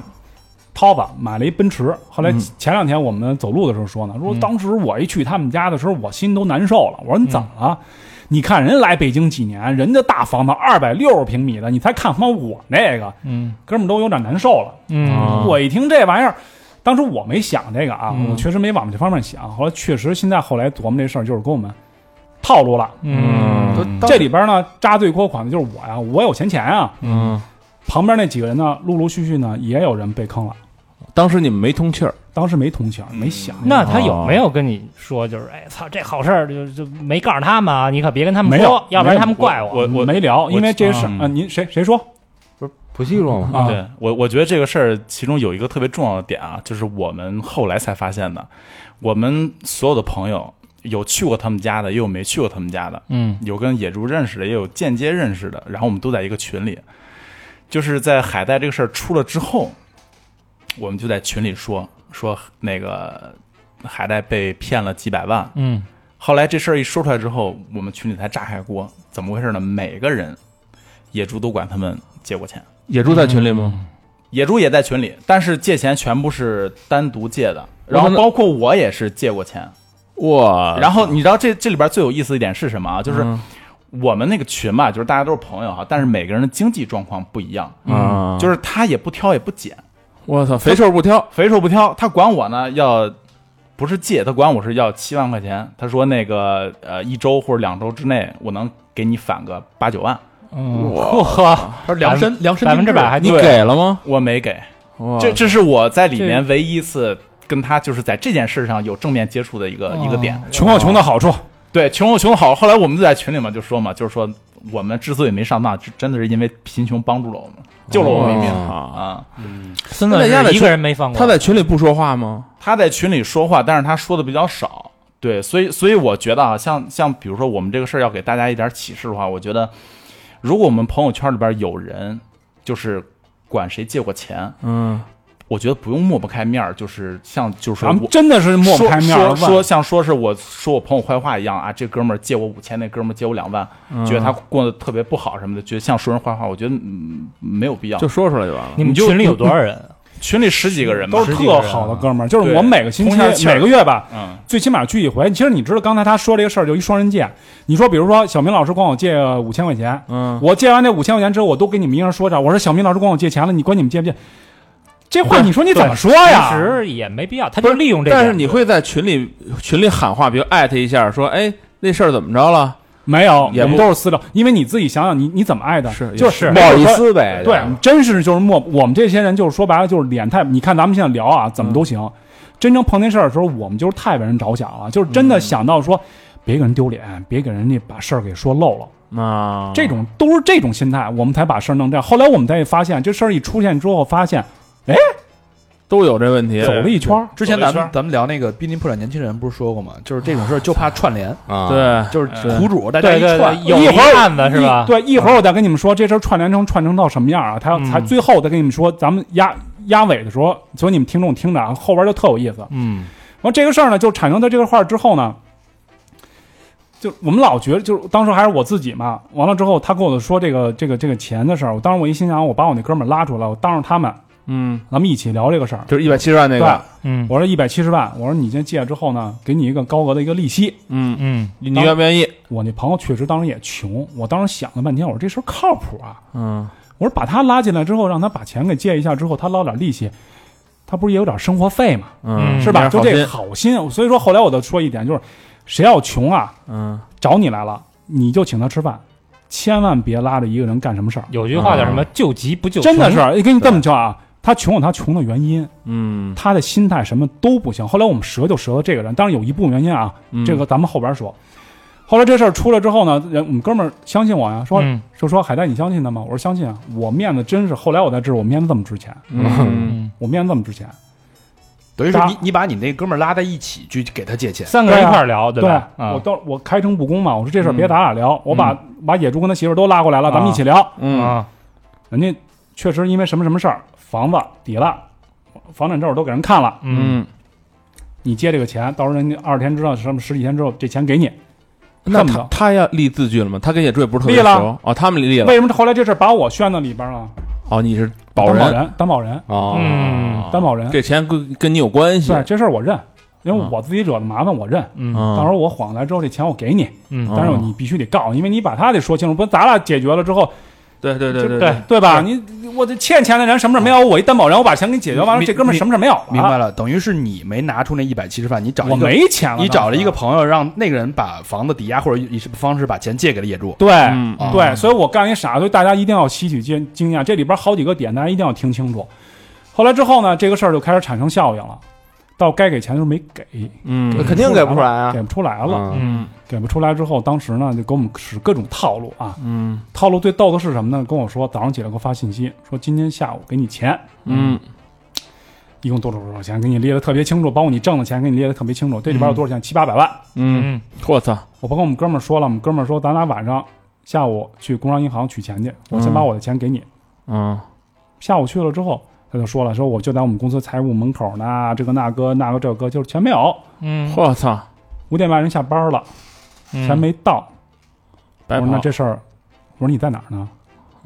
[SPEAKER 5] 涛子买了一奔驰。后来
[SPEAKER 3] 嗯
[SPEAKER 5] 前两天我们走路的时候说呢，说
[SPEAKER 1] 嗯
[SPEAKER 5] 当时我一去他们家的时候，我心都难受了。我说你怎么了？你看人来北京几年，人家大房子二百六十平米的，你才看他妈我那个，
[SPEAKER 1] 嗯
[SPEAKER 5] 哥们儿都有点难受了。
[SPEAKER 1] 嗯
[SPEAKER 3] 啊
[SPEAKER 5] 我一听这玩意儿，当时我没想这个啊，
[SPEAKER 1] 嗯
[SPEAKER 5] 我确实没往这方面想。后来确实，现在后来琢磨这事儿，就是跟我们套路了。
[SPEAKER 1] 嗯
[SPEAKER 7] 都当
[SPEAKER 5] 这里边呢，扎最多款的就是我呀，我有钱钱啊。
[SPEAKER 3] 嗯，
[SPEAKER 5] 旁边那几个人呢，陆陆续续呢，也有人被坑了。
[SPEAKER 3] 当时你们没通气儿，
[SPEAKER 5] 当时没同情，
[SPEAKER 4] 嗯
[SPEAKER 5] 没想，
[SPEAKER 1] 那他有没有跟你说，就是哎操，这好事儿就就没告诉他们啊？你可别跟他们
[SPEAKER 5] 没有
[SPEAKER 1] 说，要不然他们怪
[SPEAKER 4] 我我
[SPEAKER 5] 没聊，因为这事
[SPEAKER 4] 嗯
[SPEAKER 5] 啊，您谁谁说
[SPEAKER 6] 普希说嘛，
[SPEAKER 5] 啊？
[SPEAKER 4] 对我，我觉得这个事儿其中有一个特别重要的点啊，就是我们后来才发现的。我们所有的朋友有去过他们家的，也有没去过他们家的，
[SPEAKER 1] 嗯
[SPEAKER 4] 有跟野猪认识的，也有间接认识的。然后我们都在一个群里，就是在海带这个事儿出了之后，我们就在群里说说那个海带被骗了几百万，
[SPEAKER 1] 嗯
[SPEAKER 4] 后来这事儿一说出来之后，我们群里才炸开锅，怎么回事呢？每个人，野猪都管他们借过钱，
[SPEAKER 3] 野猪在群里吗？
[SPEAKER 4] 野猪也在群里，但是借钱全部是单独借的，然后包括我也是借过钱。
[SPEAKER 3] 哇，
[SPEAKER 4] 然后你知道这这里边最有意思的一点是什么啊？就是
[SPEAKER 3] 啊嗯
[SPEAKER 4] 我们那个群嘛，就是大家都是朋友哈，但是每个人的经济状况不一样，
[SPEAKER 3] 啊，
[SPEAKER 4] 就是他也不挑也不捡，
[SPEAKER 3] 我操，肥瘦不挑，
[SPEAKER 4] 肥瘦不挑，他管我呢要。不是借，他管我是要七万块钱。他说那个呃，一周或者两周之内，我能给你返个八九万。
[SPEAKER 1] 嗯，嚯，
[SPEAKER 7] 他是量身量身
[SPEAKER 1] 百分之
[SPEAKER 7] 定制
[SPEAKER 1] 百还
[SPEAKER 3] 你
[SPEAKER 4] 对
[SPEAKER 3] 给了吗？
[SPEAKER 4] 我没给，
[SPEAKER 3] 哇
[SPEAKER 4] 这这是我在里面
[SPEAKER 3] 哦
[SPEAKER 1] 这
[SPEAKER 4] 唯一一次跟他就是在这件事上有正面接触的一个一个点。哦
[SPEAKER 5] 穷有穷的好处，
[SPEAKER 4] 对，穷有穷的好。后来我们在群里面就说嘛，就是说我们之所以没上当，真真的是因为贫穷帮助了我们，救了我们一命
[SPEAKER 6] 啊！
[SPEAKER 5] 哦
[SPEAKER 4] 啊。
[SPEAKER 1] 孙
[SPEAKER 6] 那
[SPEAKER 1] 子
[SPEAKER 6] 家
[SPEAKER 1] 是
[SPEAKER 6] 里
[SPEAKER 1] 一
[SPEAKER 6] 说
[SPEAKER 1] 个人没放过。
[SPEAKER 6] 他在群里不说话吗？
[SPEAKER 4] 他在群里说话，但是他说的比较少。对，所以所以我觉得啊，像像比如说我们这个事儿要给大家一点启示的话，我觉得如果我们朋友圈里边有人就是管谁借过钱，
[SPEAKER 6] 嗯，
[SPEAKER 4] 我觉得不用抹不开面儿，就是像就是说
[SPEAKER 5] 咱们
[SPEAKER 4] 我。
[SPEAKER 5] 真的是抹不开面儿
[SPEAKER 4] 说
[SPEAKER 5] 了
[SPEAKER 4] 说说像说是我说我朋友坏话一样啊，这哥们儿借我五千，那哥们儿借我两万，
[SPEAKER 5] 嗯
[SPEAKER 4] 觉得他过得特别不好什么的，觉得像说人坏话，我觉得嗯没有必要。
[SPEAKER 6] 就说出来就完了。
[SPEAKER 1] 你们
[SPEAKER 4] 你就
[SPEAKER 1] 群里有多少人？
[SPEAKER 4] 群里十几个人嘛，
[SPEAKER 5] 都是特好的哥们儿，就是我
[SPEAKER 4] 对
[SPEAKER 5] 每个星期
[SPEAKER 4] 通下气儿
[SPEAKER 5] 每个月吧，
[SPEAKER 4] 嗯，
[SPEAKER 5] 最起码聚一回。其实你知道刚才他说这个事儿，就一双刃剑。你说比如说小明老师管我借五千块钱，
[SPEAKER 6] 嗯，
[SPEAKER 5] 我借完这五千块钱之后，我都给你们一人说着，我说小明老师管我借钱了，你管你们借不借？这话你说你怎么说
[SPEAKER 1] 其
[SPEAKER 5] 呀？
[SPEAKER 1] 实也没必要，他就利用这个。
[SPEAKER 6] 但是你会在群里群里喊话，比如艾特一下，说哎那事儿怎么着了？
[SPEAKER 5] 没有，
[SPEAKER 6] 也
[SPEAKER 5] 我们
[SPEAKER 6] 不
[SPEAKER 5] 都是私聊，因为你自己想想，你你怎么爱的？
[SPEAKER 6] 是
[SPEAKER 5] 就
[SPEAKER 6] 也是
[SPEAKER 5] 没
[SPEAKER 3] 不
[SPEAKER 5] 有
[SPEAKER 3] 好意
[SPEAKER 5] 说
[SPEAKER 3] 思呗。
[SPEAKER 5] 对，真是就是莫我们这些人就是说白了就是脸太，你看咱们现在聊啊，
[SPEAKER 6] 嗯
[SPEAKER 5] 怎么都行。真正碰见事儿的时候，我们就是太为人着想了，就是
[SPEAKER 6] 嗯
[SPEAKER 5] 真的想到说，别给人丢脸，别给人家把事儿给说漏了，
[SPEAKER 6] 啊，
[SPEAKER 5] 这种都是这种心态，我们才把事儿弄这样。后来我们才发现，这事儿一出现之后，发现
[SPEAKER 6] 都有这问题
[SPEAKER 5] 走了一圈儿，
[SPEAKER 7] 之前
[SPEAKER 4] 走了
[SPEAKER 7] 咱
[SPEAKER 4] 一
[SPEAKER 7] 们
[SPEAKER 4] 圈
[SPEAKER 7] 咱们聊那个濒临破产年轻人，不是说过吗？就是这种事儿就怕串联，
[SPEAKER 6] 啊，对，
[SPEAKER 7] 就是
[SPEAKER 4] 对
[SPEAKER 7] 苦
[SPEAKER 3] 嗯
[SPEAKER 7] 主大家
[SPEAKER 1] 对
[SPEAKER 7] 一
[SPEAKER 1] 对
[SPEAKER 7] 串
[SPEAKER 1] 对，，有
[SPEAKER 5] 一
[SPEAKER 1] 一
[SPEAKER 5] 会儿
[SPEAKER 1] 案子是吧
[SPEAKER 5] 一？对，一会儿我再跟你们说这事儿串联成串成到什么样啊？他才
[SPEAKER 1] 嗯
[SPEAKER 5] 最后再跟你们说，咱们压压尾的时候，所以你们听众听着啊，后边就特有意思。
[SPEAKER 1] 嗯，
[SPEAKER 5] 然后这个事儿呢，就产生在这个话之后呢，就我们老觉得，就是当时还是我自己嘛。完了之后，他跟我说这个这个这个钱的事儿，我当时我一心想，我把我那哥们儿拉出来，我当着他们，
[SPEAKER 6] 嗯，
[SPEAKER 5] 咱们一起聊这个事儿。
[SPEAKER 6] 就是一百七十万那
[SPEAKER 5] 对
[SPEAKER 6] 个，，
[SPEAKER 1] 嗯
[SPEAKER 5] 我说一百七十万，我说你先借了之后呢，给你一个高额的一个利息。
[SPEAKER 6] 嗯，
[SPEAKER 1] 嗯，
[SPEAKER 6] 你你愿不愿意？
[SPEAKER 5] 我那朋友确实当时也穷，我当时想了半天，我说这事儿靠谱啊。
[SPEAKER 6] 嗯，
[SPEAKER 5] 我说把他拉进来之后，让他把钱给借一下之后，他捞点利息，他不是也有点生活费吗？
[SPEAKER 6] 嗯，
[SPEAKER 5] 是吧？
[SPEAKER 6] 你还
[SPEAKER 5] 就是这个
[SPEAKER 6] 好心，
[SPEAKER 5] 好心，所以说后来我就说一点，就是谁要穷啊，
[SPEAKER 6] 嗯，
[SPEAKER 5] 找你来了，你就请他吃饭，千万别拉着一个人干什么事儿。
[SPEAKER 1] 有句话叫什么“救急不救穷”，
[SPEAKER 5] 嗯真的是，给你这么叫啊，他穷有他穷的原因，
[SPEAKER 6] 嗯，
[SPEAKER 5] 他的心态什么都不行。后来我们折就折了这个人，当然有一部分原因啊，
[SPEAKER 6] 嗯
[SPEAKER 5] 这个咱们后边说。后来这事儿出来之后呢，人我们哥们儿相信我呀，说、
[SPEAKER 1] 嗯
[SPEAKER 5] 就说海带你相信他吗？我说相信啊，我面子真是。后来我才知道我面子这么值钱， [LAUGHS]
[SPEAKER 6] 嗯
[SPEAKER 1] 嗯，
[SPEAKER 5] 我面子这么值钱。
[SPEAKER 7] 等于是
[SPEAKER 5] 搭
[SPEAKER 7] 你你把你那哥们儿拉在一起去给他借钱，
[SPEAKER 1] 三个人一块儿聊，对吧？
[SPEAKER 6] 啊
[SPEAKER 5] 我到我开诚布公嘛，我说
[SPEAKER 6] 嗯
[SPEAKER 5] 这事儿别咱俩聊，我把把野猪跟他媳妇儿都拉过来
[SPEAKER 6] 啊
[SPEAKER 5] 了，咱们一起聊。
[SPEAKER 6] 嗯，
[SPEAKER 1] 啊，
[SPEAKER 5] 人家确实因为什么什么事儿，房子抵了，房产证我都给人看了，
[SPEAKER 1] 嗯，
[SPEAKER 5] 你借这个钱，到时候人家二十天之后，什么十几天之后，这钱给你。
[SPEAKER 6] 那
[SPEAKER 5] 恨不
[SPEAKER 6] 他
[SPEAKER 5] 得
[SPEAKER 6] 他要立字据了吗？他跟野猪也不是特别
[SPEAKER 5] 立了
[SPEAKER 6] 熟哦，他们立了
[SPEAKER 5] 为什么后来这事儿把我宣到里边了？
[SPEAKER 6] 哦，你是保
[SPEAKER 5] 担保
[SPEAKER 6] 人
[SPEAKER 5] 人，担保人，
[SPEAKER 6] 哦，
[SPEAKER 1] 嗯
[SPEAKER 5] 担保人。
[SPEAKER 6] 这钱跟跟你有关系，
[SPEAKER 5] 对，这事儿我认，因为我自己惹的麻烦我认。
[SPEAKER 1] 嗯
[SPEAKER 6] 嗯，
[SPEAKER 5] 到时候我缓过来之后，这钱我给你，
[SPEAKER 1] 嗯
[SPEAKER 7] 哦
[SPEAKER 5] 但是你必须得告，因为你把他得说清楚，不然咱俩解决了之后，
[SPEAKER 6] 对对对
[SPEAKER 5] 对
[SPEAKER 6] 对，
[SPEAKER 5] 对吧？你我这欠钱的人什么事儿没有，我一担保人，我把钱给你解决完了，
[SPEAKER 7] 哦明
[SPEAKER 5] 这哥们儿什么事儿没有了
[SPEAKER 7] 明白了，等于是你没拿出那一百七十万，你找
[SPEAKER 5] 啊我
[SPEAKER 7] 一个
[SPEAKER 5] 没钱了，
[SPEAKER 7] 你找了一个
[SPEAKER 5] 当时
[SPEAKER 7] 朋友，让那个人把房子抵押或者以什么方式把钱借给了业主。
[SPEAKER 5] 对。
[SPEAKER 6] 嗯
[SPEAKER 7] 啊
[SPEAKER 5] 对，所以我干一傻，所以大家一定要吸取经经验。这里边好几个点，大家一定要听清楚。后来之后呢，这个事儿就开始产生效应了。到该给钱的时候没给，
[SPEAKER 6] 嗯
[SPEAKER 3] 肯定给不出来啊
[SPEAKER 5] 给。不出来了，
[SPEAKER 6] 嗯
[SPEAKER 1] 嗯
[SPEAKER 5] 给不出来之后，当时呢就给我们使各种套路啊。
[SPEAKER 6] 嗯
[SPEAKER 5] 套路最逗的是什么呢？跟我说早上起来给我发信息，说今天下午给你钱，
[SPEAKER 6] 嗯
[SPEAKER 5] 一共多少多少钱，给你列的特别清楚，包括你挣的钱给你列的特别清楚，这里边有多少钱，七八百万。
[SPEAKER 6] 嗯，
[SPEAKER 1] 嗯
[SPEAKER 6] 我操，
[SPEAKER 5] 我不跟我们哥们儿说了，我们哥们儿说咱俩晚上下午去工商银行取钱去，我先把我的钱给你。
[SPEAKER 6] 嗯
[SPEAKER 5] 下午去了之后，他就说了，说我就在我们公司财务门口呢，这个那个那个这个，就是钱没有，
[SPEAKER 1] 嗯，
[SPEAKER 6] 我操，
[SPEAKER 5] 五点半人下班了，
[SPEAKER 8] 嗯
[SPEAKER 5] 钱没到。
[SPEAKER 6] 嗯白
[SPEAKER 5] 我说那
[SPEAKER 6] 跑，
[SPEAKER 5] 这事儿，我说你在哪儿呢？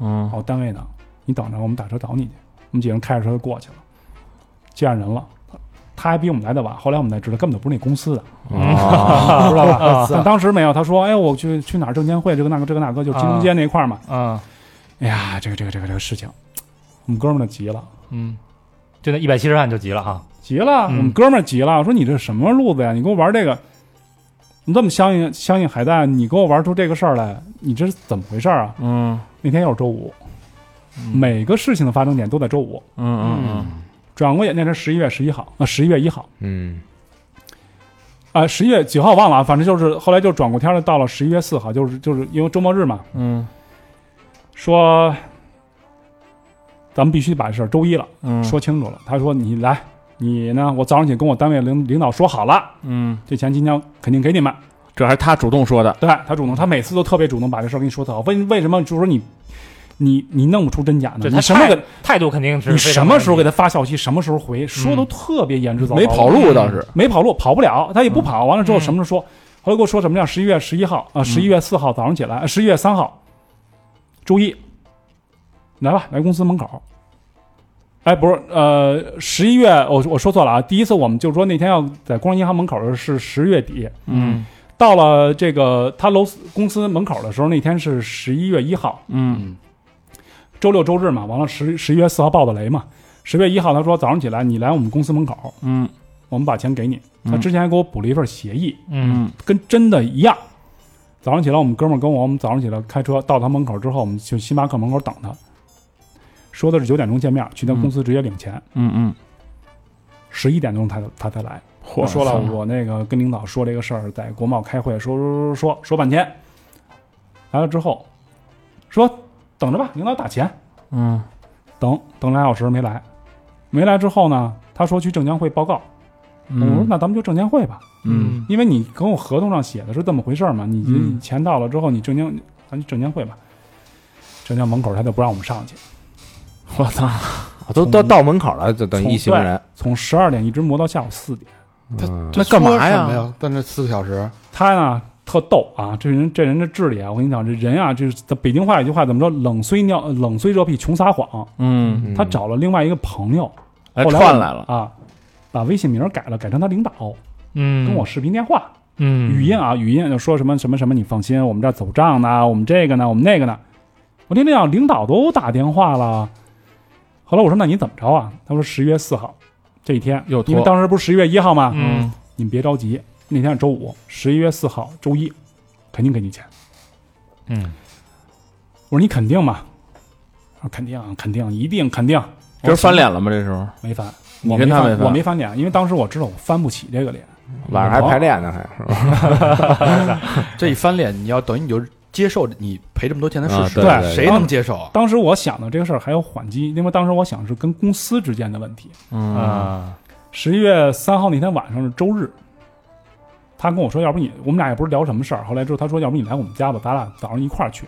[SPEAKER 6] 嗯
[SPEAKER 5] 哦，单位呢？你等着，我们打车找你去。我们几个人开着车就过去了，见人了。他还比我们来的晚，后来我们才知道根本就不是那公司的，
[SPEAKER 7] 嗯
[SPEAKER 8] 嗯 [LAUGHS]
[SPEAKER 6] 哦
[SPEAKER 7] 哦
[SPEAKER 5] 知道吧？但当时没有，他说：“哎，我去去哪儿证监会，这个那个这个那个，就金融街那一块儿嘛。
[SPEAKER 1] 啊
[SPEAKER 5] 哎呀，这个这个这个这个事情，我们哥们儿就急了，
[SPEAKER 1] 嗯，就那一百七十万就急了哈，
[SPEAKER 5] 急了，
[SPEAKER 1] 嗯
[SPEAKER 5] 我们哥们儿急了，说你这什么路子呀？你给我玩这个，你这么相信相信海带，你给我玩出这个事儿来，你这是怎么回事儿啊？
[SPEAKER 6] 嗯
[SPEAKER 5] 那天又是周五，每个事情的发生点都在周五。
[SPEAKER 6] 嗯嗯
[SPEAKER 5] 嗯转过眼那是十一月十一号，啊、呃，十一月一号，
[SPEAKER 3] 嗯，
[SPEAKER 5] 啊，十一月几号忘了啊，反正就是后来就转过天儿了，到了十一月四号，就是就是因为周末日嘛，
[SPEAKER 6] 嗯
[SPEAKER 5] 说咱们必须把这事儿周一了
[SPEAKER 6] 嗯
[SPEAKER 5] 说清楚了。他说你来，你呢，我早上起跟我单位领领导说好了，
[SPEAKER 6] 嗯，
[SPEAKER 5] 这钱今天肯定给你们。
[SPEAKER 6] 这还是他主动说的，
[SPEAKER 5] 对他主动，他每次都特别主动把这事儿跟你说特好。为为什么就说你你你弄不出真假呢？
[SPEAKER 8] 对
[SPEAKER 5] 你
[SPEAKER 8] 他
[SPEAKER 5] 什么时候
[SPEAKER 8] 态
[SPEAKER 5] 给
[SPEAKER 8] 态度肯定是
[SPEAKER 5] 你
[SPEAKER 8] 非
[SPEAKER 5] 什
[SPEAKER 8] 常
[SPEAKER 5] 么时候给
[SPEAKER 8] 明
[SPEAKER 5] 他发消息，什么时候回，说都特别言之凿凿。
[SPEAKER 6] 没跑路倒是，
[SPEAKER 5] 没跑路，跑不了，他也不跑。完了之后
[SPEAKER 8] 嗯
[SPEAKER 5] 什么时候说？后来给我说什么样？十一月十一号啊，十一月四号早上起来，啊十一月三号，周一，来吧，来公司门口。哎，不是，呃，十一月我我说错了啊。第一次我们就说那天要在工商银行门口的是十月底，
[SPEAKER 6] 嗯
[SPEAKER 5] 到了这个他楼公司门口的时候，那天是十一月一号，
[SPEAKER 6] 嗯
[SPEAKER 5] 周六周日嘛，完了十十一月四号爆的雷嘛，十月一号他说早上起来你来我们公司门口，
[SPEAKER 6] 嗯
[SPEAKER 5] 我们把钱给你。他之前还给我补了一份协议，
[SPEAKER 8] 嗯
[SPEAKER 5] 跟真的一样。早上起来，我们哥们儿跟我，我们早上起来开车到他门口之后，我们去星巴克门口等他，说的是九点钟见面，去他公司直接领钱，
[SPEAKER 6] 嗯嗯，
[SPEAKER 5] 十一点钟他他才来。
[SPEAKER 6] 嚯
[SPEAKER 5] 我说了，我那个跟领导说这个事儿，在国贸开会，说说说说说半天，来了之后说等着吧，领导打钱，
[SPEAKER 6] 嗯
[SPEAKER 5] 等等俩小时没来，没来之后呢，他说去证监会报告，我说
[SPEAKER 6] 嗯
[SPEAKER 5] 那咱们就证监会吧，
[SPEAKER 6] 嗯
[SPEAKER 5] 因为你跟我合同上写的是这么回事儿嘛，你
[SPEAKER 6] 嗯
[SPEAKER 5] 你钱到了之后，你证监咱去证监会吧，证监门口他就不让我们上去，
[SPEAKER 6] 我操，
[SPEAKER 3] [LAUGHS] 都都到门口了，就等于一行人，
[SPEAKER 5] 从十二点一直磨到下午四点。
[SPEAKER 9] 那
[SPEAKER 6] 干嘛呀
[SPEAKER 9] 呀？在那四个小时，
[SPEAKER 5] 他呢特逗啊，这人这人的智力啊，我跟你讲，这人啊，就是在北京话有句话怎么说，冷虽尿冷虽热屁，穷撒谎。
[SPEAKER 6] 嗯，
[SPEAKER 5] 他找了另外一个朋友
[SPEAKER 6] 来
[SPEAKER 5] 后来
[SPEAKER 6] 串来了，
[SPEAKER 5] 啊，把微信名儿改了，改成他领导，
[SPEAKER 8] 嗯，
[SPEAKER 5] 跟我视频电话。
[SPEAKER 8] 嗯
[SPEAKER 5] 语音啊，语音就说什么什么什么，你放心，我们这儿走账啊呢，我们这个呢，我们那个呢。我听那样领导都打电话了。后来我说那你怎么着啊？他说十月四号这一天，
[SPEAKER 6] 又拖
[SPEAKER 5] 因为当时不是十月一号吗？
[SPEAKER 8] 嗯
[SPEAKER 5] 你们别着急，那天是周五，十一月四号周一，肯定给你钱。
[SPEAKER 8] 嗯，
[SPEAKER 5] 我说你肯定吗？他说肯定，肯定，一定，肯定。
[SPEAKER 6] 这是翻脸了吗？这时候
[SPEAKER 5] 没翻，
[SPEAKER 6] 你
[SPEAKER 5] 我
[SPEAKER 6] 跟他
[SPEAKER 5] 翻
[SPEAKER 6] 没翻
[SPEAKER 5] 我没翻脸，因为当时我知道我翻不起这个脸。
[SPEAKER 3] 晚上还排练呢，还是吧
[SPEAKER 7] 这一翻脸，你要等于你就接受你赔这么多钱的事
[SPEAKER 3] 啊
[SPEAKER 7] 实，
[SPEAKER 3] 对
[SPEAKER 5] 对
[SPEAKER 7] 谁能接受啊？
[SPEAKER 5] 当时我想的这个事儿还有缓击，因为当时我想是跟公司之间的问题。
[SPEAKER 6] 嗯
[SPEAKER 8] 啊
[SPEAKER 5] 十一月三号那天晚上是周日，他跟我说，要不你我们俩也不是聊什么事儿。后来之后他说，要不你来我们家吧，咱俩早上一块儿去。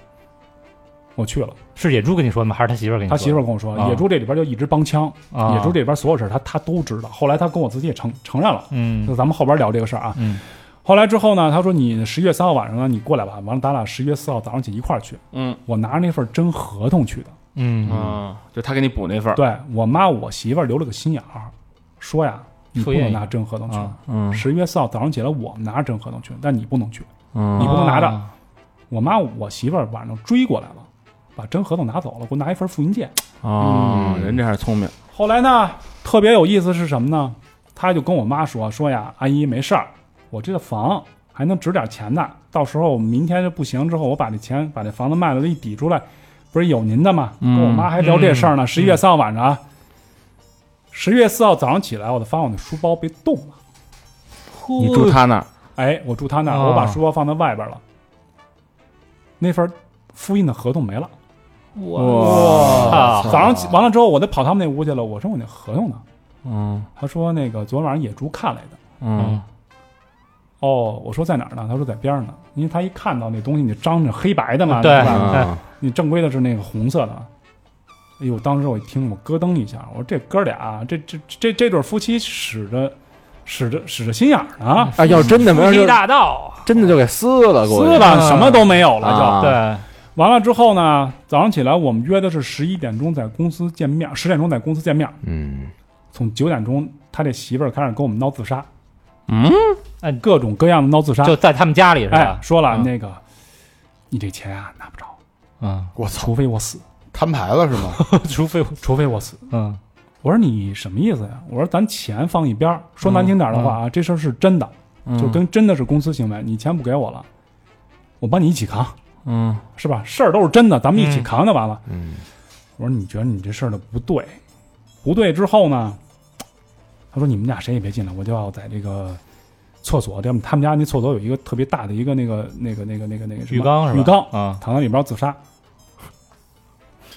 [SPEAKER 5] 我去了，
[SPEAKER 8] 是野猪跟你说的吗？还是他媳妇儿跟你
[SPEAKER 5] 他
[SPEAKER 8] 说的？
[SPEAKER 5] 媳妇儿跟我说，
[SPEAKER 8] 嗯啊
[SPEAKER 5] 野猪这里边就一支帮腔，
[SPEAKER 8] 啊
[SPEAKER 5] 野猪这里边所有事儿他他都知道。后来他跟我自己也承承认了，就
[SPEAKER 8] 嗯
[SPEAKER 5] 咱们后边聊这个事儿啊。
[SPEAKER 8] 嗯
[SPEAKER 5] 后来之后呢，他说你十月三号晚上呢你过来吧，完了咱俩十月四号早上起一块儿去。
[SPEAKER 6] 嗯，
[SPEAKER 5] 我拿着那份真合同去的。
[SPEAKER 8] 嗯
[SPEAKER 6] 嗯，就他给你补那份儿，
[SPEAKER 5] 对我妈我媳妇儿留了个心眼儿，说呀，你不
[SPEAKER 8] 说愿
[SPEAKER 5] 能
[SPEAKER 8] 意
[SPEAKER 5] 拿真合同去。
[SPEAKER 8] 啊
[SPEAKER 6] 嗯
[SPEAKER 5] 十一月四号早上起来，我们拿着真合同去，但你不能去。
[SPEAKER 6] 嗯
[SPEAKER 5] 你不能拿着
[SPEAKER 8] 啊
[SPEAKER 5] 我妈我媳妇儿晚上追过来了，把真合同拿走了，给我拿一份复印件。
[SPEAKER 6] 哦，人这还是聪明，
[SPEAKER 5] 后来呢，特别有意思是什么呢？她就跟我妈说说呀，阿姨没事儿，我这个房还能值点钱呢，到时候明天就不行之后，我把这钱把这房子卖了，一抵出来，不是有您的吗？跟我妈还聊这事
[SPEAKER 6] 嗯
[SPEAKER 5] 儿呢。十一月三号晚上啊，十月四号早上起来，我就发现我的书包被冻了。
[SPEAKER 6] 你住他那儿，
[SPEAKER 5] 哎，我住他那儿，我把书包放在外边了，那份复印的合同没了。
[SPEAKER 8] 啊
[SPEAKER 5] 早上起完了之后，我就跑他们那屋去了。我说我那合同呢？
[SPEAKER 6] 嗯
[SPEAKER 5] 他说那个昨天晚上野猪看来的。
[SPEAKER 6] 嗯
[SPEAKER 5] 哦，我说在哪儿呢？他说在边上呢。因为他一看到那东西，你张着黑白的嘛，
[SPEAKER 8] 对
[SPEAKER 5] 是吧？
[SPEAKER 7] 嗯
[SPEAKER 8] 哎
[SPEAKER 5] 你正规的是那个红色的。哎呦，当时我一听，我咯噔一下，我说这哥俩，这这这这对夫妻使着使着使着心眼儿呢，
[SPEAKER 3] 啊，要真的没
[SPEAKER 8] 夫妻
[SPEAKER 3] 事，
[SPEAKER 8] 大盗，
[SPEAKER 3] 真的就给撕了，给我
[SPEAKER 5] 撕了什么都没有了，就。
[SPEAKER 3] 啊，
[SPEAKER 8] 对，
[SPEAKER 5] 完了之后呢，早上起来我们约的是十一点钟在公司见面，十点钟在公司见面。
[SPEAKER 3] 嗯，
[SPEAKER 5] 从九点钟，他这媳妇儿开始跟我们闹自杀，
[SPEAKER 8] 哎
[SPEAKER 5] 各种各样的闹自杀。
[SPEAKER 8] 就在他们家里是
[SPEAKER 1] 啊
[SPEAKER 5] 哎
[SPEAKER 8] 吧，？
[SPEAKER 5] 说了
[SPEAKER 8] 嗯
[SPEAKER 5] 那个，你这钱啊拿不着，
[SPEAKER 8] 嗯，
[SPEAKER 9] 我操，
[SPEAKER 5] 除非我死，
[SPEAKER 9] 摊牌了是
[SPEAKER 7] [LAUGHS]
[SPEAKER 9] 吗？
[SPEAKER 5] [LAUGHS] 除非除非我死。
[SPEAKER 8] 嗯
[SPEAKER 5] 我说你什么意思呀？我说咱钱放一边儿，说难听点儿的话
[SPEAKER 8] 嗯
[SPEAKER 5] 啊，这事儿是真的，就跟真的是公司行为，你钱不给我了，我帮你一起扛，
[SPEAKER 6] 嗯
[SPEAKER 5] 是吧？事儿都是真的，咱们一起扛就完了。
[SPEAKER 3] 嗯，
[SPEAKER 5] 我说你觉得你这事儿的不对，不对之后呢，他说你们俩谁也别进来，我就要在这个厕所，他们他们家那厕所有一个特别大的一个那个那个那个那个那个什么
[SPEAKER 8] 浴缸是吧？
[SPEAKER 5] 浴缸
[SPEAKER 8] 啊，
[SPEAKER 5] 躺在里边自杀。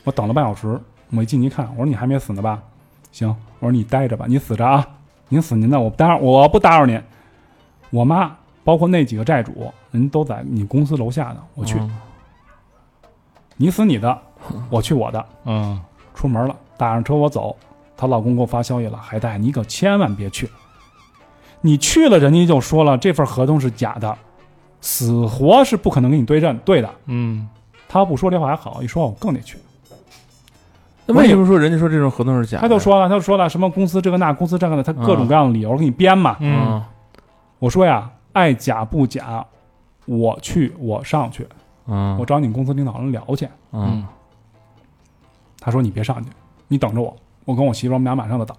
[SPEAKER 5] 我等了半小时，我一进去一看，我说你还没死呢吧？行，我说你待着吧，你死着啊，您死您的，我不打扰，我不打扰您。我妈包括那几个债主，人都在你公司楼下呢，我去。你死你的，我去我的。
[SPEAKER 8] 嗯
[SPEAKER 5] 出门了，打上车我走。她老公给我发消息了，海带，你可千万别去。你去了，人家就说了这份合同是假的，死活是不可能跟你对认对的。
[SPEAKER 8] 嗯
[SPEAKER 5] 他不说这话还好，一说我更得去。
[SPEAKER 6] 那为什么说人家说这种合同是假的？嗯
[SPEAKER 5] 他就说了，他就说了什么公司这个那，公司这个那，他各种各样的理由给你编嘛。
[SPEAKER 8] 嗯
[SPEAKER 5] 我说呀，爱假不假，我去，我上去，
[SPEAKER 6] 嗯，
[SPEAKER 5] 我找你们公司领导人聊去。
[SPEAKER 6] 嗯
[SPEAKER 5] 他说你别上去，你等着我，我跟我媳妇儿我们俩马上
[SPEAKER 6] [LAUGHS]
[SPEAKER 5] 就到。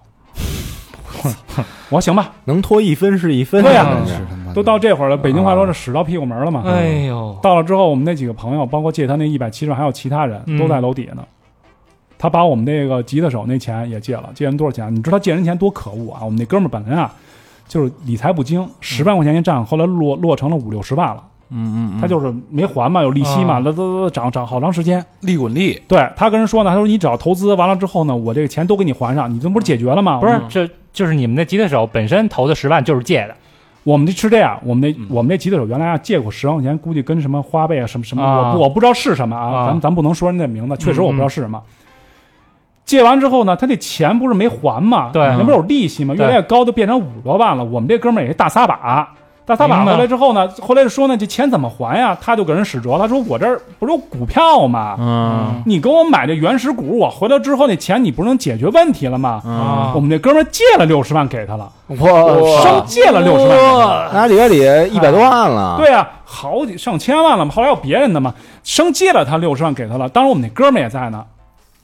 [SPEAKER 5] 我说行吧，
[SPEAKER 6] 能拖一分是一分。
[SPEAKER 7] 啊
[SPEAKER 5] 对呀
[SPEAKER 9] 真是他妈的
[SPEAKER 5] 都到这
[SPEAKER 6] 啊
[SPEAKER 5] 会儿了，北京话说是屎到屁股门了嘛。
[SPEAKER 6] 嗯
[SPEAKER 8] 哎呦，
[SPEAKER 5] 到了之后，我们那几个朋友，包括借他那一百七十，还有其他人
[SPEAKER 8] 嗯
[SPEAKER 5] 都在楼底下呢。他把我们那个吉他手那钱也借了，借人多少钱？你知道借人钱多可恶啊！我们那哥们儿本来啊，就是理财不精，十万块钱一账，后来落落成了五六十万了。
[SPEAKER 4] 嗯嗯，
[SPEAKER 5] 他就是没还嘛，有利息嘛，
[SPEAKER 8] 啊
[SPEAKER 5] 啦啦啦啦涨涨好长时间。
[SPEAKER 7] 利滚利，
[SPEAKER 5] 对他跟人说呢，他说你只要投资完了之后呢，我这个钱都给你还上，你这不是解决了吗？
[SPEAKER 8] 不是，这就是你们那吉他手本身投的十万就是借的，
[SPEAKER 5] 我们这是这样，我们
[SPEAKER 8] 嗯
[SPEAKER 5] 那我们那吉他手原来啊借过十万块钱，估计跟什么花呗啊什么什么，
[SPEAKER 8] 啊
[SPEAKER 5] 我不我不知道是什么啊，
[SPEAKER 8] 啊嗯
[SPEAKER 5] 咱们咱不能说人家名字，确实我不知道是什么。借完之后呢，他这钱不是没还嘛，
[SPEAKER 8] 对
[SPEAKER 5] 那不是有利息嘛，越
[SPEAKER 8] 对
[SPEAKER 5] 来越高，就变成五十多万了。我们这哥们儿也是大撒把，大撒把
[SPEAKER 8] 明白
[SPEAKER 5] 回来之后呢，后来就说呢，这钱怎么还呀？他就给人使辙，他说我这儿不是有股票嘛，
[SPEAKER 6] 嗯
[SPEAKER 5] 你给我买这原始股，我回来之后那钱你不是能解决问题了吗？
[SPEAKER 8] 啊
[SPEAKER 5] 我们这哥们儿借了六十万给他了，
[SPEAKER 6] 我
[SPEAKER 5] 生借了六十万给他了。
[SPEAKER 6] 拿里边里一百多万了。
[SPEAKER 5] 对啊，好几上千万了嘛，后来有别人的嘛，生借了他六十万给他了。当时我们那哥们儿也在呢，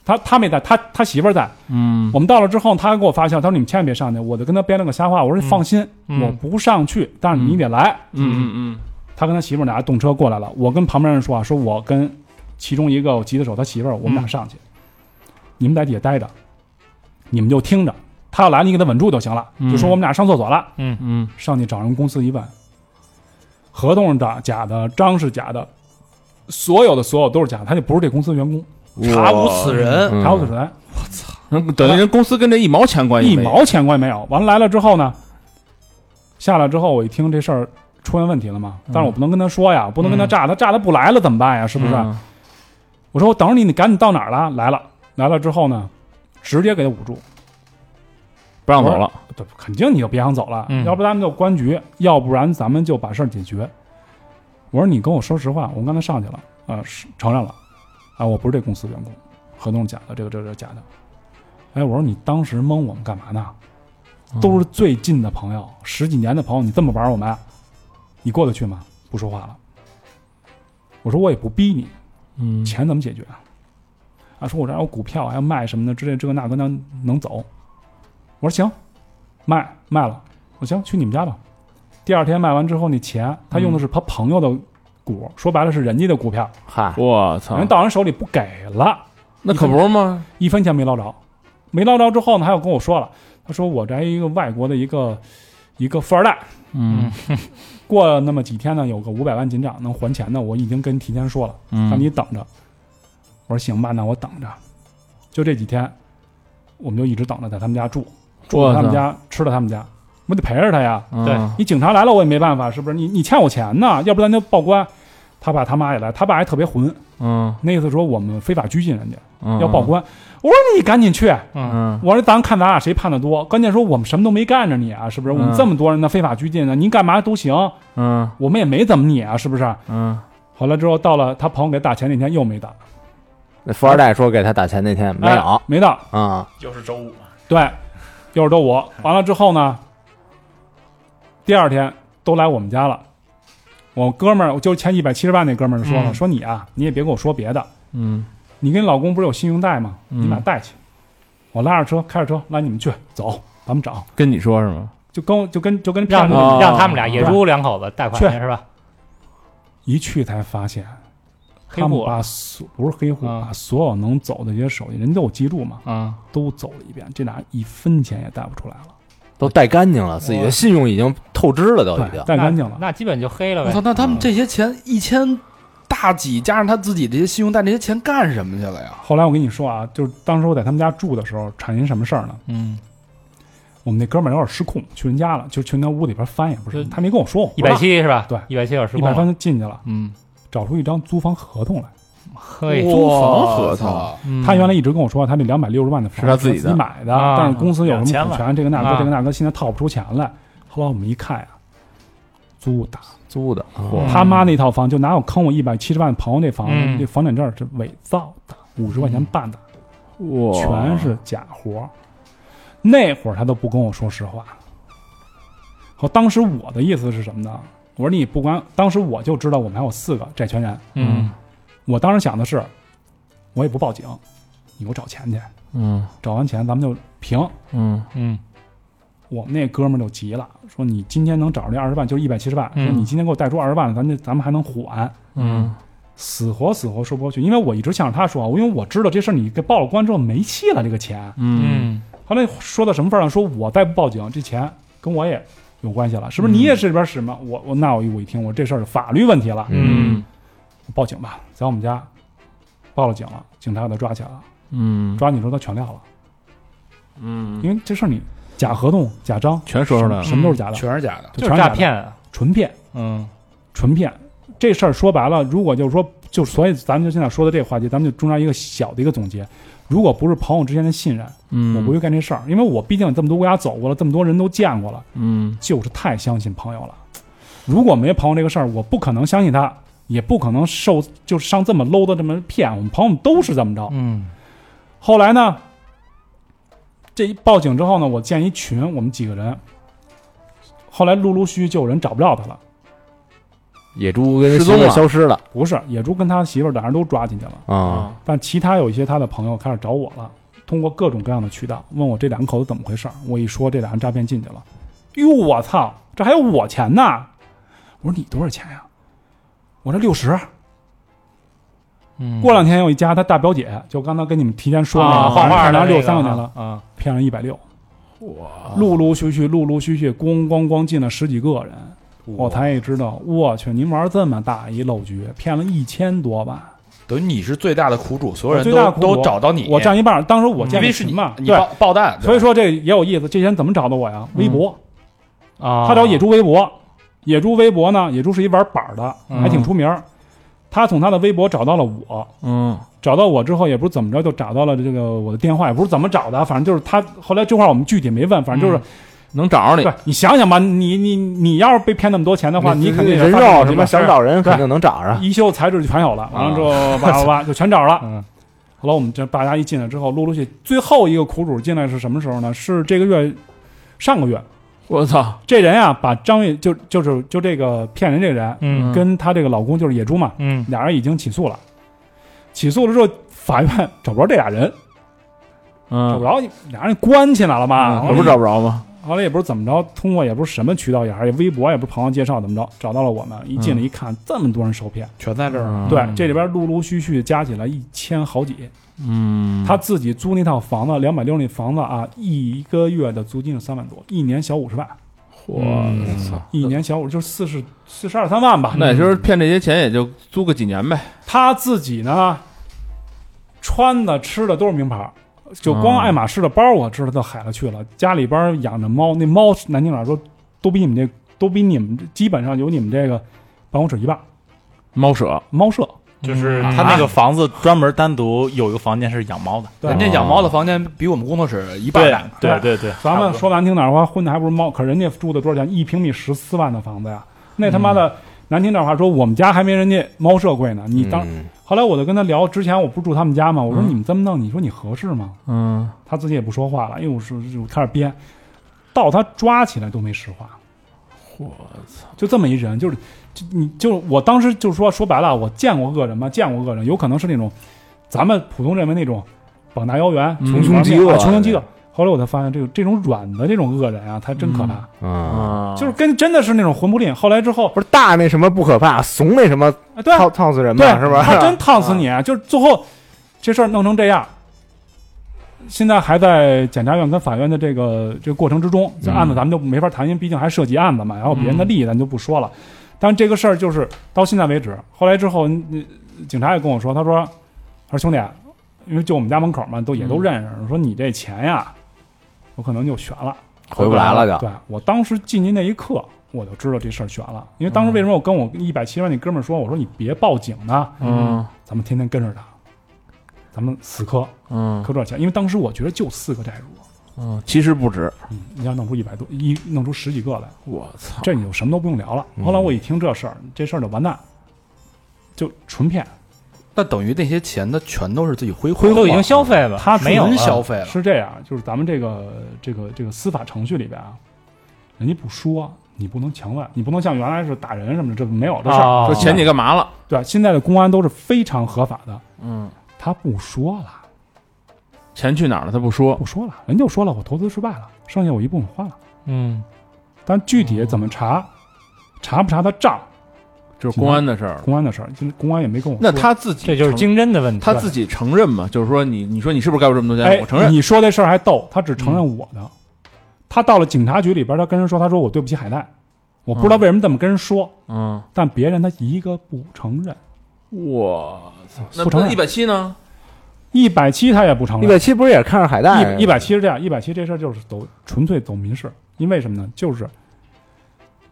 [SPEAKER 5] 他他没在，他他媳妇儿在。
[SPEAKER 4] 嗯
[SPEAKER 5] 我们到了之后，他给我发消息，他说你们千万别上去，我就跟他编了个瞎话，我说放心，
[SPEAKER 8] 嗯
[SPEAKER 5] 我不上去，但是你得来。
[SPEAKER 4] 嗯嗯
[SPEAKER 5] 他跟他媳妇儿俩动车过来了，我跟旁边人说啊，说我跟其中一个我吉他手他媳妇儿，我们俩上去，你们在底下待着，你们就听着，他要来你给他稳住就行了，就说我们俩上厕所了。
[SPEAKER 8] 嗯
[SPEAKER 4] 嗯
[SPEAKER 5] 上去找人公司一问，合同是假假的，章是假的，所有的所有都是假的，他就不是这公司的员工，
[SPEAKER 7] 查无此人，
[SPEAKER 6] 嗯
[SPEAKER 5] 查无此人，
[SPEAKER 6] 人等于人公司跟这一毛钱关系
[SPEAKER 5] 一
[SPEAKER 6] 没有
[SPEAKER 5] 毛钱关系没有。完来了之后呢，下来之后我一听这事儿出现问题了嘛，
[SPEAKER 6] 嗯
[SPEAKER 5] 但是我不能跟他说呀，我不能跟他炸，他炸他不来了怎么办呀？是不是？
[SPEAKER 6] 嗯
[SPEAKER 5] 我说我等着你，你赶紧到哪儿了？来了，来了之后呢，直接给他捂住，
[SPEAKER 6] 不让走了。
[SPEAKER 5] 对，肯定你就别想走了，
[SPEAKER 8] 嗯
[SPEAKER 5] 要不咱们就公安局，要不然咱们就把事儿解决。我说你跟我说实话，我刚才上去了，呃，是承认了，啊，我不是这公司员工，合同是假的，这个这个这个假的。哎，我说你当时蒙我们干嘛呢？都是最近的朋友，十几年的朋友，你这么玩我们，你过得去吗？不说话了。我说我也不逼你，
[SPEAKER 6] 嗯
[SPEAKER 5] 钱怎么解决啊？啊，说我这儿有股票，还要卖什么的之类，这个那个那能走？我说行，卖卖了，我行，去你们家吧。第二天卖完之后，那钱他用的是他朋友的股，说白了是人家的股票，
[SPEAKER 6] 嗨，我操
[SPEAKER 5] 人，到人手里不给了，
[SPEAKER 6] 那可不是吗？
[SPEAKER 5] 一分钱没捞着。没捞着之后呢，他又跟我说了，他说我这一个外国的一个一个富二代，
[SPEAKER 4] 嗯
[SPEAKER 5] 过了那么几天呢，有个五百万进账能还钱的，我已经跟提前说了，
[SPEAKER 4] 嗯
[SPEAKER 5] 让你等着。我说行吧，那我等着。就这几天，我们就一直等着在他们家住，住在他们家，吃到他们家，我得陪着他呀。
[SPEAKER 4] 嗯
[SPEAKER 8] 对
[SPEAKER 5] 你警察来了我也没办法，是不是？你你欠我钱呢，要不然就报官。他爸他妈也来，他爸还特别混，
[SPEAKER 4] 嗯
[SPEAKER 5] 那意思说我们非法拘禁人家，
[SPEAKER 4] 嗯，
[SPEAKER 5] 要报官。我说你赶紧去，
[SPEAKER 4] 嗯
[SPEAKER 5] 我说咱看咱俩谁判的多。关键说我们什么都没干着你啊，是不是？我们
[SPEAKER 4] 嗯
[SPEAKER 5] 这么多人呢，非法拘禁呢，您干嘛都行，
[SPEAKER 4] 嗯
[SPEAKER 5] 我们也没怎么你啊，是不是？
[SPEAKER 4] 嗯
[SPEAKER 5] 后来之后到了他朋友给打钱那天又没打，
[SPEAKER 6] 那富二代说给他打钱那天没
[SPEAKER 5] 哎
[SPEAKER 6] 有
[SPEAKER 5] 没到，
[SPEAKER 6] 啊，
[SPEAKER 4] 又是周五嘛，
[SPEAKER 5] 对，又是都我。完了之后呢，第二天都来我们家了。我哥们儿，就欠一百七十万那哥们儿说了，
[SPEAKER 8] 嗯
[SPEAKER 5] 说你啊，你也别跟我说别的，
[SPEAKER 4] 嗯
[SPEAKER 5] 你跟你老公不是有信用贷吗？
[SPEAKER 4] 嗯
[SPEAKER 5] 你俩带去，我拉着车开着车拉你们去，走，咱们找，
[SPEAKER 4] 跟你说是吗？
[SPEAKER 5] 就跟我就跟就跟骗
[SPEAKER 8] 让
[SPEAKER 5] 子
[SPEAKER 4] 哦
[SPEAKER 8] 让他们俩野猪两口子贷款去是吧？
[SPEAKER 5] 一去才发现，
[SPEAKER 8] 黑
[SPEAKER 5] 他们
[SPEAKER 8] 户
[SPEAKER 5] 把所不是黑户，
[SPEAKER 8] 啊
[SPEAKER 5] 把所有能走的这些手艺，人都有记录嘛，
[SPEAKER 8] 嗯
[SPEAKER 5] 都走了一遍，这俩一分钱也带不出来了。
[SPEAKER 6] 都带干净了，自己的信用已经透支了，都已经
[SPEAKER 5] 对，。带干净了。
[SPEAKER 8] 那基本就黑了
[SPEAKER 7] 我
[SPEAKER 8] 呗
[SPEAKER 7] 操，。那他们这些钱一千大几，加上他自己这些信用贷这些钱干什么去了呀？
[SPEAKER 5] 后来我跟你说啊，就是当时我在他们家住的时候，产生什么事儿呢？
[SPEAKER 7] 嗯，
[SPEAKER 5] 我们那哥们儿有点失控，去人家了，就去人家屋里边翻，也不是他没跟我说，
[SPEAKER 8] 嗯一百七是吧？
[SPEAKER 5] 对
[SPEAKER 8] 一百七小时
[SPEAKER 5] 一百三就进去了，
[SPEAKER 7] 嗯，
[SPEAKER 5] 找出一张租房合同来。
[SPEAKER 8] 嘿，
[SPEAKER 7] 租
[SPEAKER 3] 房合同
[SPEAKER 5] 他原来一直跟我说，他这两百六十万的房
[SPEAKER 6] 是他自己的
[SPEAKER 5] 己买的，
[SPEAKER 8] 嗯啊
[SPEAKER 5] 但是公司有什么股
[SPEAKER 4] 2000
[SPEAKER 5] 权，这个那
[SPEAKER 8] 啊
[SPEAKER 5] 个这个那个，现在套不出钱来。后来我们一看呀，啊租的，啊
[SPEAKER 6] 租的，
[SPEAKER 5] 他妈那套房就哪有坑我一百七十万朋友那房子，
[SPEAKER 8] 嗯
[SPEAKER 5] 这房产证儿是伪造的，五十块钱办的，
[SPEAKER 3] 哇
[SPEAKER 5] 全是假活儿。那会儿他都不跟我说实话。好，当时我的意思是什么呢？我说你不管，当时我就知道我们还有四个债权人。
[SPEAKER 8] 嗯，
[SPEAKER 5] 我当时想的是，我也不报警，你给我找钱去。
[SPEAKER 1] 嗯
[SPEAKER 5] 找完钱咱们就平。
[SPEAKER 1] 嗯
[SPEAKER 8] 嗯
[SPEAKER 5] 我们那哥们儿就急了，说你今天能找着这二十万，就是一百七十万，
[SPEAKER 8] 嗯
[SPEAKER 5] 说你今天给我贷出二十万了，咱这咱们还能缓。
[SPEAKER 1] 嗯
[SPEAKER 5] 死活死活说不过去，因为我一直想着他说，因为我知道这事儿你给报了官之后没戏了，这个钱。
[SPEAKER 8] 嗯
[SPEAKER 5] 后来说到什么份儿上，说我再不报警，这钱跟我也有关系了，
[SPEAKER 1] 嗯
[SPEAKER 5] 是不是？你也是这边使吗？我我那我一我一听，我这事儿是法律问题了，
[SPEAKER 8] 嗯
[SPEAKER 5] 我报警吧，在我们家报了警了，警察给他抓起来了，
[SPEAKER 1] 嗯
[SPEAKER 5] 抓你时候他全撂了，
[SPEAKER 1] 嗯，
[SPEAKER 5] 因为这事儿你假合同、假章，
[SPEAKER 4] 全说出来了。
[SPEAKER 5] 什么都是
[SPEAKER 1] 嗯
[SPEAKER 5] 假的，
[SPEAKER 7] 全是假的。
[SPEAKER 5] 就
[SPEAKER 8] 就
[SPEAKER 5] 全
[SPEAKER 8] 是
[SPEAKER 5] 是假
[SPEAKER 8] 诈
[SPEAKER 5] 的
[SPEAKER 8] 骗啊，
[SPEAKER 5] 纯骗。
[SPEAKER 7] 嗯，
[SPEAKER 5] 纯骗。这事儿说白了，如果就是说，就所以咱们就现在说的这个话题，咱们就中间一个小的一个总结。如果不是朋友之间的信任，
[SPEAKER 1] 嗯
[SPEAKER 5] 我不会干这事儿，因为我毕竟这么多国家走过了，这么多人都见过了，
[SPEAKER 1] 嗯
[SPEAKER 5] 就是太相信朋友了。如果没朋友这个事儿，我不可能相信他，也不可能受就是上这么 low 的这么骗。我们朋友都是这么着。
[SPEAKER 8] 嗯
[SPEAKER 5] 后来呢，这一报警之后呢，我建一群，我们几个人。后来陆陆续续就有人找不着他了，
[SPEAKER 6] 野猪跟
[SPEAKER 9] 失踪了
[SPEAKER 6] 媳妇儿消失了
[SPEAKER 5] 不是野猪跟他媳妇儿俩人都抓进去了。
[SPEAKER 6] 啊，
[SPEAKER 5] 但其他有一些他的朋友开始找我了，通过各种各样的渠道问我这两口子怎么回事儿。我一说这俩人诈骗进去了，哟，我操，这还有我钱呢！我说你多少钱呀？我这六十。
[SPEAKER 8] 嗯，
[SPEAKER 5] 过两天有一家他大表姐，就刚才跟你们提前说那
[SPEAKER 8] 啊，
[SPEAKER 5] 个，
[SPEAKER 8] 画画
[SPEAKER 5] 拿
[SPEAKER 8] 的
[SPEAKER 5] 六三块钱了，
[SPEAKER 8] 啊，
[SPEAKER 5] 骗了一百六。陆陆续续，陆陆续续，咣咣咣进了十几个人，我才也知道，我去，您玩这么大一漏局，骗了一千多万。
[SPEAKER 7] 等于你是最大的苦主，所有
[SPEAKER 5] 我
[SPEAKER 7] 人
[SPEAKER 5] 最大的苦
[SPEAKER 7] 都
[SPEAKER 5] 主
[SPEAKER 7] 都找到你，
[SPEAKER 5] 我占一半儿，当时我
[SPEAKER 7] 因
[SPEAKER 5] 见
[SPEAKER 7] 为
[SPEAKER 5] 的
[SPEAKER 7] 是
[SPEAKER 5] 群
[SPEAKER 7] 你
[SPEAKER 5] 嘛，
[SPEAKER 7] 你
[SPEAKER 5] 对
[SPEAKER 7] 爆爆弹，对吧
[SPEAKER 5] 所以说这也有意思，这些人怎么找到我呀？微博，
[SPEAKER 8] 嗯啊，
[SPEAKER 5] 他找野猪微博，野猪微博呢，野猪是一玩板儿的，
[SPEAKER 8] 嗯
[SPEAKER 5] 还挺出名儿。他从他的微博找到了我，
[SPEAKER 1] 嗯
[SPEAKER 5] 找到我之后也不是怎么着就找到了这个我的电话，也不是怎么找的，反正就是他后来这块儿我们具体没问，反
[SPEAKER 8] 嗯
[SPEAKER 5] 正就是、
[SPEAKER 6] 能找着你
[SPEAKER 5] 对，你想想吧，你你你要是被骗那么多钱的话，你肯定也
[SPEAKER 6] 人
[SPEAKER 7] 哦
[SPEAKER 5] 发
[SPEAKER 6] 肉
[SPEAKER 5] 现
[SPEAKER 6] 什么
[SPEAKER 5] 是
[SPEAKER 6] 想找人肯定能找着，
[SPEAKER 5] 啊一秀才智就全有了，完了之后叭叭叭就全找了。嗯，后来我们这大家一进来之后，陆陆续最后一个苦主进来是什么时候呢？是这个月上个月，
[SPEAKER 1] 我操，
[SPEAKER 5] 这人啊把张月就就是就这个骗人这个人，
[SPEAKER 8] 嗯
[SPEAKER 5] 跟他这个老公就是野猪嘛，
[SPEAKER 8] 嗯
[SPEAKER 5] 俩人已经起诉了。起诉了之后，法院找不着这俩人，找
[SPEAKER 1] 嗯
[SPEAKER 5] 不着俩人关起来了嘛，
[SPEAKER 1] 可不找不着吗？
[SPEAKER 5] 后来也不是怎么着，通过也不是什么渠道，也还是微博，也不是朋友介绍，怎么着找到了我们。一进来一看，这么多人受骗，
[SPEAKER 7] 全在这儿呢。
[SPEAKER 5] 对，这里边陆陆续续加起来一千好几。
[SPEAKER 1] 嗯，
[SPEAKER 5] 他自己租那套房子，两百六那房子啊，一个月的租金是三万多，一年小五十万，
[SPEAKER 1] 嗯
[SPEAKER 5] 一年小五就是四十四十二三万吧。
[SPEAKER 1] 那也就是骗这些钱，也就租个几年呗。
[SPEAKER 5] 他自己呢，穿的吃的都是名牌儿，就光
[SPEAKER 1] 啊
[SPEAKER 5] 爱马仕的包我知道到海了去了。家里边儿养着猫，那猫南京点儿说都比你们这都比你们这基本上有你们这个办公室一半儿
[SPEAKER 1] 猫舍，
[SPEAKER 5] 猫舍。
[SPEAKER 4] 就是他
[SPEAKER 5] 啊
[SPEAKER 4] 那个房子专门单独有一个房间是养猫的，
[SPEAKER 5] 对啊
[SPEAKER 7] 人家养猫的房间比我们工作室一半
[SPEAKER 4] 对
[SPEAKER 7] 大，
[SPEAKER 4] 对对对，
[SPEAKER 5] 咱们说难听点儿话，混的还不如猫。可人家住的多少钱？一平米十四万的房子呀，那他妈的、难听点儿话说，我们家还没人家猫舍贵呢。你当、
[SPEAKER 9] 嗯
[SPEAKER 5] 后来我就跟他聊，之前我不住他们家嘛，我说你们这么弄，你说你合适吗？
[SPEAKER 1] 嗯
[SPEAKER 5] 他自己也不说话了，因为我是我开始编，到他抓起来都没实话。我操！就这么一人，就是就你就我当时就说说白了，我见过恶人嘛，见过恶人，有可能是那种咱们普通认为那种膀大腰圆、穷凶极恶、嗯啊穷凶极恶。后来我才发现，这个这种软的这种恶人啊，他真可怕，
[SPEAKER 9] 嗯，
[SPEAKER 1] 啊，
[SPEAKER 5] 就是跟真的是那种魂不吝。后来之后，
[SPEAKER 9] 不是大那什么不可怕，怂那什么
[SPEAKER 5] 啊，对，
[SPEAKER 9] 烫烫死人
[SPEAKER 5] 对，
[SPEAKER 9] 嘛，是吧？
[SPEAKER 5] 啊
[SPEAKER 9] 嗯
[SPEAKER 5] 他真烫死你，就是最后这事儿弄成这样，现在还在检察院跟法院的这个这个过程之中，
[SPEAKER 3] 嗯
[SPEAKER 5] 这案子咱们就没法谈，因为毕竟还涉及案子嘛，然后别人的利益咱就不说了。
[SPEAKER 3] 嗯
[SPEAKER 5] 但这个事儿就是到现在为止，后来之后，嗯警察也跟我说，他说，他说兄弟，啊因为就我们家门口嘛，都也都认识，
[SPEAKER 3] 嗯
[SPEAKER 5] 说你这钱呀，我可能就悬了。
[SPEAKER 3] 回不来了就。
[SPEAKER 5] 对我当时进去那一刻，我就知道这事儿悬了，因为当时为什么我跟我
[SPEAKER 3] 嗯
[SPEAKER 5] 一百七十万那哥们儿说，我说你别报警呢，
[SPEAKER 6] 嗯
[SPEAKER 5] 咱们天天跟着他，咱们死磕
[SPEAKER 6] 嗯
[SPEAKER 5] 磕这钱，因为当时我觉得就四个债主，
[SPEAKER 6] 嗯，其实不止，
[SPEAKER 5] 嗯，你要弄出一百多一弄出十几个来，
[SPEAKER 6] 我操，嗯
[SPEAKER 5] 这你就什么都不用聊了。后来我一听这事儿，这事儿就完蛋，就纯骗，
[SPEAKER 7] 那等于那些钱，他全都是自己挥霍，
[SPEAKER 8] 都已经消费了，
[SPEAKER 5] 他
[SPEAKER 8] 没
[SPEAKER 1] 啊
[SPEAKER 8] 有
[SPEAKER 7] 纯
[SPEAKER 8] 了
[SPEAKER 7] 消费了。
[SPEAKER 5] 是这样，就是咱们这个这个这个司法程序里边啊，人家不说，你不能强问，你不能像原来是打人什么的，这没有这事儿。
[SPEAKER 8] 哦
[SPEAKER 6] 说钱你干嘛了？
[SPEAKER 5] 对，现在的公安都是非常合法的，
[SPEAKER 6] 嗯，
[SPEAKER 5] 他不说了，
[SPEAKER 6] 钱去哪儿了？他不说，
[SPEAKER 5] 不说了，人就说了，我投资失败了，剩下我一部分花了，
[SPEAKER 8] 嗯，
[SPEAKER 5] 但具体怎么查，查不查他账，
[SPEAKER 6] 就是公安的事儿。
[SPEAKER 5] 公安的事儿，就是公安也没跟我说。
[SPEAKER 6] 那他自己
[SPEAKER 8] 这就是
[SPEAKER 6] 承
[SPEAKER 8] 经侦的问题。
[SPEAKER 6] 嗯他自己承认嘛？就是说你你说你是不是该我这么多
[SPEAKER 5] 哎
[SPEAKER 6] 钱？我承认。
[SPEAKER 5] 你说这事儿还逗，他只承认我的。他到了警察局里边，他跟人说，他说我对不起海带，我不知道为什么这么跟人说，
[SPEAKER 6] 嗯，
[SPEAKER 5] 但别人他一个不承认，
[SPEAKER 6] 我操，啊那
[SPEAKER 5] 不承认
[SPEAKER 6] 一百七呢？
[SPEAKER 5] 一百七他也不承
[SPEAKER 9] 一
[SPEAKER 5] 认。
[SPEAKER 9] 百七不是也是看着海带？
[SPEAKER 5] 一一百七是这样，一百七这事儿就是走纯粹走民事，因为什么呢？就是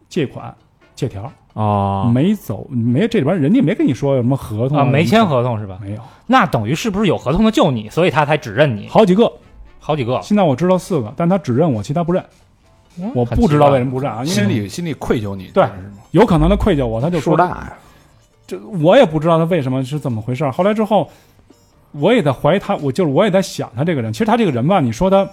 [SPEAKER 5] 借款借条
[SPEAKER 6] 哦，
[SPEAKER 5] 没走，没这里边人家没跟你说有什么合同
[SPEAKER 8] 啊没签
[SPEAKER 5] 合
[SPEAKER 8] 合同是吧？
[SPEAKER 5] 没有，
[SPEAKER 8] 那等于是不是有合同的就你，所以他才只认你？
[SPEAKER 5] 好几个。
[SPEAKER 8] 好几个，
[SPEAKER 5] 现在我知道四个，但他只认我，其他不认。我
[SPEAKER 8] 很
[SPEAKER 5] 不
[SPEAKER 8] 奇
[SPEAKER 5] 知道
[SPEAKER 8] 怪
[SPEAKER 5] 为什么不认啊，因
[SPEAKER 7] 心
[SPEAKER 5] 为
[SPEAKER 7] 里心里愧疚你，
[SPEAKER 5] 对
[SPEAKER 7] 但是
[SPEAKER 5] 有可能他愧疚我，他就
[SPEAKER 9] 数
[SPEAKER 5] 说
[SPEAKER 9] 大呀，
[SPEAKER 5] 这我也不知道他为什么是怎么回事儿。后来之后，我也在怀疑他，我就是我也在想他这个人。其实他这个人吧，你说他，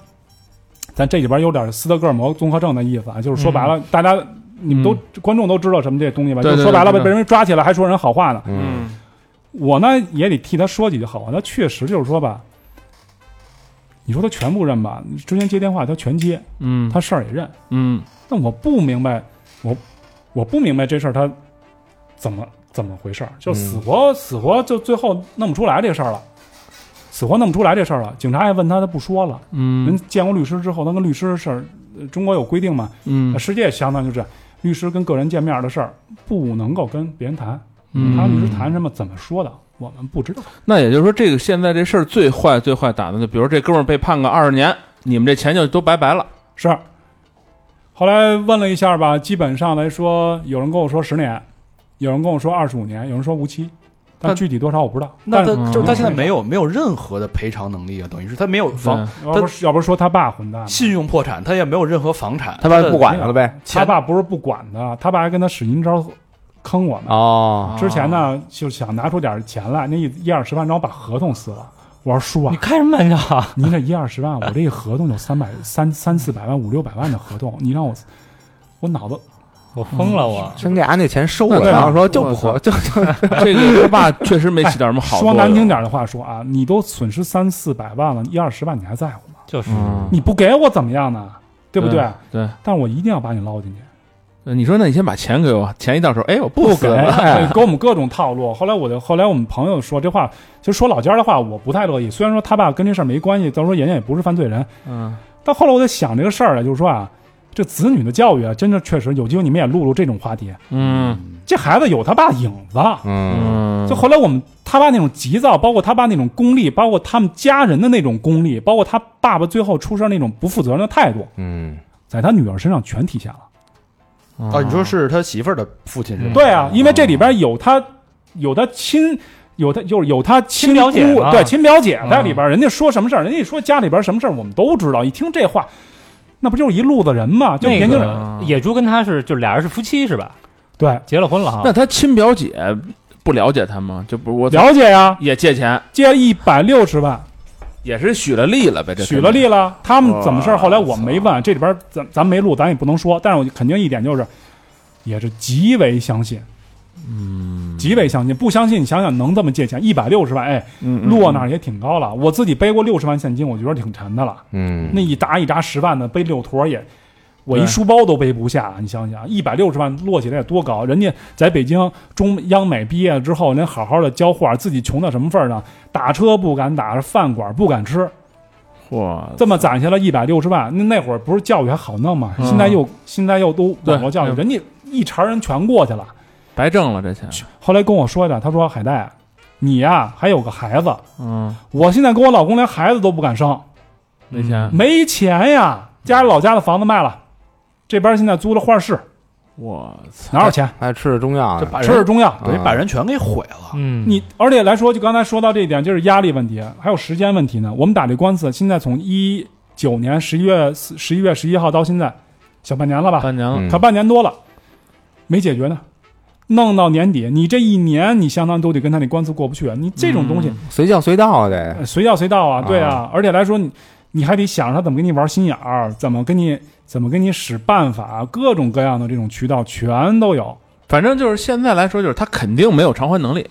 [SPEAKER 5] 咱这里边有点斯德哥尔摩综合症的意思啊，就是说白了，大家你们都、观众都知道什么这东西吧？
[SPEAKER 6] 嗯对对
[SPEAKER 5] 就说白了
[SPEAKER 6] 对
[SPEAKER 5] 被
[SPEAKER 6] 对
[SPEAKER 5] 被人抓起来还说人好话呢。
[SPEAKER 9] 嗯，
[SPEAKER 5] 我呢也得替他说几句好话。他确实就是说吧，你说他全部认吧，之前接电话他全接，
[SPEAKER 6] 嗯
[SPEAKER 5] 他事儿也认。
[SPEAKER 6] 嗯
[SPEAKER 5] 但我不明白，我我不明白这事儿他怎么怎么回事儿，
[SPEAKER 6] 嗯
[SPEAKER 5] 就死活、死活就最后弄不出来这事儿了，死活弄不出来这事儿了。警察也问他，他不说了。人
[SPEAKER 6] 嗯
[SPEAKER 5] 见过律师之后，他跟律师的事儿，呃中国有规定嘛，呃
[SPEAKER 6] 嗯
[SPEAKER 5] 世界相当就是律师跟个人见面的事儿不能够跟别人谈，
[SPEAKER 6] 嗯，
[SPEAKER 5] 他律师谈什么怎么说的，我们不知道。
[SPEAKER 6] 那也就是说，这个现在这事儿最坏最坏打的，就比如这哥们儿被判个二十年，你们这钱就都白白了。
[SPEAKER 5] 是。后来问了一下吧，基本上来说，有人跟我说十年，有人跟我说二十五年，有人说无期，但
[SPEAKER 7] 那
[SPEAKER 5] 具体多少我不知道。
[SPEAKER 7] 那
[SPEAKER 5] 但
[SPEAKER 7] 他就是他现在没有没有任何的赔偿能力啊，等于是他没有房
[SPEAKER 5] 要不是要不是说他爸混蛋呢，
[SPEAKER 7] 信用破产，他也没有任何房产，
[SPEAKER 9] 他爸不管他了呗？
[SPEAKER 5] 他
[SPEAKER 7] 钱
[SPEAKER 5] 爸不是不管的，他爸还跟他使阴招坑我们。
[SPEAKER 7] 啊
[SPEAKER 9] 哦，
[SPEAKER 5] 之前呢，就想拿出点钱来，那一一二十万让我把合同撕了。我说叔啊
[SPEAKER 8] 你，开什么玩笑
[SPEAKER 1] [LAUGHS]
[SPEAKER 8] 啊？
[SPEAKER 5] 您这一二十万，我这一合同有三百三三四百万五六百万的合同，你让我，我脑子
[SPEAKER 8] 我疯了我！
[SPEAKER 9] 先给俺那钱收了，
[SPEAKER 5] 那
[SPEAKER 9] 然后说就不合，就
[SPEAKER 6] 这个他爸确实没起到什么好
[SPEAKER 5] 说
[SPEAKER 6] 作用。
[SPEAKER 5] 难听点的话说啊，你都损失三四百万了，一二十万你还在乎吗？
[SPEAKER 8] 就是
[SPEAKER 7] [LAUGHS]
[SPEAKER 6] 嗯，
[SPEAKER 5] 你不给我怎么样呢？对不对？
[SPEAKER 6] 对，
[SPEAKER 5] 但我一定要把你捞进去，
[SPEAKER 6] 对你说那你先把钱给我，钱一到手，哎，我不哎给
[SPEAKER 5] 给，对给我们各种套路。后来我就，后来我们朋友说这话，其实说老家的话，我不太乐意。虽然说他爸跟这事儿没关系，到时候人家也不是犯罪人，
[SPEAKER 6] 嗯，
[SPEAKER 5] 但后来我在想这个事儿啊，就是说啊，这子女的教育啊，真的确实有机会你们也录录这种话题。
[SPEAKER 6] 嗯
[SPEAKER 5] 这孩子有他爸影子，
[SPEAKER 9] 嗯
[SPEAKER 6] 嗯，
[SPEAKER 5] 就后来我们他爸那种急躁，包括他爸那种功利，包括他们家人的那种功利，包括他爸爸最后出事儿那种不负责任的态度，
[SPEAKER 9] 嗯，
[SPEAKER 5] 在他女儿身上全体现了。
[SPEAKER 7] 啊，你说是他媳妇儿的父亲
[SPEAKER 8] 嗯
[SPEAKER 7] 是吧？
[SPEAKER 5] 对啊，因为这里边有他，有他亲，有他就是有他亲
[SPEAKER 8] 亲表姐
[SPEAKER 5] 姑
[SPEAKER 8] 嘛嗯
[SPEAKER 5] 对亲表姐在里边，人家说什么事儿，人家说家里边什么事儿，我们都知道。一听这话，那不就是一路子人嘛？就
[SPEAKER 8] 那
[SPEAKER 5] 年轻人、
[SPEAKER 8] 个野猪跟他是就俩人是夫妻是吧？
[SPEAKER 5] 对
[SPEAKER 8] 结了婚了哈。
[SPEAKER 6] 那他亲表姐不了解他吗？就不是我
[SPEAKER 5] 了解呀，
[SPEAKER 6] 也借钱，
[SPEAKER 5] 借一百六十万，
[SPEAKER 6] 也是许了利了呗，这
[SPEAKER 5] 许了利了。他们怎么事儿？后来我没问，这里边咱咱没录，咱也不能说。但是我肯定一点就是，也是极为相信。嗯，极为相信，不相信你想想能这么借钱一百六十万，哎，落那儿也挺高了。我自己背过六十万现金，我觉得挺沉的了。
[SPEAKER 9] 嗯
[SPEAKER 5] 那一沓一沓十万的背六坨儿也，我一
[SPEAKER 6] 对
[SPEAKER 5] 书包都背不下。你想想，一百六十万摞起来有多高？人家在北京中央美毕业了之后，人家好好的教画，自己穷到什么份儿上？打车不敢打，饭馆不敢吃，
[SPEAKER 6] 嚯，
[SPEAKER 5] 这么攒下了一百六十万。那那会儿不是教育还好弄嘛，
[SPEAKER 6] 嗯
[SPEAKER 5] 现在又现在又都网络教育，
[SPEAKER 6] 对
[SPEAKER 5] 人家一茬人全过去了。
[SPEAKER 6] 白挣了这钱，
[SPEAKER 5] 后来跟我说的，他说海带，你呀、还有个孩子，
[SPEAKER 6] 嗯，
[SPEAKER 5] 我现在跟我老公连孩子都不敢生，
[SPEAKER 6] 没钱，
[SPEAKER 5] 没钱呀，家里老家的房子卖了，这边现在租了画室，
[SPEAKER 6] 我操，
[SPEAKER 5] 哪有钱？
[SPEAKER 7] 还吃着中药呢，
[SPEAKER 5] 吃着中药。
[SPEAKER 7] 嗯
[SPEAKER 2] 等于把人全给毁了。
[SPEAKER 1] 嗯，
[SPEAKER 5] 你而且来说，就刚才说到这一点，就是压力问题，还有时间问题呢。我们打这官司，现在从一九年十一月十一月十一号到现在，小半年了吧？
[SPEAKER 6] 半年了，
[SPEAKER 5] 可半年多了，没解决呢，弄到年底，你这一年你相当都得跟他那官司过不去，啊你这种东西、
[SPEAKER 7] 随叫随到啊，得
[SPEAKER 5] 呃随叫随到啊，对啊，而且来说你你还得想着他怎么跟你玩心眼儿，怎么跟你怎么跟你使办法，各种各样的这种渠道全都有，
[SPEAKER 6] 反正就是现在来说，就是他肯定没有偿还能力，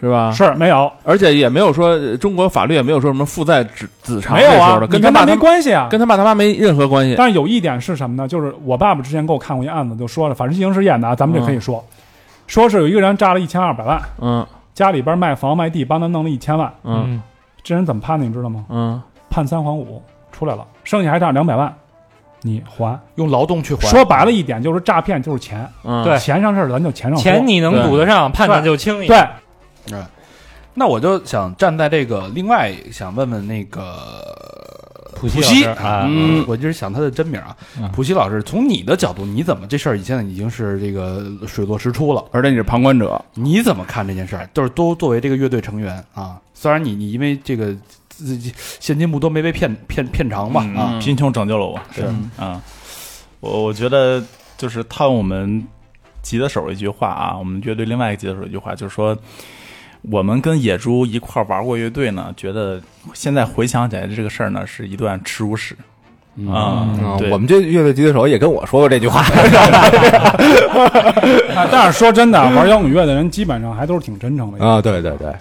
[SPEAKER 6] 是
[SPEAKER 7] 啊
[SPEAKER 6] 吧？
[SPEAKER 5] 是没有
[SPEAKER 6] 而且也没有说呃中国法律也没有说什么父债子子偿
[SPEAKER 5] 没
[SPEAKER 6] 这
[SPEAKER 5] 有
[SPEAKER 6] 时
[SPEAKER 5] 啊
[SPEAKER 6] 候的，，
[SPEAKER 5] 你
[SPEAKER 6] 跟
[SPEAKER 5] 跟
[SPEAKER 6] 爸
[SPEAKER 5] 没
[SPEAKER 6] 他
[SPEAKER 5] 关系啊。
[SPEAKER 6] 跟他爸他妈没任何关系。
[SPEAKER 5] 但是有一点是什么呢？就是我爸爸之前给我看过一案子，就说了，反正刑事验的啊，咱们这可以说，说是有一个人诈了一千二百万，
[SPEAKER 6] 嗯
[SPEAKER 5] 家里边卖房卖地帮他弄了一千万，
[SPEAKER 6] 嗯
[SPEAKER 5] 这人怎么判的你知道吗？
[SPEAKER 6] 嗯，
[SPEAKER 5] 判三还五出来了，剩下还差两百万，你还。
[SPEAKER 2] 用劳动去还，
[SPEAKER 5] 说白了一点就是诈骗就是钱，
[SPEAKER 6] 嗯
[SPEAKER 1] 对
[SPEAKER 5] 钱上事儿咱就钱上说
[SPEAKER 1] 钱你能补得上，判断就轻一点。
[SPEAKER 5] 对，啊
[SPEAKER 2] 那我就想站在这个另外想问问那个
[SPEAKER 1] 普希
[SPEAKER 2] 普
[SPEAKER 1] 老
[SPEAKER 2] 希
[SPEAKER 1] 师啊，
[SPEAKER 2] 嗯，我就是想他的真名啊，普希老师，从你的角度，你怎么这事儿现在已经是这个水落石出了？
[SPEAKER 4] 而且你是旁观者，
[SPEAKER 2] 你怎么看这件事儿？就是都作为这个乐队成员啊，虽然你你因为这个自己现金不多没被骗骗骗
[SPEAKER 4] 嗯
[SPEAKER 2] 偿吧啊，
[SPEAKER 4] 贫穷拯救了我，
[SPEAKER 2] 是
[SPEAKER 4] 啊，我我觉得就是套用我们吉他手一句话啊，我们乐队另外一个吉他手一句话，就是说我们跟野猪一块儿玩过乐队呢，觉得现在回想起来这个事儿呢，是一段耻辱史
[SPEAKER 2] 嗯
[SPEAKER 4] 啊、
[SPEAKER 7] 啊
[SPEAKER 4] 对，
[SPEAKER 7] 我们这乐队吉他手也跟我说过这句话，
[SPEAKER 5] 啊但是说真的，玩摇滚乐的人基本上还都是挺真诚的。
[SPEAKER 7] 啊，对对对，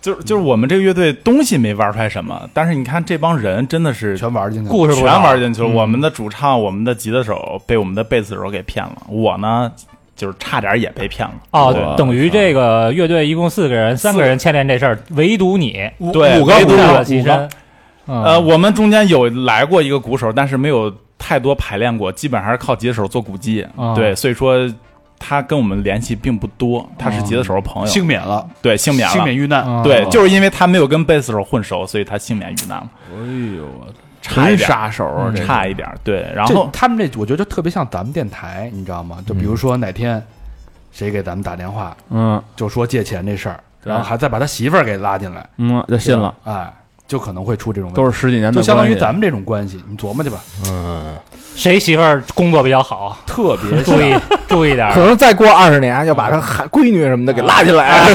[SPEAKER 4] 就是就是我们这个乐队东西没玩出来什么，但是你看这帮人真的是
[SPEAKER 2] 全玩进去了。嗯
[SPEAKER 4] 故事全玩进去了。我们的主唱、我们的吉他手被我们的贝斯手给骗了，我呢就是差点也被骗了。
[SPEAKER 1] 哦
[SPEAKER 4] 对，
[SPEAKER 1] 等于这个乐队一共四个人，三个人牵连这事儿，唯独你
[SPEAKER 4] 对
[SPEAKER 7] 五个
[SPEAKER 4] 唯独
[SPEAKER 1] 大
[SPEAKER 4] 我
[SPEAKER 1] 了其身。
[SPEAKER 4] 呃，
[SPEAKER 1] 呃，
[SPEAKER 4] 我们中间有来过一个鼓手，但是没有太多排练过，基本还是靠吉他手做鼓机。
[SPEAKER 1] 啊
[SPEAKER 4] 对，所以说他跟我们联系并不多，他是吉他手的朋友，
[SPEAKER 2] 幸免了，
[SPEAKER 4] 对幸免了。
[SPEAKER 2] 幸免遇难，
[SPEAKER 4] 对，就是因为他没有跟贝斯手混熟，所以他幸免遇难了，
[SPEAKER 6] 哎呦我操，
[SPEAKER 4] 差
[SPEAKER 6] 纯
[SPEAKER 4] 一点，
[SPEAKER 6] 杀手啊，这
[SPEAKER 4] 差一点。对，然后
[SPEAKER 2] 这他们这，我觉得就特别像咱们电台，你知道吗？就比如说哪天谁给咱们打电话，
[SPEAKER 6] 嗯
[SPEAKER 2] 就说借钱这事儿，
[SPEAKER 6] 对
[SPEAKER 2] 然后还再把他媳妇儿给拉进来，
[SPEAKER 6] 嗯，就信了，
[SPEAKER 2] 哎，就可能会出这种问题，
[SPEAKER 6] 都是十几年的，
[SPEAKER 2] 就相当于咱们这种关系，你琢磨去吧。
[SPEAKER 7] 嗯，
[SPEAKER 1] 谁媳妇儿工作比较好？
[SPEAKER 2] 特别
[SPEAKER 1] 注意注意点
[SPEAKER 7] 可
[SPEAKER 1] 儿。
[SPEAKER 7] 能再过二十年就把他孩闺女什么的给拉进来，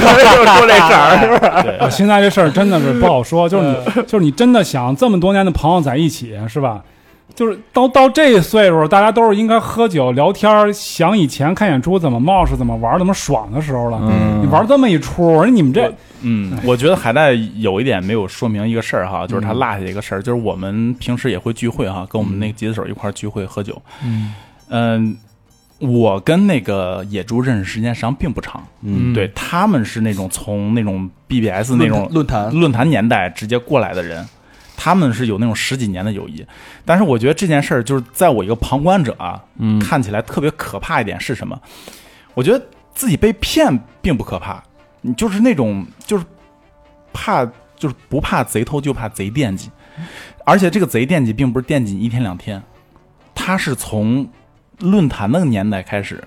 [SPEAKER 5] 啊现在这事儿真的是不好说，就是你，就是你真的想这么多年的朋友在一起，是吧？就是都到这岁数，大家都是应该喝酒聊天儿，想以前看演出怎么冒失、怎么玩儿、怎么爽的时候了。
[SPEAKER 6] 嗯
[SPEAKER 5] 你玩这么一出，你们这
[SPEAKER 4] 嗯，我觉得海带有一点没有说明一个事儿哈，就是他落下一个事儿，就是我们平时也会聚会哈，跟我们那个吉他手一块儿聚会喝酒。嗯，我跟那个野猪认识时间实际上并不长，
[SPEAKER 6] 嗯
[SPEAKER 4] 对，他们是那种从那种 BBS 那种
[SPEAKER 2] 论坛，
[SPEAKER 4] 论坛年代直接过来的人，他们是有那种十几年的友谊。但是我觉得这件事儿就是在我一个旁观者啊，
[SPEAKER 6] 嗯
[SPEAKER 4] 看起来特别可怕一点是什么？我觉得自己被骗并不可怕，你就是那种就是怕就是不怕贼偷，就怕贼惦记。而且这个贼惦记并不是惦记你一天两天，他是从论坛那个年代开始，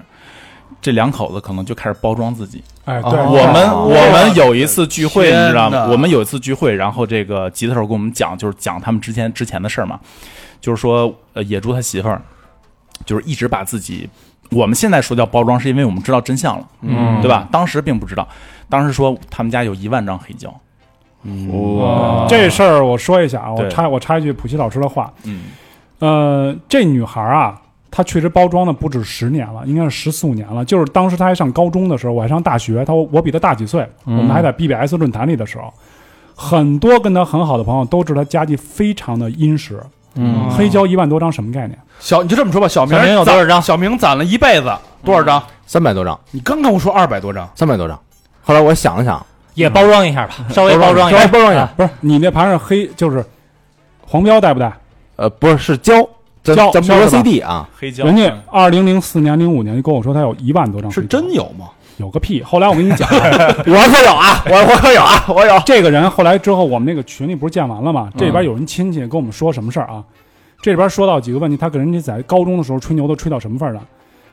[SPEAKER 4] 这两口子可能就开始包装自己。
[SPEAKER 5] 哎，
[SPEAKER 2] 啊
[SPEAKER 5] 对，
[SPEAKER 4] 我们我们有一次聚会，
[SPEAKER 2] 天
[SPEAKER 4] 你知道
[SPEAKER 2] 哪
[SPEAKER 4] 吗？我们有一次聚会，然后这个吉他手跟我们讲，就是讲他们之前之前的事儿嘛，就是说，呃，野猪他媳妇儿，就是一直把自己，我们现在说叫包装，是因为我们知道真相了，
[SPEAKER 6] 嗯
[SPEAKER 4] 对吧？当时并不知道，当时说他们家有一万张黑胶，
[SPEAKER 6] 哇，
[SPEAKER 5] 这事儿我说一下啊，我
[SPEAKER 4] 对
[SPEAKER 5] 插我插一句普希老师的话，
[SPEAKER 4] 嗯，
[SPEAKER 5] 呃，这女孩啊，她确实包装的不止十年了，应该是十四五年了。就是当时她还上高中的时候，我还上大学，她我比她大几岁，我们还在 BBS 论坛里的时候，很多跟她很好的朋友都知道她家境非常的殷实，
[SPEAKER 6] 嗯
[SPEAKER 5] 黑胶一万多张什么概念？
[SPEAKER 2] 小你就这么说吧，小明
[SPEAKER 1] 小明有多少张
[SPEAKER 2] 攒小明攒了一辈子多少张？
[SPEAKER 7] 三百多张，
[SPEAKER 2] 你刚跟我说二百多张，
[SPEAKER 7] 三百多张。后来我想了想，
[SPEAKER 1] 也包装一下吧，稍微包装一
[SPEAKER 7] 稍
[SPEAKER 1] 下，
[SPEAKER 7] 微包装一下
[SPEAKER 1] 啊。
[SPEAKER 5] 不是你那盘是黑，就是黄标带不带？
[SPEAKER 3] 呃，不是是胶，咱
[SPEAKER 5] 胶
[SPEAKER 3] 咱不说
[SPEAKER 5] 胶是吧
[SPEAKER 3] CD 啊，
[SPEAKER 4] 黑胶
[SPEAKER 5] 人家二零零四年、零五年就跟我说他有一万多张，
[SPEAKER 7] 是真有吗？
[SPEAKER 5] 有个屁！后来我跟你讲，
[SPEAKER 3] 我可有啊，我我可有啊，我有。
[SPEAKER 5] 这个人后来之后，我们那个群里不是建完了吗？这里边有人亲戚跟我们说什么事儿啊？这里边说到几个问题，他给人家在高中的时候吹牛都吹到什么份儿上？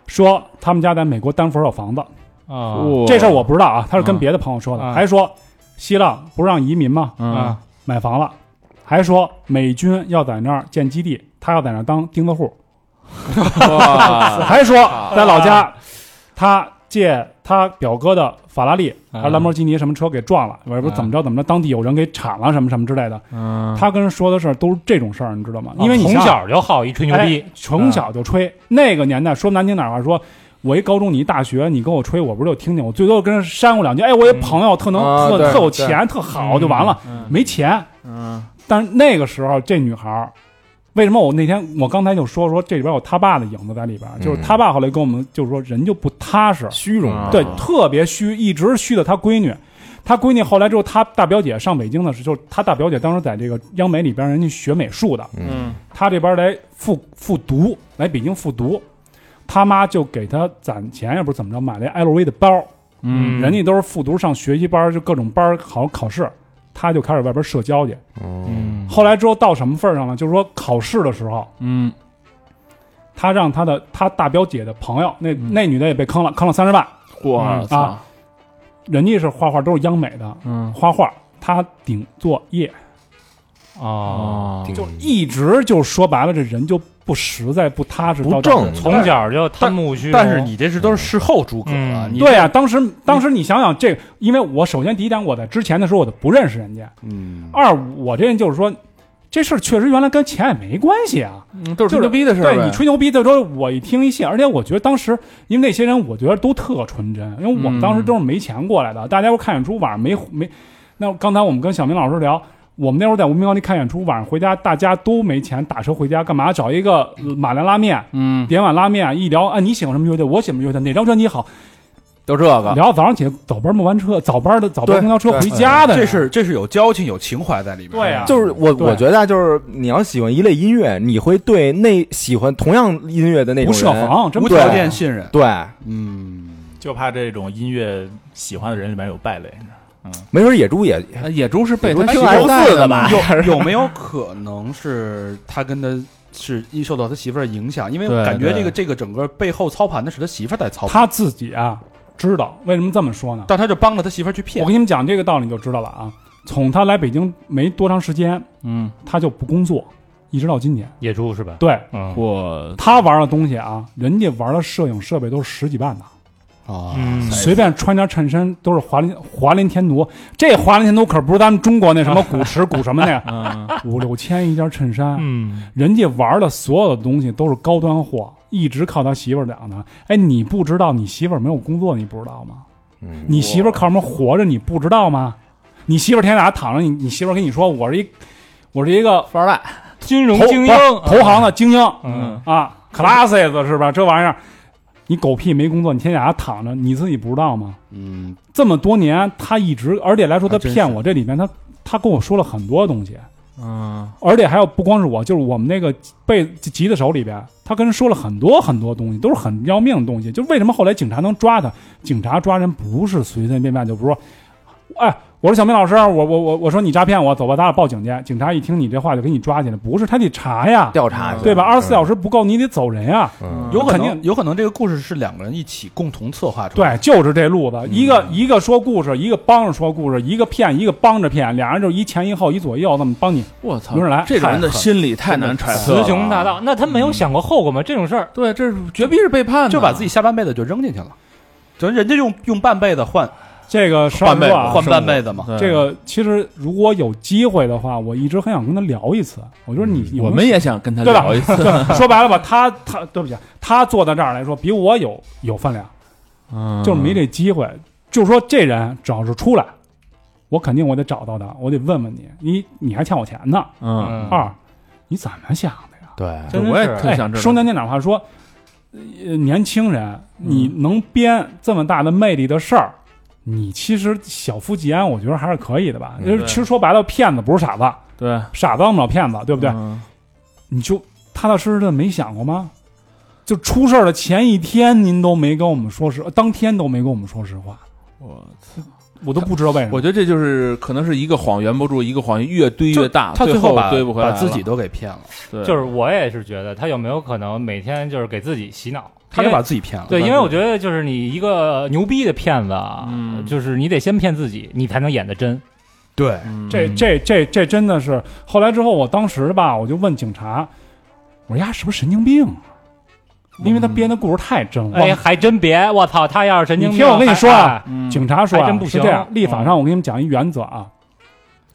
[SPEAKER 5] 说他们家在美国丹佛有房子，
[SPEAKER 8] 啊
[SPEAKER 6] 哇
[SPEAKER 5] 这事儿我不知道啊，他是跟别的朋友说
[SPEAKER 8] 嗯
[SPEAKER 5] 的，还说希腊不让移民吗？
[SPEAKER 6] 啊
[SPEAKER 5] 啊
[SPEAKER 6] 嗯，
[SPEAKER 5] 买房了，还说美军要在那儿建基地，他要在那儿当钉子户，
[SPEAKER 6] 哇，啊
[SPEAKER 5] 还说在老家，他借他表哥的法拉利
[SPEAKER 6] 嗯
[SPEAKER 5] 还是兰博基尼什么车给撞了，也不是怎么着怎么着，当地有人给铲了什么什么之类的。
[SPEAKER 6] 嗯，啊
[SPEAKER 5] 他跟人说的事儿都是这种事儿，你知道
[SPEAKER 1] 啊
[SPEAKER 5] 吗？因为你
[SPEAKER 8] 从
[SPEAKER 5] 想想
[SPEAKER 8] 小就好一吹牛逼
[SPEAKER 5] 哎，从小就吹。那个年代说难听点儿话，说我一高中，你一大学，你跟我吹，我不是就听听？我最多跟人煽乎两句。哎，我一朋友特能
[SPEAKER 9] 啊
[SPEAKER 5] 特
[SPEAKER 9] 对
[SPEAKER 5] 特有钱，特好就完了，没钱。
[SPEAKER 6] 嗯，
[SPEAKER 5] 但是那个时候这女孩儿，为什么我那天我刚才就说说这里边有他爸的影子在里边儿，
[SPEAKER 6] 嗯
[SPEAKER 5] 就是他爸后来跟我们就是说人就不踏实，
[SPEAKER 9] 虚荣
[SPEAKER 6] 啊
[SPEAKER 5] 对，特别虚，一直虚的他闺女。他闺女后来之后，他大表姐上北京的时候，就是他大表姐当时在这个央美里边儿人家学美术的，
[SPEAKER 6] 嗯，
[SPEAKER 5] 他这边来复复读，来北京复读，他妈就给他攒钱，也不是怎么着，买了一 LV 的包，
[SPEAKER 6] 嗯，
[SPEAKER 5] 人家都是复读上学习班，就各种班考考试，他就开始外边社交去。
[SPEAKER 6] 嗯，
[SPEAKER 5] 后来之后到什么份儿上了？就是说考试的时候，
[SPEAKER 6] 嗯，
[SPEAKER 5] 他让他的他大表姐的朋友，那、那女的也被坑了，坑了三十万。
[SPEAKER 6] 我操
[SPEAKER 5] 啊，人家是画画，都是央美的
[SPEAKER 6] 嗯，
[SPEAKER 5] 画画，他顶作业，
[SPEAKER 8] 啊，
[SPEAKER 2] 嗯
[SPEAKER 6] 哦，
[SPEAKER 5] 就一直就说白了，这人就不实在、不踏实，
[SPEAKER 9] 不
[SPEAKER 5] 到这儿
[SPEAKER 9] 正，
[SPEAKER 8] 从小就贪慕虚荣。
[SPEAKER 7] 但是你这是都是事后诸葛啊，
[SPEAKER 8] 嗯
[SPEAKER 7] 你
[SPEAKER 5] 对啊，当时当时你想想这个，因为我首先第一点，我在之前的时候我就不认识人家；
[SPEAKER 3] 嗯，
[SPEAKER 5] 二，我这人就是说，这事儿确实原来跟钱也没关系啊，
[SPEAKER 6] 嗯都
[SPEAKER 5] 就
[SPEAKER 6] 是吹
[SPEAKER 5] 是
[SPEAKER 6] 牛逼的事儿呗
[SPEAKER 5] 对你吹牛逼的时候，我一听一信，而且我觉得当时因为那些人，我觉得都特纯真，因为我们当时都是没钱过来的，大家都看演出，晚上没没。那刚才我们跟小明老师聊。我们那会儿在无名高地看演出，晚上回家大家都没钱，打车回家干嘛？找一个呃马良拉面，
[SPEAKER 6] 嗯，
[SPEAKER 5] 点碗拉面，一聊啊，你喜欢什么乐队？我喜欢什么乐队？哪张专辑好？
[SPEAKER 3] 就这个，
[SPEAKER 5] 聊早上起来早班末班车，早班的早班公交车
[SPEAKER 9] 对
[SPEAKER 5] 回家的，
[SPEAKER 7] 嗯这是这是有交情、有情怀在里面。
[SPEAKER 5] 对啊
[SPEAKER 9] 就是我，
[SPEAKER 5] 对
[SPEAKER 9] 我觉得啊就是你要喜欢一类音乐，你会对那喜欢同样音乐的那
[SPEAKER 5] 不
[SPEAKER 9] 种
[SPEAKER 5] 设
[SPEAKER 9] 人，
[SPEAKER 5] 防，真
[SPEAKER 7] 无
[SPEAKER 5] 不
[SPEAKER 7] 条件信任。嗯
[SPEAKER 9] 对，
[SPEAKER 4] 就怕这种音乐喜欢的人里面有败类。
[SPEAKER 9] 没准野猪也
[SPEAKER 6] 呃野猪是被他
[SPEAKER 9] 野猪
[SPEAKER 6] 媳妇
[SPEAKER 9] 听
[SPEAKER 6] 儿
[SPEAKER 9] 来
[SPEAKER 6] 刺的吧？
[SPEAKER 7] 有有没有可能是他跟他是一受到他媳妇儿的影响？因为我
[SPEAKER 6] 对
[SPEAKER 7] 感觉这个
[SPEAKER 6] 对
[SPEAKER 7] 这个整个背后操盘的是他媳妇儿在操盘，
[SPEAKER 5] 他自己啊知道为什么这么说呢？
[SPEAKER 7] 但他就帮着他媳妇儿去
[SPEAKER 5] 我
[SPEAKER 7] 骗。
[SPEAKER 5] 跟你们讲这个道理就知道了啊。从他来北京没多长时间，
[SPEAKER 6] 嗯，
[SPEAKER 5] 他就不工作，一直到今年。
[SPEAKER 8] 野猪是吧？
[SPEAKER 5] 对
[SPEAKER 8] 嗯
[SPEAKER 6] 我
[SPEAKER 5] 他玩的东西啊，人家玩的摄影设备都是十几万的，
[SPEAKER 7] 啊
[SPEAKER 8] 嗯
[SPEAKER 6] 哎
[SPEAKER 5] 随便穿件衬衫都是华林华林天奴。这华林天奴可不是咱们中国那什么古驰古什么那个，
[SPEAKER 6] 啊 [LAUGHS] 嗯
[SPEAKER 5] 五六千一件衬衫，
[SPEAKER 8] 嗯，
[SPEAKER 5] 人家玩的所有的东西都是高端货，一直靠他媳妇儿养的。哎，你不知道你媳妇儿没有工作，你不知道吗？你媳妇儿靠什么活着？你不知道吗？你媳妇儿天天在家躺着，你你媳妇儿跟你说我是一我是一个
[SPEAKER 6] 富二代，
[SPEAKER 8] 金融
[SPEAKER 5] 投
[SPEAKER 8] 精英
[SPEAKER 5] 不是，投行的精英
[SPEAKER 8] 嗯，
[SPEAKER 5] 啊，classes 是吧？这玩意儿，你狗屁没工作，你天天在家躺着，你自己不知道吗？
[SPEAKER 7] 嗯，
[SPEAKER 5] 这么多年，他一直，而且来说他
[SPEAKER 7] 还真
[SPEAKER 5] 骗
[SPEAKER 7] 是
[SPEAKER 5] 我，这里面他他跟我说了很多东西，
[SPEAKER 6] 嗯
[SPEAKER 5] 而且还有不光是我，就是我们那个被吉的手里边，他跟人说了很多很多东西，都是很要命的东西。就为什么后来警察能抓他？警察抓人不是随随便便，就不是说，哎，我说小明老师，我我我我说你诈骗我，走吧，咱俩报警去。警察一听你这话就给你抓起来，不是他得查呀，
[SPEAKER 9] 调查一下，
[SPEAKER 5] 对吧？二十四小时不够，你得走人呀。
[SPEAKER 9] 嗯？
[SPEAKER 7] 有可
[SPEAKER 5] 肯
[SPEAKER 7] 能
[SPEAKER 5] 定
[SPEAKER 7] 有可能这个故事是两个人一起共同策划出来。
[SPEAKER 5] 对，就是这路子，一个一个说故事，一个帮着说故事，一个骗，一个帮着骗，俩人就一前一后，一左一右，那么帮你
[SPEAKER 6] 我操，
[SPEAKER 5] 轮着来。
[SPEAKER 6] 这种人的心理太难揣测
[SPEAKER 8] 雌
[SPEAKER 6] 了，
[SPEAKER 8] 雄大盗，那他没有想过后果吗？这种事儿，
[SPEAKER 6] 对，这是绝逼是背叛呢，
[SPEAKER 7] 就把自己下半辈子就扔进去了。就人家用用半辈子换
[SPEAKER 5] 这个十二
[SPEAKER 7] 半
[SPEAKER 5] 哥
[SPEAKER 7] 辈子
[SPEAKER 5] 啊，
[SPEAKER 7] 换半辈子嘛，
[SPEAKER 6] 对
[SPEAKER 5] 这个其实如果有机会的话，我一直很想跟他聊一次。我觉得你有
[SPEAKER 6] 嗯我
[SPEAKER 5] 没
[SPEAKER 6] 们
[SPEAKER 5] 有
[SPEAKER 6] 也想跟
[SPEAKER 5] [LAUGHS]
[SPEAKER 6] 他
[SPEAKER 5] 对吧
[SPEAKER 6] 聊一次，
[SPEAKER 5] 说白了吧，他他对不起，啊他坐在这儿来说比我有有分量，
[SPEAKER 6] 嗯
[SPEAKER 5] 就是没这机会。就是说这人只要是出来，我肯定我得找到他，我得问问你，你你还欠我钱呢。
[SPEAKER 6] 嗯，
[SPEAKER 8] 嗯，
[SPEAKER 5] 二，你怎么想的呀？哎
[SPEAKER 9] 对，
[SPEAKER 8] 真是
[SPEAKER 6] 我也特想知
[SPEAKER 5] 说
[SPEAKER 6] 道，
[SPEAKER 5] 难听点话说，呃，年轻人，
[SPEAKER 6] 嗯
[SPEAKER 5] 你能编这么大的魅力的事儿，
[SPEAKER 6] 嗯
[SPEAKER 5] 你其实小富即安，我觉得还是可以的吧。就是其实说白了，骗子不是傻子，
[SPEAKER 6] 对
[SPEAKER 5] 傻子当不了骗子，对不对？
[SPEAKER 6] 嗯
[SPEAKER 5] 你就踏踏实实的没想过吗？就出事儿的前一天，您都没跟我们说实，呃当天都没跟我们说实话，
[SPEAKER 6] 我
[SPEAKER 5] 我都不知道为什
[SPEAKER 6] 我
[SPEAKER 5] 么。
[SPEAKER 6] 觉得这就是可能是一个谎圆不住，一个谎越堆越大，
[SPEAKER 7] 他
[SPEAKER 6] 最
[SPEAKER 7] 最后把
[SPEAKER 6] 堆不回来
[SPEAKER 7] 把
[SPEAKER 6] 了，
[SPEAKER 7] 自己都给骗了，
[SPEAKER 6] 对
[SPEAKER 8] 就是我也是觉得他有没有可能每天就是给自己洗脑？
[SPEAKER 7] 他
[SPEAKER 8] 因
[SPEAKER 7] 就
[SPEAKER 8] 为
[SPEAKER 7] 把自己骗了。
[SPEAKER 8] 对，
[SPEAKER 6] 把
[SPEAKER 8] 因为
[SPEAKER 6] 自
[SPEAKER 8] 我觉得就是你一个牛逼的骗子啊，
[SPEAKER 6] 嗯
[SPEAKER 8] 就是你得先骗自己，你才能演得真。
[SPEAKER 7] 对，
[SPEAKER 6] 嗯
[SPEAKER 5] 这这这这真的是，后来之后，我当时吧，我就问警察，我说呀，是不是神经病啊？因为他编的故事太真
[SPEAKER 8] 嗯
[SPEAKER 5] 了。
[SPEAKER 8] 哎，还真别，我操，他要是神经病，
[SPEAKER 5] 你听我跟你说啊
[SPEAKER 8] 还，
[SPEAKER 6] 嗯
[SPEAKER 5] 警察说、
[SPEAKER 8] 还
[SPEAKER 5] 啊
[SPEAKER 8] 真不
[SPEAKER 5] 是
[SPEAKER 8] 行
[SPEAKER 5] 这样，立法
[SPEAKER 8] 嗯
[SPEAKER 5] 上我给你们讲一原则啊，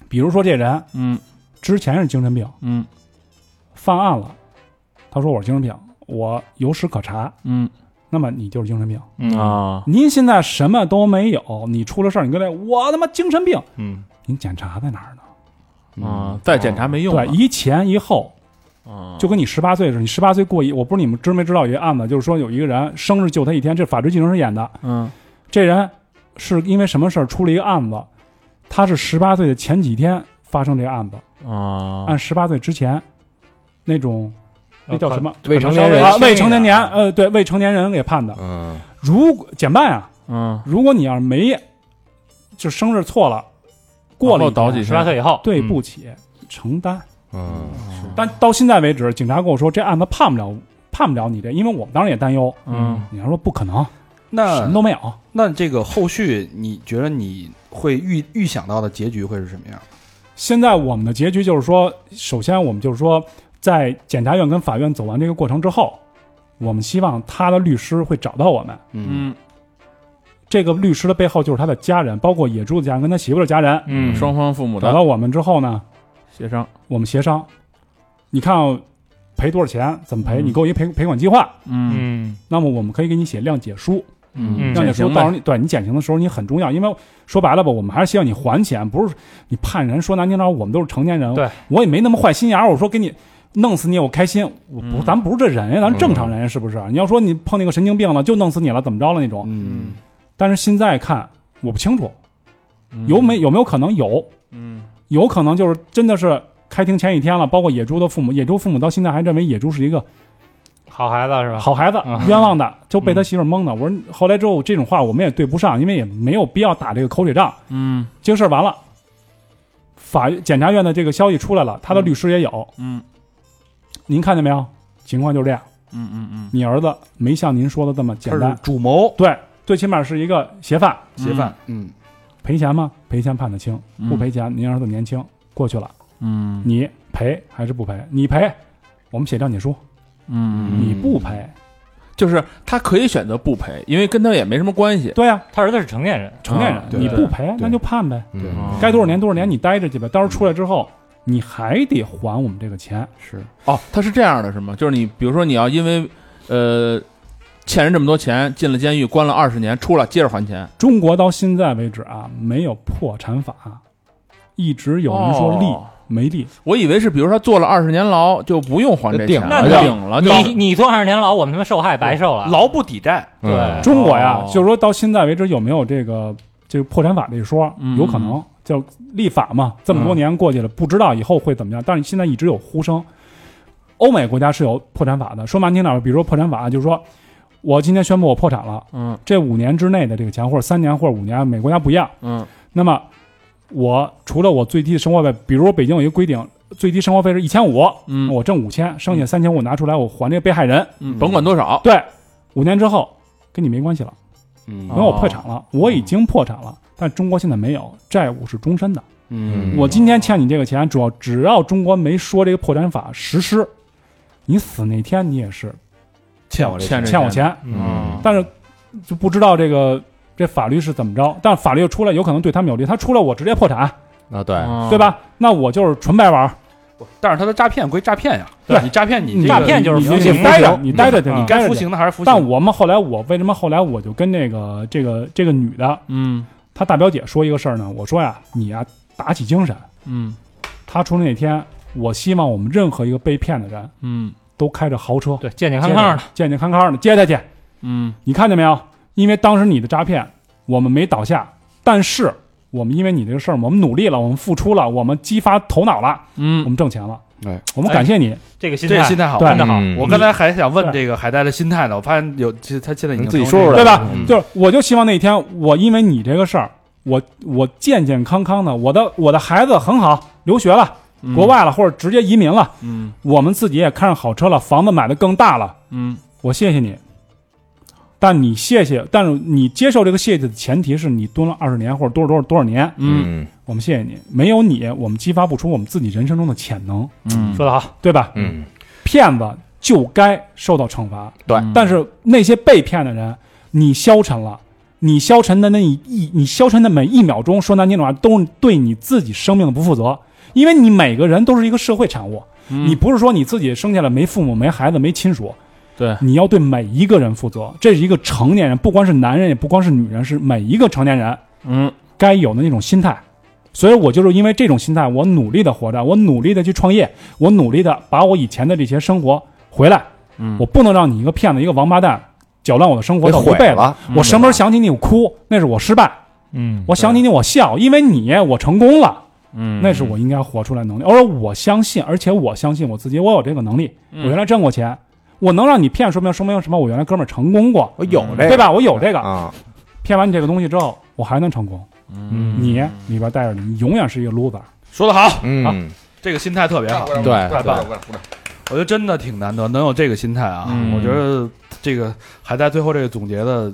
[SPEAKER 5] 比如说这人
[SPEAKER 6] 嗯
[SPEAKER 5] 之前是精神病，
[SPEAKER 6] 嗯
[SPEAKER 5] 犯案了，他说我是精神病，我有史可查，
[SPEAKER 6] 嗯
[SPEAKER 5] 那么你就是精神病。
[SPEAKER 6] 嗯啊，
[SPEAKER 5] 您现在什么都没有，你出了事儿，你跟那我他妈精神病，
[SPEAKER 8] 嗯，
[SPEAKER 5] 您检查在哪儿呢？
[SPEAKER 7] 嗯
[SPEAKER 6] 啊，再检查没用了
[SPEAKER 5] 对，一前一后，
[SPEAKER 6] 啊，
[SPEAKER 5] 就跟你十八岁似的，你十八岁过一，我不知道你们知没知道有一案子，就是说有一个人生日就他一天，这法制进行时演的，
[SPEAKER 6] 嗯
[SPEAKER 5] 这人是因为什么事儿出了一个案子，他是十八岁的前几天发生这个案子，
[SPEAKER 6] 啊
[SPEAKER 5] 按十八岁之前那种那
[SPEAKER 6] 呃
[SPEAKER 5] 叫什么
[SPEAKER 9] 未成年人
[SPEAKER 5] 啊未成年年呃对未成年人给判的，
[SPEAKER 9] 嗯，
[SPEAKER 5] 如果减半啊，
[SPEAKER 6] 嗯，
[SPEAKER 5] 如果你要是没就生日错了，过了
[SPEAKER 6] 往后
[SPEAKER 5] 一
[SPEAKER 6] 倒
[SPEAKER 5] 天
[SPEAKER 6] 几
[SPEAKER 8] 十八
[SPEAKER 6] 天，
[SPEAKER 8] 岁以后，
[SPEAKER 5] 对
[SPEAKER 8] 嗯
[SPEAKER 5] 不起、承担。
[SPEAKER 9] 嗯，
[SPEAKER 5] 但到现在为止，警察跟我说这案子判不了，判不了你这，因为我们当时也担忧。
[SPEAKER 6] 嗯，
[SPEAKER 5] 你还说不可能，什
[SPEAKER 7] 那
[SPEAKER 5] 么都没有。
[SPEAKER 7] 那这个后续，你觉得你会预预想到的结局会是什么样？
[SPEAKER 5] 现在我们的结局就是说，首先我们就是说，在检察院跟法院走完这个过程之后，我们希望他的律师会找到我们。
[SPEAKER 6] 嗯
[SPEAKER 5] 这个律师的背后就是他的家人，包括野猪的家人跟他媳妇儿的家人。
[SPEAKER 6] 嗯，双方父母
[SPEAKER 5] 找
[SPEAKER 6] 的
[SPEAKER 5] 到我们之后呢，
[SPEAKER 6] 协商，
[SPEAKER 5] 我们协商，你看哦赔多少钱，怎么赔？
[SPEAKER 6] 嗯
[SPEAKER 5] 你给我一赔赔款计划。
[SPEAKER 6] 嗯
[SPEAKER 8] 嗯
[SPEAKER 5] 那么我们可以给你写谅解书，
[SPEAKER 6] 嗯，
[SPEAKER 5] 谅解书
[SPEAKER 6] 减刑
[SPEAKER 5] 到时候
[SPEAKER 6] 呗，
[SPEAKER 5] 你对你减刑的时候你很重要，因为说白了吧，我们还是希望你还钱，不是你判人说难听点，我们都是成年人，
[SPEAKER 8] 对
[SPEAKER 5] 我也没那么坏心眼儿，我说给你弄死你我开心，我不、
[SPEAKER 6] 嗯
[SPEAKER 5] 咱不是这人呀，咱正常人呀是不是？你要说你碰那个神经病了就弄死你了怎么着了那种，
[SPEAKER 7] 嗯，
[SPEAKER 5] 但是现在看我不清楚有没有没有可能有，
[SPEAKER 6] 嗯
[SPEAKER 5] 有可能就是真的是开庭前一天了，包括野猪的父母，野猪父母到现在还认为野猪是一个
[SPEAKER 8] 好孩子是吧？
[SPEAKER 5] 好孩子
[SPEAKER 8] 啊，
[SPEAKER 5] 冤枉的就
[SPEAKER 6] 嗯
[SPEAKER 5] 被他媳妇儿蒙的。我说后来之后这种话我们也对不上，因为也没有必要打这个口水仗。
[SPEAKER 6] 嗯
[SPEAKER 5] 这个事儿完了，法检察院的这个消息出来了，他的律师也有，
[SPEAKER 6] 嗯
[SPEAKER 5] 您看见没有？情况就是这样，
[SPEAKER 6] 嗯嗯
[SPEAKER 5] 你儿子没像您说的这么简
[SPEAKER 2] 他是
[SPEAKER 5] 单，
[SPEAKER 2] 主谋，
[SPEAKER 5] 对，最起码是一个嫌犯，
[SPEAKER 6] 嗯，
[SPEAKER 7] 协犯，嗯，
[SPEAKER 5] 赔钱吗？赔钱判的轻，
[SPEAKER 6] 嗯
[SPEAKER 5] 不赔钱，您儿子年轻过去了，
[SPEAKER 6] 嗯
[SPEAKER 5] 你赔还是不赔？你赔，我们写谅解书；
[SPEAKER 6] 嗯，
[SPEAKER 5] 你不赔，
[SPEAKER 6] 就是他可以选择不赔，因为跟他也没什么关系，
[SPEAKER 5] 对啊呀，
[SPEAKER 8] 他儿子是成年人，
[SPEAKER 5] 成年人
[SPEAKER 6] 啊对
[SPEAKER 5] 你不赔那就判呗。该多少年多少年你待着去呗，到时候出来之后，你还得还我们这个钱。
[SPEAKER 7] 是
[SPEAKER 6] 哦，他是这样的，是吗？就是你，比如说你要因为，呃，欠人这么多钱，进了监狱，关了二十年，出来接着还钱。
[SPEAKER 5] 中国到现在为止啊，没有破产法，一直有人说立、
[SPEAKER 6] 哦
[SPEAKER 5] 没立，
[SPEAKER 6] 我以为是，比如说他坐了二十年牢，就不用还这
[SPEAKER 9] 顶
[SPEAKER 6] 钱
[SPEAKER 9] 了
[SPEAKER 6] 了，
[SPEAKER 8] 那
[SPEAKER 6] 顶了啊就
[SPEAKER 8] 你你坐二十年牢，我们他妈受害白受了。
[SPEAKER 7] 牢不抵债，
[SPEAKER 8] 对，
[SPEAKER 9] 嗯
[SPEAKER 5] 中国呀，
[SPEAKER 6] 哦
[SPEAKER 5] 就是说到现在为止有没有这个这个破产法这一说？
[SPEAKER 6] 嗯
[SPEAKER 5] 有可能就立法嘛，这么多年过去了，不知道以后会怎么样，但是现在一直有呼声。欧美国家是有破产法的，说难听点儿，比如说破产法，就是说我今天宣布我破产了，
[SPEAKER 6] 嗯
[SPEAKER 5] 这五年之内的这个钱，或者三年或者五年，每啊国家不一样。
[SPEAKER 6] 嗯
[SPEAKER 5] 那么我除了我最低的生活费，比如北京有一个规定，最低生活费是一千五，
[SPEAKER 6] 嗯
[SPEAKER 5] 我挣五千，剩下三千五拿出来我还这被害人。
[SPEAKER 6] 嗯，甭管多少，
[SPEAKER 5] 对，五年之后跟你没关系了，因
[SPEAKER 9] 嗯
[SPEAKER 5] 为我破产了，我已经破产了。但中国现在没有债务是终身的，
[SPEAKER 9] 嗯
[SPEAKER 5] 我今天欠你这个钱，主要只要中国没说这个破产法实施，你死那天你也是
[SPEAKER 7] 欠我这
[SPEAKER 6] 欠着
[SPEAKER 5] 欠我，钱，
[SPEAKER 9] 嗯
[SPEAKER 5] 但是就不知道这个这法律是怎么着，但法律又出来有可能对他们有利，他出来我直接破产，
[SPEAKER 9] 啊对，
[SPEAKER 5] 对？吧？那我就是纯白玩儿，
[SPEAKER 7] 但是他的诈骗归诈骗呀，
[SPEAKER 5] 对
[SPEAKER 7] 你诈骗你这
[SPEAKER 5] 诈
[SPEAKER 7] 个
[SPEAKER 8] 骗就是
[SPEAKER 5] 你
[SPEAKER 8] 服
[SPEAKER 5] 你
[SPEAKER 8] 刑
[SPEAKER 5] 你待着，你待着去，
[SPEAKER 7] 你
[SPEAKER 5] 待着
[SPEAKER 7] 该
[SPEAKER 5] 去
[SPEAKER 7] 服。刑的还是服刑，
[SPEAKER 5] 但我们后来，我为什么后来我就跟那个这个这个女的，
[SPEAKER 6] 嗯
[SPEAKER 5] 她大表姐说一个事儿呢？我说呀，你呀打起精神，
[SPEAKER 6] 嗯
[SPEAKER 5] 她出来那天，我希望我们任何一个被骗的人
[SPEAKER 6] 嗯
[SPEAKER 5] 都开着豪车，
[SPEAKER 8] 对，健健康康的，
[SPEAKER 5] 健健康康的接她去。
[SPEAKER 6] 嗯
[SPEAKER 5] 你看见没有？因为当时你的诈骗，我们没倒下，但是我们因为你这个事儿，我们努力了，我们付出了，我们激发头脑了，我
[SPEAKER 6] 嗯，
[SPEAKER 5] 们挣钱了，
[SPEAKER 2] 哎，
[SPEAKER 5] 我们感谢你。
[SPEAKER 8] 这个心
[SPEAKER 7] 这
[SPEAKER 8] 态
[SPEAKER 7] 心态好，
[SPEAKER 5] 对
[SPEAKER 7] 真的好。
[SPEAKER 9] 嗯
[SPEAKER 7] 我刚才还想问这个海带的心态呢，我发现有，其实他现在已经
[SPEAKER 2] 自己
[SPEAKER 7] 成为
[SPEAKER 2] 说出来
[SPEAKER 5] 对吧？
[SPEAKER 9] 嗯
[SPEAKER 5] 就是我就希望那一天，我因为你这个事儿，我我健健康康的，我的我的孩子很好，留学了，国外了，或者直接移民了，
[SPEAKER 6] 嗯，
[SPEAKER 5] 我们自己也看上好车了，房子买的更大了，
[SPEAKER 6] 嗯，
[SPEAKER 5] 我谢谢你。但你谢谢，但是你接受这个谢谢的前提是你蹲了二十年或者多少多少多少年，
[SPEAKER 6] 嗯，
[SPEAKER 5] 我们谢谢你。没有你，我们激发不出我们自己人生中的潜能，
[SPEAKER 6] 嗯，
[SPEAKER 8] 说得好，
[SPEAKER 5] 对吧？
[SPEAKER 9] 嗯，
[SPEAKER 5] 骗子就该受到惩罚。
[SPEAKER 6] 对
[SPEAKER 5] 但是那些被骗的人，你消沉了，你消沉的那一一，你消沉的每一秒钟，说难听点话，都是对你自己生命的不负责。因为你每个人都是一个社会产物，
[SPEAKER 6] 嗯
[SPEAKER 5] 你不是说你自己生下来没父母、没孩子、没亲属，
[SPEAKER 6] 对
[SPEAKER 5] 你要对每一个人负责。这是一个成年人，不光是男人，也不光是女人，是每一个成年人
[SPEAKER 6] 嗯
[SPEAKER 5] 该有的那种心态。所以我就是因为这种心态，我努力的活着，我努力的去创业，我努力的把我以前的这些生活回来。
[SPEAKER 6] 嗯
[SPEAKER 5] 我不能让你一个骗子，一个王八蛋搅乱我的生活，
[SPEAKER 7] 给
[SPEAKER 5] 到一
[SPEAKER 7] 毁
[SPEAKER 5] 辈子。
[SPEAKER 7] 了
[SPEAKER 5] 我什么时候想起你，我哭，那是我失败；
[SPEAKER 8] 嗯，
[SPEAKER 5] 我想起你，我笑，因为你我成功了，
[SPEAKER 6] 嗯，
[SPEAKER 5] 那是我应该活出来的能力。而我相信，而且我相信我自己，我有这个能力。我原来挣过钱，我能让你骗，说明说明什么？我原来哥们儿成功过，
[SPEAKER 9] 我有这
[SPEAKER 5] 对吧？我有这个，
[SPEAKER 9] 啊，
[SPEAKER 5] 骗完你这个东西之后，我还能成功。
[SPEAKER 6] 嗯
[SPEAKER 5] 你里边带着你，你永远是一个 loser。
[SPEAKER 7] 说得好，
[SPEAKER 9] 嗯，
[SPEAKER 7] 这个心态特别好，
[SPEAKER 6] 对，
[SPEAKER 7] 太棒了。我觉得真的挺难得，能有这个心态啊！
[SPEAKER 6] 嗯
[SPEAKER 7] 我觉得这个海带最后这个总结的，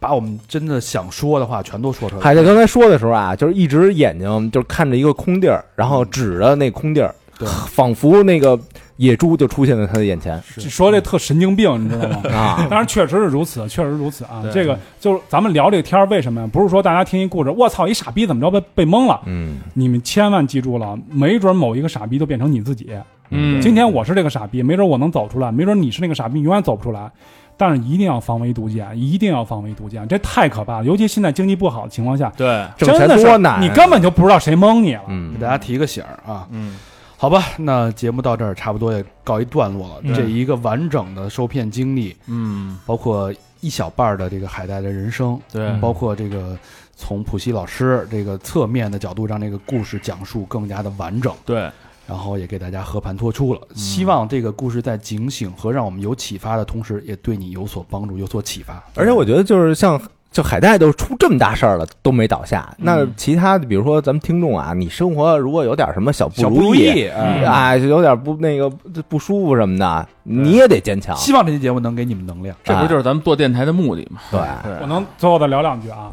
[SPEAKER 7] 把我们真的想说的话全都说出来了。
[SPEAKER 9] 海在刚才说的时候啊，就是一直眼睛就是看着一个空地儿，然后指着那空地儿，
[SPEAKER 7] 对
[SPEAKER 9] 仿佛那个野猪就出现在他的眼前
[SPEAKER 5] 说这特神经病，你知道吗？
[SPEAKER 9] 啊。
[SPEAKER 5] 当然，确实是如此，确实如此啊
[SPEAKER 6] 对。
[SPEAKER 5] 这个就是咱们聊这个天儿，为什么呀？不是说大家听一故事，我操，一傻逼怎么着被被蒙了？
[SPEAKER 9] 嗯，
[SPEAKER 5] 你们千万记住了，没准某一个傻逼就变成你自己。
[SPEAKER 6] 嗯
[SPEAKER 5] 今天我是这个傻逼，没准我能走出来，没准你是那个傻逼，永远走不出来。但是一定要防微杜渐，一定要防微杜渐，这太可怕了。尤其现在经济不好的情况下，
[SPEAKER 6] 对，
[SPEAKER 9] 挣钱
[SPEAKER 5] 真的是
[SPEAKER 9] 多难啊
[SPEAKER 5] 你根本就不知道谁蒙你了。
[SPEAKER 7] 给
[SPEAKER 9] 嗯
[SPEAKER 7] 大家提个醒儿啊，
[SPEAKER 6] 嗯，
[SPEAKER 7] 好吧，那节目到这儿差不多也告一段落了。这一个完整的受骗经历，
[SPEAKER 6] 嗯，
[SPEAKER 7] 包括一小半儿的这个海带的人生，
[SPEAKER 6] 对，
[SPEAKER 7] 包括这个从普希老师这个侧面的角度，让这个故事讲述更加的完整，
[SPEAKER 6] 对，嗯
[SPEAKER 7] 然后也给大家和盘托出了。希望这个故事在警醒和让我们有启发的同时，也对你有所帮助、有所启发。
[SPEAKER 9] 而且我觉得就是像就海带都出这么大事儿了都没倒下，那其他的比如说咱们听众啊，你生活如果有点什么小
[SPEAKER 7] 小
[SPEAKER 9] 不如意，
[SPEAKER 7] 哎
[SPEAKER 9] 啊，有点不那个不舒服什么的，你也得坚强。
[SPEAKER 7] 希望这期节目能给你们能量。
[SPEAKER 6] 这不就是咱们做电台的目的嘛？
[SPEAKER 9] 对，嗯
[SPEAKER 5] 我能最后再聊两句啊。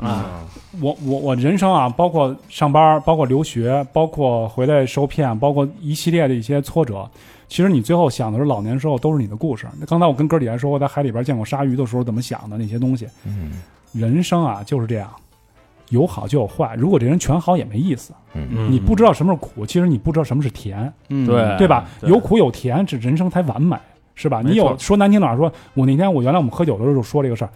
[SPEAKER 5] 我我我人生啊，包括上班，包括留学，包括回来受骗，包括一系列的一些挫折。其实你最后想的是老年时候都是你的故事。那刚才我跟哥几还说，我在海里边见过鲨鱼的时候怎么想的那些东西。
[SPEAKER 9] 嗯
[SPEAKER 5] 人生啊就是这样，有好就有坏。如果这人全好也没意思，
[SPEAKER 9] 嗯
[SPEAKER 5] 你不知道什么是苦，其实你不知道什么是甜，
[SPEAKER 7] 嗯，
[SPEAKER 6] 对，
[SPEAKER 5] 对吧？
[SPEAKER 6] 对
[SPEAKER 5] 有苦有甜，这人生才完美，是吧？
[SPEAKER 6] 没错
[SPEAKER 5] 你有说难听点儿说，我那天我原来我们喝酒的时候就说这个事儿，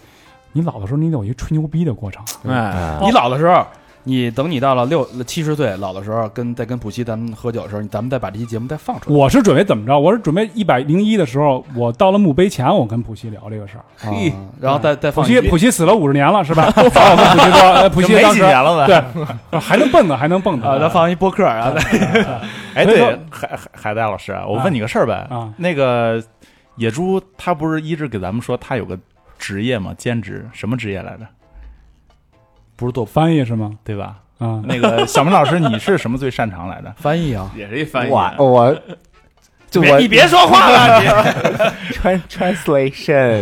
[SPEAKER 5] 你老的时候你得有一吹牛逼的过程。
[SPEAKER 6] 哎，
[SPEAKER 9] 啊
[SPEAKER 7] 你老的时候，你等你到了六七十岁老的时候，跟再跟普希咱们喝酒的时候，咱们再把这期节目再放出来。
[SPEAKER 5] 我是准备怎么着？我是准备一百零一的时候，我到了墓碑前，我跟普希聊这个事儿。
[SPEAKER 6] 啊 [LAUGHS]
[SPEAKER 7] 嘿，然后再
[SPEAKER 6] 嗯
[SPEAKER 7] 再
[SPEAKER 5] 普
[SPEAKER 7] 放
[SPEAKER 5] 希
[SPEAKER 7] 一期
[SPEAKER 5] 普希死了五十年了，是 [LAUGHS] 吧？然后我跟普希说，呃普希
[SPEAKER 8] 没
[SPEAKER 5] 当
[SPEAKER 8] 几
[SPEAKER 5] 时
[SPEAKER 8] 年了吧？
[SPEAKER 5] 对， [LAUGHS] 还能蹦呢，还能蹦呢
[SPEAKER 7] 啊，再放一播客，然后再
[SPEAKER 4] [LAUGHS] 哎，
[SPEAKER 5] 所以
[SPEAKER 4] 对
[SPEAKER 5] 说，
[SPEAKER 4] 海海海带老师啊，我问你个事儿呗，
[SPEAKER 5] 啊！
[SPEAKER 4] 那个野猪他不是一直给咱们说他有个职业吗？兼职什么职业来着？
[SPEAKER 7] 不是做
[SPEAKER 5] 翻译是吗？
[SPEAKER 4] 对吧？
[SPEAKER 5] 啊，
[SPEAKER 4] 那个小明老师，你是什么最擅长来的？
[SPEAKER 7] 翻译啊，
[SPEAKER 6] 也是一翻译，
[SPEAKER 9] 我
[SPEAKER 7] [LAUGHS]
[SPEAKER 9] 我就我
[SPEAKER 8] 你别说话了，你
[SPEAKER 9] tran- translation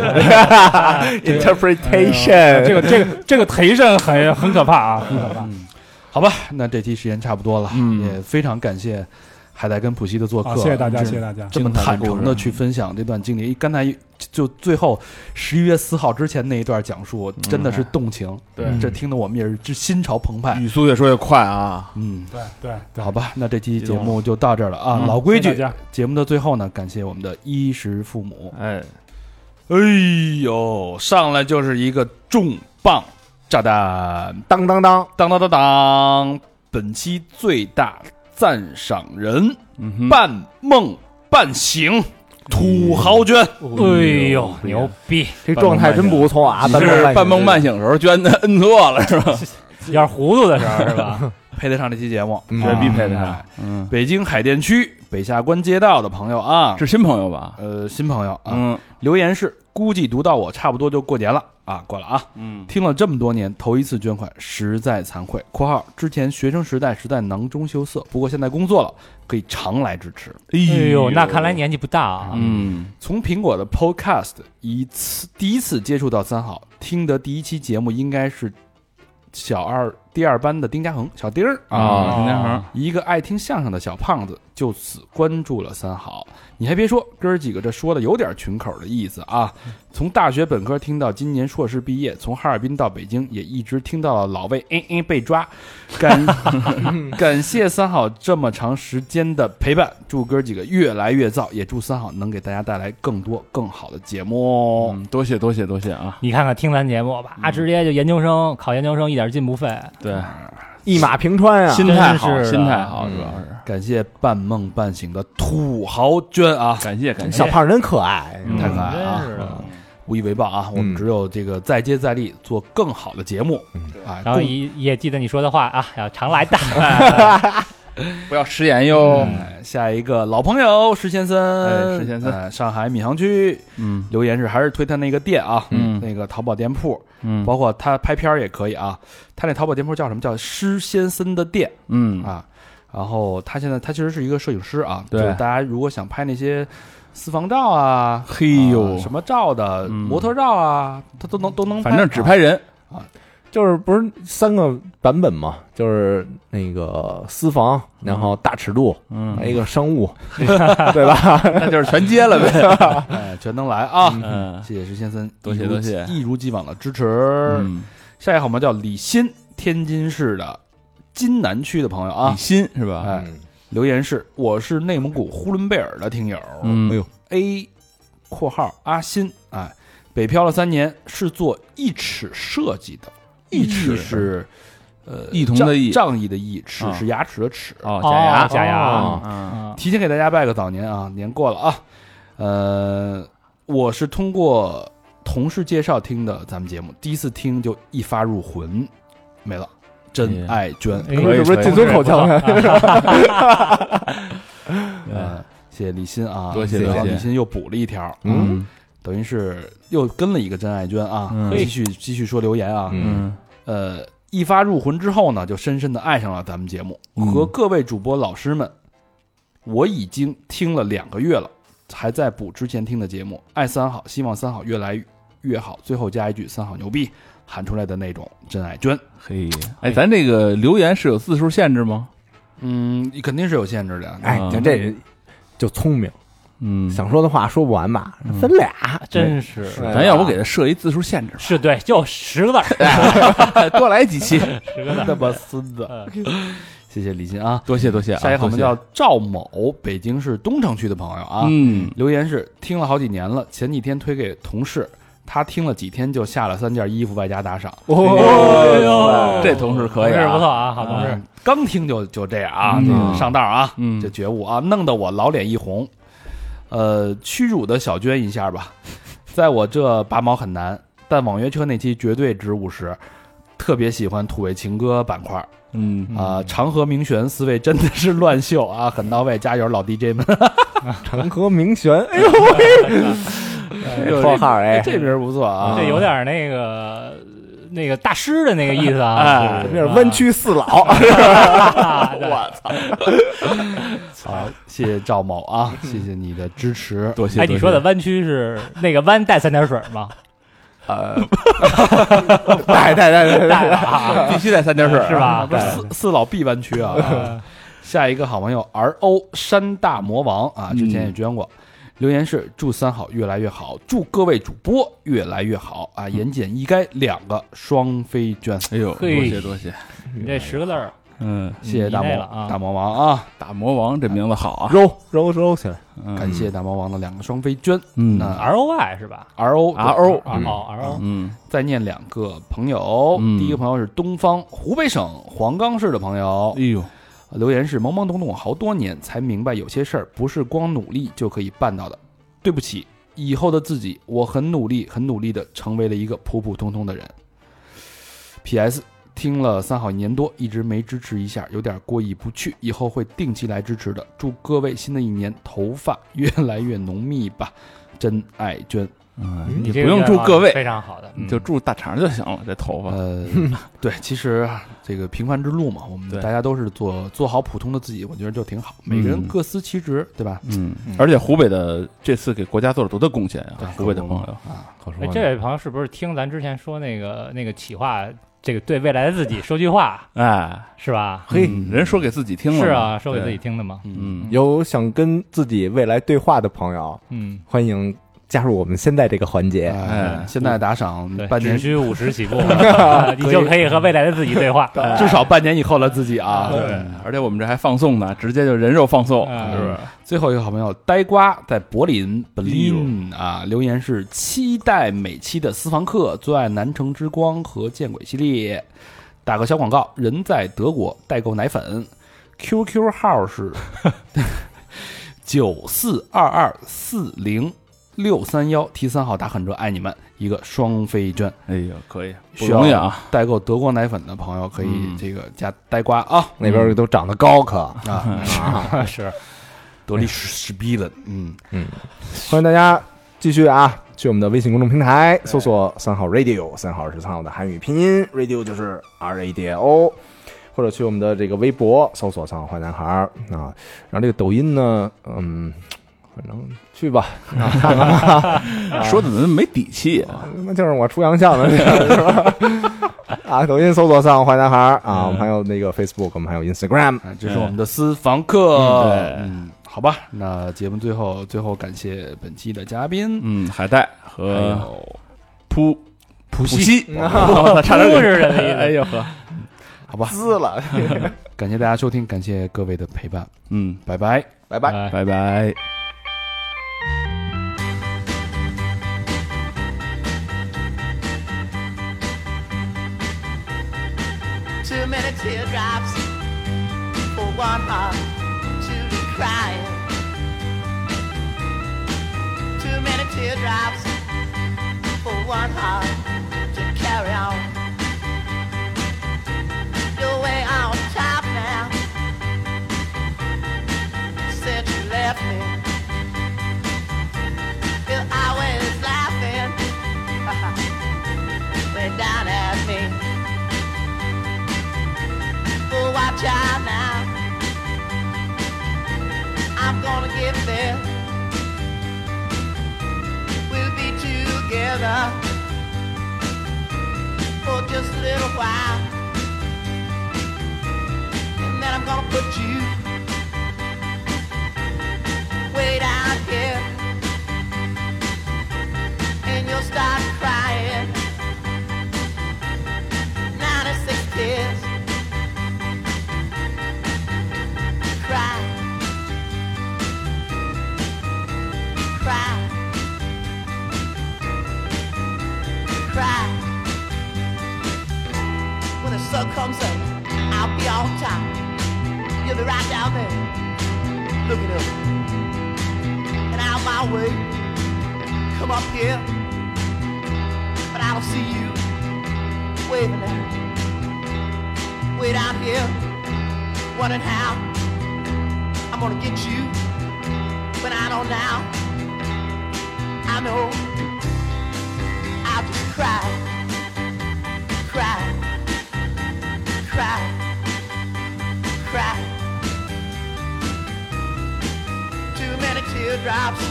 [SPEAKER 7] [LAUGHS] 哎
[SPEAKER 5] 这
[SPEAKER 9] interpretation，
[SPEAKER 5] 个这个这个忒神很很可怕啊，很可怕
[SPEAKER 7] 好吧，那这期时间差不多了，
[SPEAKER 6] 嗯
[SPEAKER 7] 也非常感谢海带跟普希的做客，
[SPEAKER 5] 啊！谢谢大家，
[SPEAKER 7] 真
[SPEAKER 5] 谢谢大家。
[SPEAKER 7] 这么坦诚的去分享这段经历。刚才就最后十一月四号之前那一段讲述，真的是动情，
[SPEAKER 6] 对
[SPEAKER 7] 这听得我们也是心潮澎湃。
[SPEAKER 6] 语速越说越快啊，
[SPEAKER 7] 嗯，
[SPEAKER 5] 对对对，
[SPEAKER 7] 好吧，那这期节目就到这儿了啊。
[SPEAKER 9] 嗯
[SPEAKER 7] 老规
[SPEAKER 5] 谢谢
[SPEAKER 7] 矩
[SPEAKER 5] 大家，
[SPEAKER 7] 节目的最后呢，感谢我们的衣食父母。
[SPEAKER 6] 哎，
[SPEAKER 7] 哎呦，上来就是一个重磅炸弹，
[SPEAKER 9] 当当当，
[SPEAKER 7] 当当当当！本期最大赞赏人，
[SPEAKER 6] 嗯哼，
[SPEAKER 7] 半梦半醒，土豪
[SPEAKER 6] 嗯
[SPEAKER 7] 捐，
[SPEAKER 5] 嗯
[SPEAKER 8] 哎呦，牛逼！
[SPEAKER 9] 这状态真不错啊！
[SPEAKER 6] 你是半梦 [LAUGHS]
[SPEAKER 9] 半
[SPEAKER 6] 嗯半醒的时候捐的，摁错了是吧？
[SPEAKER 8] 要是糊涂的时候是吧？
[SPEAKER 7] 配得上这期节目，
[SPEAKER 9] 嗯
[SPEAKER 7] 绝 [LAUGHS] 必配得啊上。
[SPEAKER 6] 嗯，
[SPEAKER 7] 北京海淀区北下关街道的朋友啊，
[SPEAKER 6] 是新朋友吧？
[SPEAKER 7] 呃，新朋友啊，
[SPEAKER 6] 嗯
[SPEAKER 7] 留言是估计读到我差不多就过年了啊，过了啊。
[SPEAKER 6] 嗯，
[SPEAKER 7] 听了这么多年，头一次捐款，实在惭愧。（括号之前学生时代实在囊中羞涩，不过现在工作了，可以常来支持。
[SPEAKER 6] 哎
[SPEAKER 8] 哎呦，那看来年纪不大啊。
[SPEAKER 6] 嗯，）
[SPEAKER 7] 从苹果的 Podcast 一次第一次接触到三好，听的第一期节目应该是小二第二班的丁家恒小丁儿
[SPEAKER 6] 啊，
[SPEAKER 5] 嗯
[SPEAKER 6] 丁家恒，
[SPEAKER 7] 一个爱听相声的小胖子，就此关注了三好。你还别说，哥儿几个这说的有点群口的意思啊。从大学本科听到今年硕士毕业，从哈尔滨到北京，也一直听到了老魏 [LAUGHS] 嗯嗯被抓。感感谢三好这么长时间的陪伴，祝哥儿几个越来越燥，也祝三好能给大家带来更多更好的节目哦。
[SPEAKER 6] 嗯，多谢多谢多谢啊！
[SPEAKER 8] 你看看听咱节目吧，啊，直接就研究生考研究生，一点进步费。
[SPEAKER 6] 对，
[SPEAKER 9] 一马平川啊！
[SPEAKER 6] 心态好，
[SPEAKER 8] 真是的
[SPEAKER 6] 心态好，主要是
[SPEAKER 7] 感谢半梦半醒的土豪娟啊，
[SPEAKER 6] 感谢感谢，
[SPEAKER 9] 小胖真可爱，
[SPEAKER 7] 太可爱了
[SPEAKER 8] 嗯真
[SPEAKER 7] 啊！
[SPEAKER 8] 是的。
[SPEAKER 7] 无以为报啊！我们只有这个再接再厉，做更好的节目
[SPEAKER 9] 嗯，
[SPEAKER 7] 啊，
[SPEAKER 8] 然后
[SPEAKER 7] 共
[SPEAKER 8] 也也记得你说的话啊，要常来的。
[SPEAKER 6] 不要食言哟。
[SPEAKER 7] 哎下一个老朋友石先生，
[SPEAKER 6] 哎石先生
[SPEAKER 7] 哎，上海闵行区
[SPEAKER 6] 嗯
[SPEAKER 7] 留言是还是推他那个店啊，
[SPEAKER 6] 嗯
[SPEAKER 7] 那个淘宝店铺，
[SPEAKER 6] 嗯
[SPEAKER 7] 包括他拍片儿也可以啊，他那淘宝店铺叫什么？叫施先生的店
[SPEAKER 6] 嗯
[SPEAKER 7] 啊。然后他现在他其实是一个摄影师啊，
[SPEAKER 6] 对
[SPEAKER 7] 就是大家如果想拍那些私房照啊，
[SPEAKER 6] 嘿呦
[SPEAKER 7] 啊什么照的，
[SPEAKER 6] 嗯
[SPEAKER 7] 模特照啊，他都能都能，啊
[SPEAKER 6] 反正只。拍人，
[SPEAKER 9] 就是不是三个版本嘛？就是那个私房，然后大尺度，
[SPEAKER 6] 嗯
[SPEAKER 9] 还有一个商务，对吧？
[SPEAKER 6] 那就是全接了呗。 [LAUGHS]
[SPEAKER 7] 哎，全能来啊！
[SPEAKER 6] 嗯
[SPEAKER 7] 谢谢石先生，
[SPEAKER 6] 多谢
[SPEAKER 7] 一如
[SPEAKER 6] 多谢
[SPEAKER 7] 一如既往的支持。
[SPEAKER 6] 嗯，
[SPEAKER 7] 下一个好朋友叫李鑫，天津市的津南区的朋友啊
[SPEAKER 6] 李，欣是吧？
[SPEAKER 7] 哎，留言是我是内蒙古呼伦贝尔的听友，
[SPEAKER 6] 嗯，
[SPEAKER 9] 哎呦
[SPEAKER 7] a 括号阿新哎，北漂了三年，是做一尺设计的，一尺是呃
[SPEAKER 6] 异同的异
[SPEAKER 7] 仗仗义的义，尺
[SPEAKER 6] 啊
[SPEAKER 7] 是牙齿的齿。
[SPEAKER 6] 哦，假牙，
[SPEAKER 8] 假牙
[SPEAKER 9] 哦
[SPEAKER 6] 嗯
[SPEAKER 8] 嗯
[SPEAKER 7] 提前给大家拜个早年啊，年过了啊，呃，我是通过同事介绍听的咱们节目，第一次听就一发入魂，没了，
[SPEAKER 6] 嗯
[SPEAKER 7] 真爱娟，
[SPEAKER 8] 哎
[SPEAKER 9] 是不是进村口腔呢？
[SPEAKER 7] 呃，谢谢李欣啊，
[SPEAKER 6] 嗯多谢多谢
[SPEAKER 7] 然后李欣又补了一条，
[SPEAKER 9] 嗯，
[SPEAKER 7] 等于是又跟了一个真爱娟啊，
[SPEAKER 6] 嗯
[SPEAKER 7] 继续继续说留言啊，
[SPEAKER 9] 嗯，
[SPEAKER 6] 嗯
[SPEAKER 7] 呃，一发入魂之后呢，就深深的爱上了咱们节目
[SPEAKER 6] 嗯
[SPEAKER 7] 和各位主播老师们。我已经听了两个月了，还在补之前听的节目。爱三好，希望三好越来越好。最后加一句“三好牛逼”，喊出来的那种真爱娟。
[SPEAKER 6] 嘿，哎，咱这个留言是有字数限制吗？
[SPEAKER 7] 嗯，肯定是有限制 [LAUGHS] 的。
[SPEAKER 9] 哎，就这人就聪明，
[SPEAKER 6] 嗯
[SPEAKER 9] 想说的话说不完吧，分俩，
[SPEAKER 8] 真是
[SPEAKER 9] 对吧
[SPEAKER 6] 咱要不给他设一字数限制吧，
[SPEAKER 8] 是对，就十个字儿，
[SPEAKER 6] 多来几期。
[SPEAKER 8] 十个字儿。
[SPEAKER 7] 那么孙 [LAUGHS] 子，谢谢李欣啊。
[SPEAKER 6] 多谢多谢啊，
[SPEAKER 7] 下一个我们
[SPEAKER 6] 多
[SPEAKER 7] 叫赵某，北京市东城区的朋友啊。
[SPEAKER 6] 谢嗯
[SPEAKER 7] 留言是听了好几年了，前几天推给同事，他听了几天就下了三件衣服外加打赏，
[SPEAKER 8] 哦
[SPEAKER 6] 这同事可以
[SPEAKER 8] 同事不错
[SPEAKER 6] 啊，
[SPEAKER 8] 啊，好同事。
[SPEAKER 7] 刚听就就这样啊，
[SPEAKER 6] 嗯
[SPEAKER 7] 这个上道啊，
[SPEAKER 6] 嗯
[SPEAKER 7] 这觉悟啊，弄得我老脸一红，呃，屈辱的小娟一下吧，在我这拔毛很难，但网约车那期绝对值五十。特别喜欢土味情歌板块啊、
[SPEAKER 6] 嗯
[SPEAKER 7] 长河明玄四位真的是乱秀啊，很到位，加油老 DJ
[SPEAKER 6] [LAUGHS]
[SPEAKER 7] 们！
[SPEAKER 9] 长河鸣悬，哎呦喂，括号哎，
[SPEAKER 7] 这名儿不错啊，
[SPEAKER 8] 这
[SPEAKER 6] 哎
[SPEAKER 8] 有点那个那个大师的那个意思啊，
[SPEAKER 7] 哎
[SPEAKER 8] 是
[SPEAKER 9] 这是弯曲四老，
[SPEAKER 1] [LAUGHS]
[SPEAKER 8] 啊，对
[SPEAKER 7] 好，谢谢赵某啊，谢谢你的支持。
[SPEAKER 6] 多谢。
[SPEAKER 8] 哎，你说的弯曲是那个弯带三点水吗？ [LAUGHS]
[SPEAKER 9] 带带带带带，
[SPEAKER 6] 多谢必须啊得三点水
[SPEAKER 8] 是？吧？
[SPEAKER 7] 不是四四老毕湾区
[SPEAKER 6] [LAUGHS]
[SPEAKER 1] 呃
[SPEAKER 7] 啊。下一个好朋友 R O 山大魔王啊，之前也捐过。
[SPEAKER 6] 嗯
[SPEAKER 7] 留言是祝三好越来越好，祝各位主播越来越好啊！言简意�赅，两个双飞捐，
[SPEAKER 6] 嗯
[SPEAKER 7] 哎
[SPEAKER 6] 哎呦，多
[SPEAKER 8] 嘿
[SPEAKER 6] 谢多谢。
[SPEAKER 8] 你这十个字儿，
[SPEAKER 6] 嗯，
[SPEAKER 7] 谢谢大
[SPEAKER 8] 你
[SPEAKER 7] 魔
[SPEAKER 8] 累了啊
[SPEAKER 7] 大魔王啊！
[SPEAKER 6] 大魔王这名字好啊，
[SPEAKER 9] 揉揉揉起来，
[SPEAKER 7] 感谢大魔王的两个双飞捐。
[SPEAKER 6] 嗯
[SPEAKER 7] 那
[SPEAKER 8] R O Y 是吧
[SPEAKER 7] R O
[SPEAKER 6] R O
[SPEAKER 8] 啊哦 R O，
[SPEAKER 6] 嗯
[SPEAKER 7] 再念两个朋友，
[SPEAKER 6] 嗯
[SPEAKER 7] 第一个朋友是东方湖北省黄冈市的朋友，
[SPEAKER 6] 哎呦，
[SPEAKER 7] 留言是懵懵懂懂好多年才明白，有些事儿不是光努力就可以办到的。对不起，以后的自己，我很努力，很努力的成为了一个普普通通的人。P.S.
[SPEAKER 2] 听了三好一年多，一直没支持一下，有点过意不去，以后会定期来支持的。祝各位新的一年头发越来越浓密吧，真爱娟。
[SPEAKER 6] 嗯，
[SPEAKER 1] 你
[SPEAKER 6] 你不
[SPEAKER 1] 这个
[SPEAKER 6] 用
[SPEAKER 1] 愿
[SPEAKER 6] 祝
[SPEAKER 1] 望
[SPEAKER 6] 各位，
[SPEAKER 1] 非常好的，
[SPEAKER 6] 你就祝大肠就行了。这头发，
[SPEAKER 2] 呃，对，其实这个平凡之路嘛，我们
[SPEAKER 6] 对
[SPEAKER 2] 大家都是做做好普通的自己，我觉得就挺好。每个人各司其职，对吧？
[SPEAKER 6] 嗯，而且湖北的这次给国家做了多大贡献
[SPEAKER 2] 对
[SPEAKER 6] 啊！湖北的朋友，
[SPEAKER 2] 可说
[SPEAKER 1] 哎，这位朋友是不是听咱之前说那个那个企划，这个对未来的自己说句话
[SPEAKER 6] 哎，
[SPEAKER 1] 是吧？
[SPEAKER 6] 嘿，
[SPEAKER 2] 嗯
[SPEAKER 6] 人说给自己听了，
[SPEAKER 1] 是，啊，说给自己听的嘛。
[SPEAKER 6] 嗯，
[SPEAKER 9] 有想跟自己未来对话的朋友，
[SPEAKER 1] 嗯，
[SPEAKER 9] 欢迎加入我们现在这个环节。
[SPEAKER 2] 哎
[SPEAKER 6] 哎，
[SPEAKER 2] 现在打赏
[SPEAKER 1] 对，
[SPEAKER 2] 半
[SPEAKER 1] 只
[SPEAKER 2] 年，
[SPEAKER 1] 需五十起
[SPEAKER 6] [LAUGHS]
[SPEAKER 1] 步，呃你就可以和未来的自己对话。
[SPEAKER 2] 至少半年以后了自己啊。
[SPEAKER 6] 对，而且我们这还放送呢，直接就人肉放送，
[SPEAKER 1] 啊
[SPEAKER 6] 是不是？
[SPEAKER 2] 最后一个好朋友呆瓜在柏林
[SPEAKER 6] 哎
[SPEAKER 2] Berlin 啊，留言是期待每期的私房课，最爱南城之光和见鬼系列。打个小广告，人在德国代购奶
[SPEAKER 6] [LAUGHS]
[SPEAKER 2] 粉，QQ 号是九四二二四零六三幺 T 三号打狠折，爱你们一个双飞券。
[SPEAKER 6] 哎呦，可以，不
[SPEAKER 2] 需要
[SPEAKER 6] 容易啊！
[SPEAKER 2] 代购德国奶粉的朋友可以
[SPEAKER 6] 嗯
[SPEAKER 2] 这个加呆瓜啊
[SPEAKER 9] 那边都长得高可，
[SPEAKER 2] 啊，
[SPEAKER 1] 是，
[SPEAKER 2] 德力士士逼了，嗯，
[SPEAKER 9] 欢迎大家继续啊，去我们的微信公众平台搜索“三好 radio”，三好是三好的汉语拼音，radio 就是 R A D I O，或者去我们的这个微博搜索“三好坏男孩儿”啊。然后这个抖音呢，嗯，反正去吧，
[SPEAKER 6] [LAUGHS] 说的怎么没底气啊？
[SPEAKER 9] [LAUGHS] 那就是我出洋相的那个， [LAUGHS] 是吧？啊，抖音搜索“三好坏男孩儿”啊，我们还有那个 Facebook，我们还有 Instagram，
[SPEAKER 2] 啊，
[SPEAKER 6] 嗯
[SPEAKER 2] 这是我们的私房课。嗯，好吧，那节目最后最后感谢本期的嘉宾，
[SPEAKER 6] 嗯，海带
[SPEAKER 2] 还
[SPEAKER 6] 和
[SPEAKER 2] 有
[SPEAKER 6] 扑
[SPEAKER 2] 普
[SPEAKER 6] 普
[SPEAKER 2] 西，
[SPEAKER 6] 西， [LAUGHS] 我差点
[SPEAKER 1] [LAUGHS] 不
[SPEAKER 6] 给
[SPEAKER 1] 是人的意思。
[SPEAKER 6] 哎呦呵，
[SPEAKER 2] 好吧，
[SPEAKER 9] 撕了，
[SPEAKER 2] 感谢大家收听，感谢各位的陪伴，
[SPEAKER 6] 嗯，
[SPEAKER 2] 拜拜。
[SPEAKER 9] 拜拜。
[SPEAKER 6] 拜拜。
[SPEAKER 10] Too many teardrops for one heart to cry. Too many teardrops for one heart to carry on. You're way on top now. Since you left me, you're always laughing. [LAUGHS] Way down at me. Oh, watch out now. I'm gonna get there. We'll be together for just a little while. And then I'm gonna put you way down here. And you'll start crying. 96 tears. cry, cry, cry. When the sun comes up, I'll be on top. You'll be right down there, looking up. And out my way, come up here, but I don't see you waving there. Wait out here, wondering how. I'm gonna get you, but I don't now. I know. I'll just cry, cry, cry, cry. Too many teardrops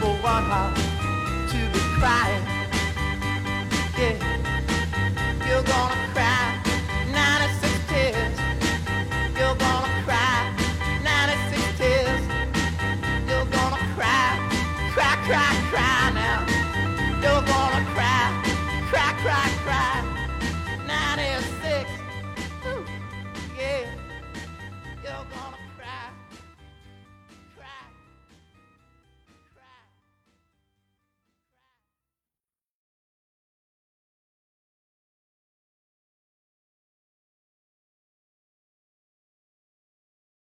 [SPEAKER 10] for one heart to be crying. Yeah, you're gonna cry 96 tears. You're gonna cry 96 tears. You're gonna cry, cry, cry,